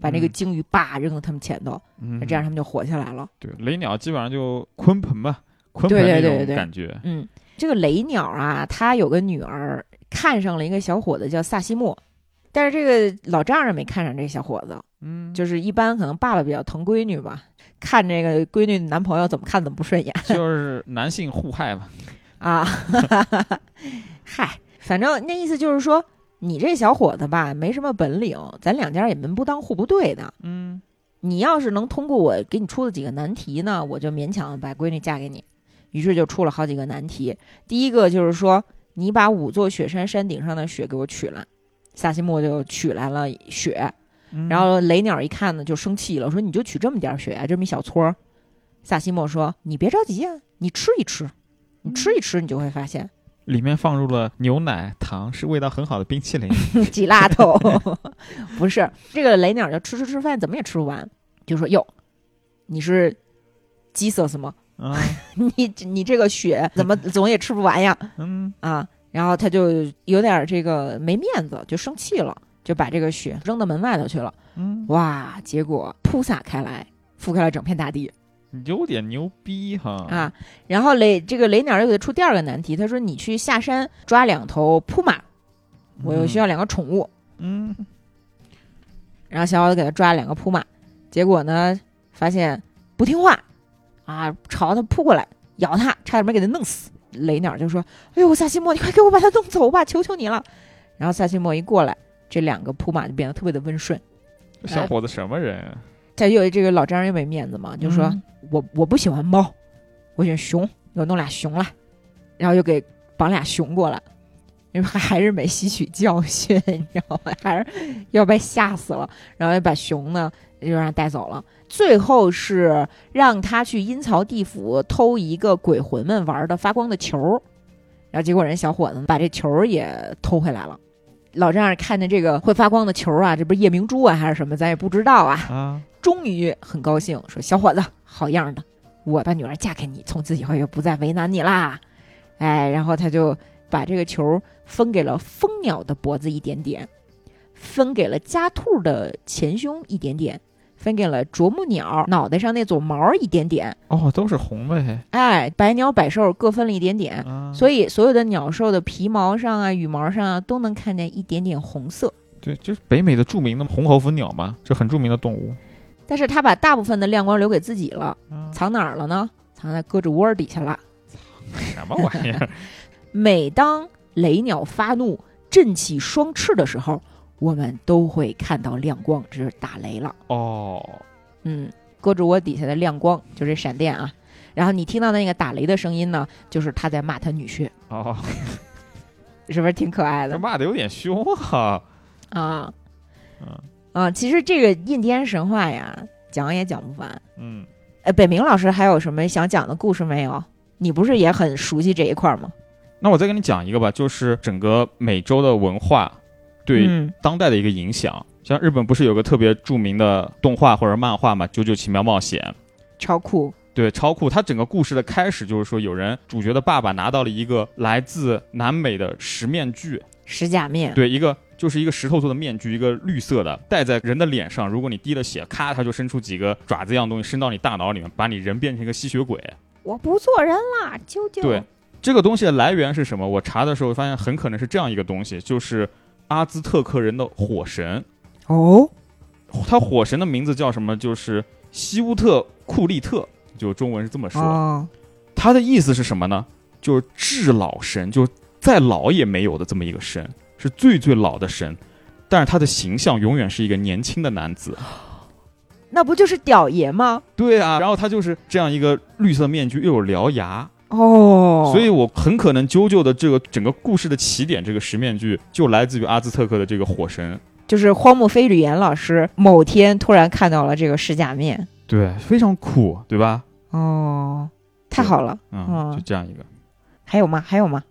S1: 把那个
S2: 嗯
S1: 鲸鱼叭扔到他们前头，
S2: 嗯
S1: 这样他们就活下来了。
S2: 对雷鸟基本上就鲲鹏吧，鲲鹏
S1: 对对
S2: 那
S1: 对对
S2: 种
S1: 对
S2: 感觉。
S1: 嗯，这个雷鸟啊，他有个女儿看上了一个小伙子叫萨西莫，但是这个老丈人没看上这小伙子，
S2: 嗯，
S1: 就是一般可能爸爸比较疼闺女吧，看这个闺女男朋友怎么看怎么不顺 眼
S2: 就是男性互害吧。
S1: 啊。 嗨，反正那意思就是说，你这小伙子吧，没什么本领，咱两家也门不当户不对的。
S2: 嗯，
S1: 你要是能通过我给你出的几个难题呢，我就勉强把闺女嫁给你。于是就出了好几个难题。第一个就是说，你把五座雪山山顶上的雪给我取来。萨西莫就取来了雪，然后雷鸟一看呢就生气了，说你就取这么点儿雪啊，这么一小撮儿。萨西莫说：“你别着急呀、你吃一吃，你吃一吃，你就会发现
S2: 里面放入了牛奶、糖，是味道很好的冰 淇淋。
S1: 嗯挤拉头 不是这个雷鸟就吃吃吃，发现怎么也吃不完，就说哟，你是鸡色死吗？
S2: 啊，
S1: 你你这个血怎么总也吃不完呀？
S2: 嗯，
S1: 啊，然后他就有点这个没面子，就生气了，就把这个血扔到门外头去了。
S2: 嗯，
S1: 哇，结果铺洒开来，覆盖了整片大地
S2: 有点牛逼哈。
S1: 啊。然后雷这个雷鸟又给他出第二个难题，他说你去下山抓两头扑马，
S2: 嗯，
S1: 我又需要两个宠物。
S2: 嗯，
S1: 然后小伙子给他抓了两个扑马，结果呢发现不听话，啊，朝他扑过来咬他，差点没给他弄死。雷鸟就说：“哎呦，萨西莫，你快给我把他弄走吧，求求你了。”然后萨西莫一过来，这两个扑马就变得特别的温顺。
S2: 这小伙子什么人啊？
S1: 再有这个老丈人又没面子嘛，就说：“
S2: 嗯
S1: 我我不喜欢猫，我喜欢熊，给我弄俩熊来。”然后又给绑俩熊过来，因为还还是没吸取教训， 你知道吗？还是要被吓死了。然后又把熊呢就让他带走了。最后是让他去阴曹地府偷一个鬼魂们玩的发光的球儿，然后结果人小伙子把这球儿也偷回来了。老丈人看见这个会发光的球儿啊，这不是夜明珠啊还是什么，咱也不知道啊，
S2: 啊，
S1: 终于很高兴，说：“小伙子，好样的！我把女儿嫁给你，从此以后也不再为难你啦。”哎，然后他就把这个球分给了蜂鸟的脖子一点点，分给了家兔的前胸一点点，分给了啄木鸟脑袋上那撮毛一点点，
S2: 哦，都是红的嘿。
S1: 哎，百鸟百兽各分了一点点。
S2: 啊，
S1: 所以，所有的鸟兽的皮毛上啊、羽毛上啊，都能看见一点点红色。
S2: 对，就是北美的著名的红喉蜂鸟嘛，这很著名的动物。
S1: 但是，他把大部分的亮光留给自己了，
S2: 啊，
S1: 藏哪儿了呢？藏在胳肢窝儿底下了。
S2: 什么玩意儿？
S1: 每当雷鸟发怒、振起双翅的时候，我们都会看到亮光，这是打雷了。
S2: 哦，
S1: 嗯，胳肢窝底下的亮光就这闪电啊。然后你听到那个打雷的声音呢，就是他在骂他女婿，
S2: 哦，
S1: 是不是挺可爱
S2: 这
S1: 的
S2: 骂的有点凶哈。
S1: 啊？
S2: 嗯
S1: 啊，其实这个印第安神话呀，啊讲也讲不完。
S2: 嗯，
S1: 呃，北明老师还有什么想讲的故事没有？你不是也很熟悉这一块儿吗？
S2: 那我再给你讲一个吧，就是整个美洲的文化对
S1: 嗯
S2: 当代的一个影响。像日本不是有个特别著名的动画或者漫画嘛，《九九奇妙冒险》，
S1: 超酷，
S2: 对，超酷。它整个故事的开始就是说，有人主角的爸爸拿到了一个来自南美的石面具，
S1: 石甲面，
S2: 对，一个就是一个石头做的面具，一个绿色的，戴在人的脸上。如果你滴了血，咔，它就伸出几个爪子一样东西伸到你大脑里面，把你人变成一个吸血鬼。
S3: 我不做人啦，啾啾。
S2: 对，这个东西的来源是什么？我查的时候发现很可能是这样一个东西，就是阿兹特克人的火神。
S1: 哦，
S2: 他火神的名字叫什么？就是西乌特库利特，就中文是这么说。
S1: 哦，
S2: 他的意思是什么呢？就是至老神，就是再老也没有的这么一个神，是最最老的神，但是他的形象永远是一个年轻的男子。
S1: 那不就是屌爷吗？
S2: 对啊，然后他就是这样一个绿色面具，又有獠牙，
S1: 哦，
S2: 所以我很可能啾啾的这个整个故事的起点，这个石面具就来自于阿兹特克的这个火神。
S1: 就是荒木飞吕彦老师某天突然看到了这个石甲面，
S2: 对，非常酷，对吧？
S1: 哦，太好了，
S2: 嗯，
S1: 嗯
S2: 就这样一个。
S1: 还有吗？还有吗？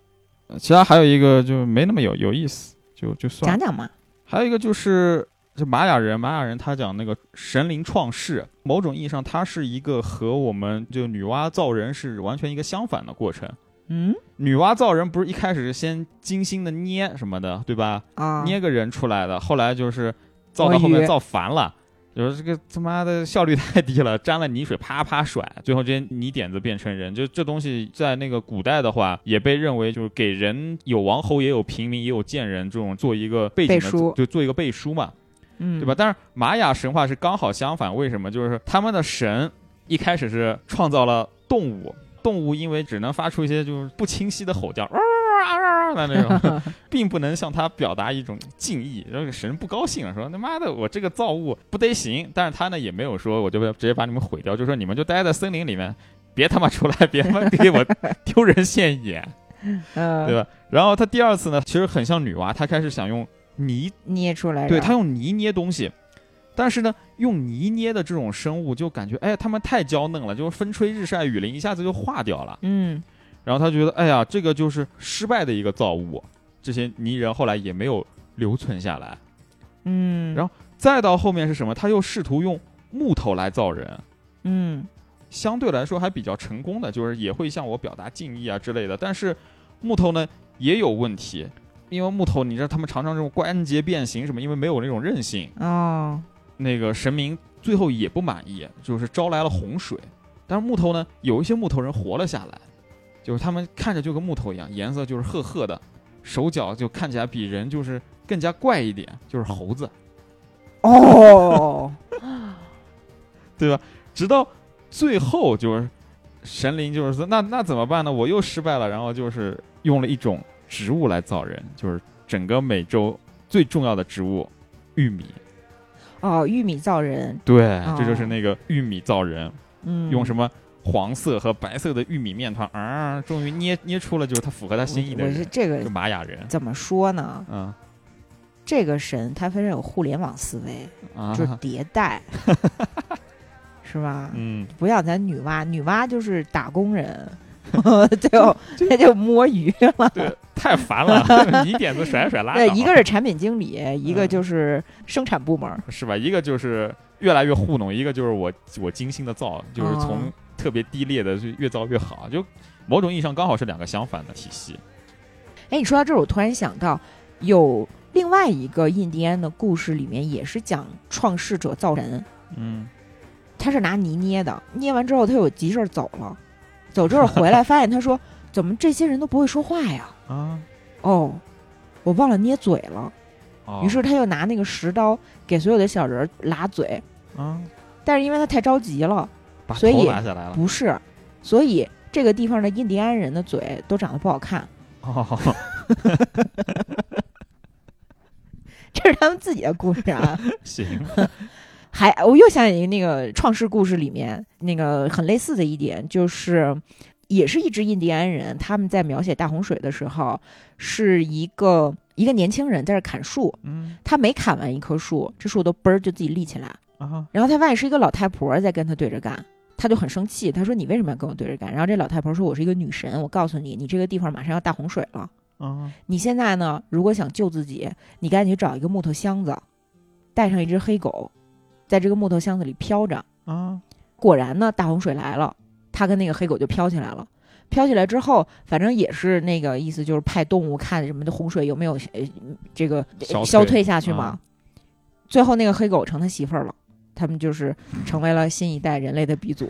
S2: 呃其他还有一个就没那么有有意思，就就算了
S1: 讲。讲嘛，
S2: 还有一个就是，就玛雅人，玛雅人他讲那个神灵创世，某种意义上，它是一个和我们就女娲造人是完全一个相反的过程。
S1: 嗯
S2: 女娲造人不是一开始是先精心的捏什么的，对吧？
S1: 啊，
S2: 捏个人出来的，后来就是造到后
S1: 摸
S2: 面
S1: 鱼
S2: 造烦了，就是这个他妈的效率太低了，沾了泥水啪啪甩，最后这些泥点子变成人，就这东西在那个古代的话，也被认为就是给人有王侯也有平民也有贱人这种做一个背
S1: 背
S2: 景的
S1: 书
S2: 就做一个背书嘛，
S1: 嗯，
S2: 对吧？？但是玛雅神话是刚好相反，为什么？就是他们的神一开始是创造了动物，动物因为只能发出一些就是不清晰的吼叫，啊啊啊啊的那种，并不能向他表达一种敬意，然后神不高兴了，说他妈的我这个造物不得行。但是他呢也没有说我就直接把你们毁掉，就说你们就待在森林里面，别他妈出来，别他妈给我 丢人现眼，
S1: 嗯、
S2: 对吧？然后他第二次呢，其实很像女娲，她开始想用泥
S1: 捏出来，
S2: 对
S1: 然
S2: 他用泥捏东西，但是呢，用泥捏的这种生物就感觉，哎，它们太娇嫩了，就是风吹日晒雨淋一下子就化掉了。
S1: 嗯，
S2: 然后他觉得，哎呀，这个就是失败的一个造物，这些泥人后来也没有留存下来。
S1: 嗯，
S2: 然后再到后面是什么？他又试图用木头来造人，
S1: 嗯，
S2: 相对来说还比较成功的，就是也会向我表达敬意啊之类的。但是木头呢也有问题，因为木头你知道他们常常这种关节变形什么，因为没有那种韧性。
S1: 哦，
S2: 那个神明最后也不满意，就是招来了洪水。但是木头呢，有一些木头人活了下来，就是他们看着就跟木头一样，颜色就是褐褐的，手脚就看起来比人就是更加怪一点，就是猴子，
S1: 哦，
S2: 对吧？直到最后就是神灵就是说，那那怎么办呢？我又失败了，然后就是用了一种植物来造人，就是整个美洲最重要的植物玉米。
S1: 哦，玉米造人，
S2: 对，
S1: 哦
S2: 这就是那个玉米造人。
S1: 嗯，
S2: 用什么黄色和白色的玉米面团啊，终于捏捏出了就是他符合他心意的
S1: 我我是
S2: 人，
S1: 这
S2: 就
S1: 个
S2: 玛雅人，
S1: 怎么说呢？
S2: 嗯
S1: 这个神他非常有互联网思维，
S2: 啊
S1: 就是，迭代， 是吧？
S2: 嗯，
S1: 不像咱女娲，女娲就是打工人，最后他就摸鱼了。
S2: 对，太烦了， 你点子甩甩拉倒
S1: 对，，哎一个是产品经理，一个
S2: 嗯
S1: 就是生产部门儿。
S2: 是吧？一个就是越来越糊弄，一个就是我我精心的造，就是从
S1: 哦
S2: 特别低劣的就越造越好，就某种意义上刚好是两个相反的体系，
S1: 哎，你说到这儿，我突然想到有另外一个印第安的故事，里面也是讲创世者造人，
S2: 嗯，
S1: 他是拿泥捏的，捏完之后他有急事儿走了，走之后回来发现他说怎么这些人都不会说话呀？
S2: 啊，
S1: 哦，我忘了捏嘴了。
S2: 哦
S1: 于是他又拿那个石刀给所有的小人儿拉嘴，
S2: 啊，
S1: 但是因为他太着急了，
S2: 把
S1: 所以
S2: 头拿下来了，
S1: 不是，所以这个地方的印第安人的嘴都长得不好看，
S2: 哦，
S1: 这是他们自己的故事啊。
S2: 行，
S1: 还我又想起那个《创世故事》里面那个很类似的一点，就是也是一支印第安人，他们在描写大洪水的时候，是一个一个年轻人在这砍树，
S2: 嗯
S1: 他每砍完一棵树，这树都嘣儿就自己立起来，
S2: 啊，
S1: 然后他发现是一个老太婆在跟他对着干。他就很生气，他说：“你为什么要跟我对着干？”然后这老太婆说：“我是一个女神，我告诉你，你这个地方马上要大洪水了。”
S2: 啊，
S1: 你现在呢，如果想救自己，你赶紧去找一个木头箱子，带上一只黑狗，在这个木头箱子里飘着。
S2: 啊，
S1: 果然呢，大洪水来了，他跟那个黑狗就飘起来了。飘起来之后，反正也是那个意思，就是派动物看什么的洪水有没有呃这个
S2: 消退
S1: 消退下去嘛。
S2: 啊
S1: 最后那个黑狗成他媳妇儿了，他们就是
S2: 嗯
S1: 成为了新一代人类的鼻祖。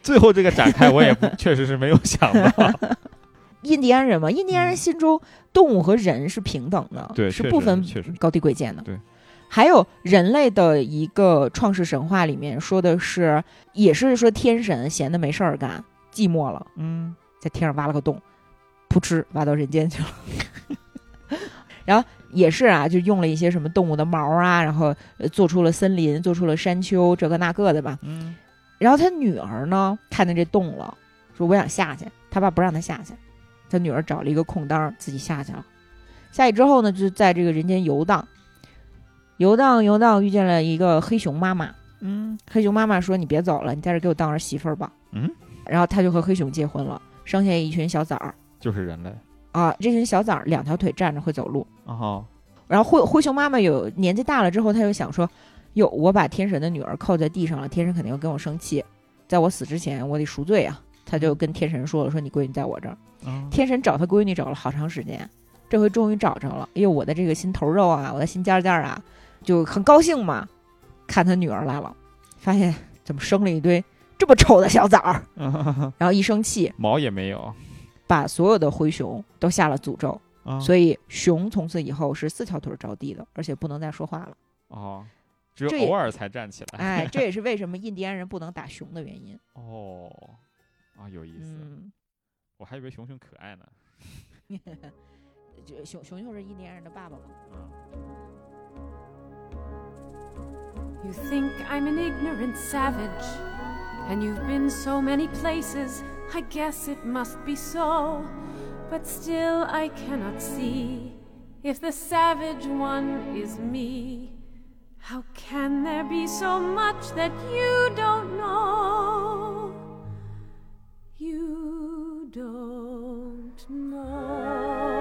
S2: 最后这个展开我也 不确实是没有想到，
S1: 印第安人嘛，印第安人心中动物和人是平等的，
S2: 嗯对
S1: 是
S2: 确
S1: 不
S2: 实
S1: 分
S2: 确实
S1: 高低贵贱的。
S2: 对，
S1: 还有人类的一个创世神话里面说的是，也是说天神闲的没事儿干，寂寞了，
S2: 嗯，
S1: 在天上挖了个洞，噗嗤挖到人间去了。 然后也是啊，就用了一些什么动物的毛啊，然后呃做出了森林，做出了山丘，这个那个的吧。
S2: 嗯，
S1: 然后他女儿呢，看见这洞了，说我想下去，他爸不让他下去，他女儿找了一个空当儿自己下去了。下去之后呢，就在这个人间游荡，游荡游荡，遇见了一个黑熊妈妈。
S2: 嗯，
S1: 黑熊妈妈说：“你别走了，你在这给我当儿媳妇儿吧。”
S2: 嗯，
S1: 然后他就和黑熊结婚了，生下一群小崽儿
S2: 就是人类
S1: 啊。这群小崽儿两条腿站着，会走路。
S2: 哦，
S1: 然后灰灰熊妈妈有年纪大了之后，她又想说，哟，我把天神的女儿扣在地上了，天神肯定要跟我生气，在我死之前，我得赎罪啊。她就跟天神说了，说你闺女在我这儿。
S2: 嗯
S1: 天神找她闺女找了好长时间，这回终于找着了。哎呦，我的这个心头肉啊，我的心尖尖儿啊，就很高兴嘛。看她女儿来了，发现怎么生了一堆这么丑的小崽儿，然后一生气，
S2: 毛也没有，
S1: 把所有的灰熊都下了诅咒，
S2: 啊
S1: 所以熊从此以后是四条腿着地的，而且不能再说话了。
S2: 哦，只有
S1: 这也
S2: 偶尔才站起 来，
S1: 哎，这也是为什么印第安人不能打熊的原因。
S2: 哦，啊，有意思，
S1: 嗯，
S2: 我还以为熊熊可爱呢，
S1: 就熊熊就是印第安人的爸爸嘛。
S2: 嗯，
S4: You think I'm an ignorant savage, and you've been so many places, I guess it must be so. But still, I cannot see if the savage one is me. How can there be so much that you don't know? You don't know.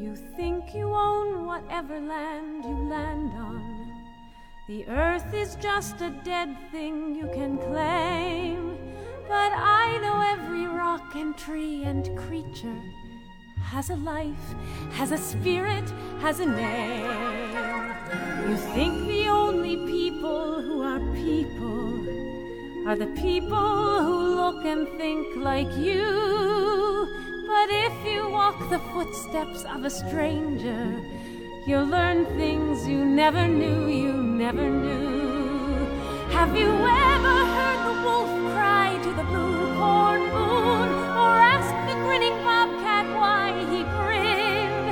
S4: You think you own whatever land you land on. The earth is just a dead thing you can claim. But I know every rock and tree and creature has a life, has a spirit, has a name. You think the only people who are people are the people who look and think like you. But if you walk the footsteps of a stranger, you'll learn things you never knew you never knew. Have you ever heard the wolf cry to the blue corn moon, or ask the grinning bobcat why he grinned?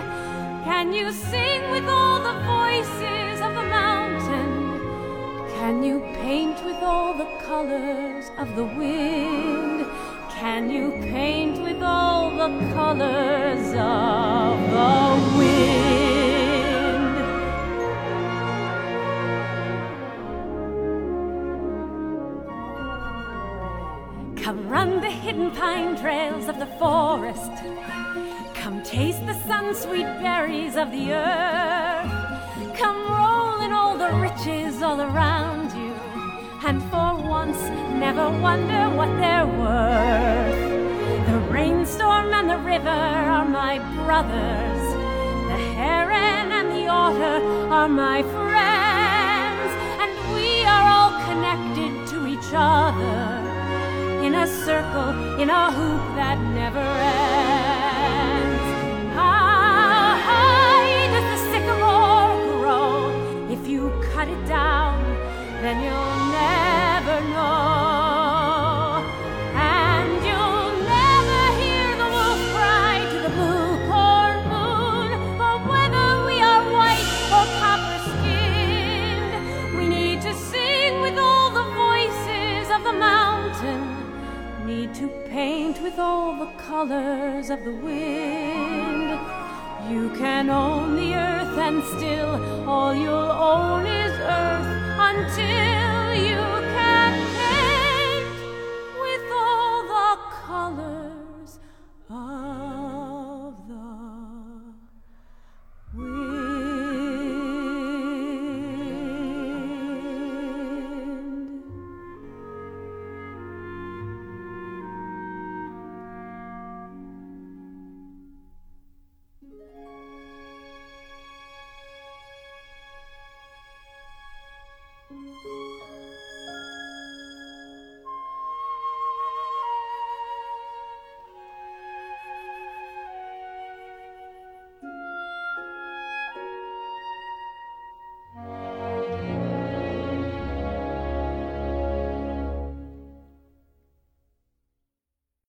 S4: Can you sing with all the voices of the mountain? Can you paint with all the colors of the wind? Can you paint with all the colors of the wind? Come run the hidden pine trails of the forest. Come taste the sun sweet berries of the earth. Come roll in all the riches all around you. And for once, never wonder what they're worth. The rainstorm and the river are my brothers. The heron and the otter are my friends. And we are all connected to each other in a circle, in a hoop that never ends. How high does the sycamore grow? If you cut it down, then you'll never know. And you'll never hear the wolf cry to the blue corn moon, or whether we are white or copper skinned. We need to sing with all the voices of the mountain need to paint with all the colors of the wind. You can own the earth and still all you'll own is earth until you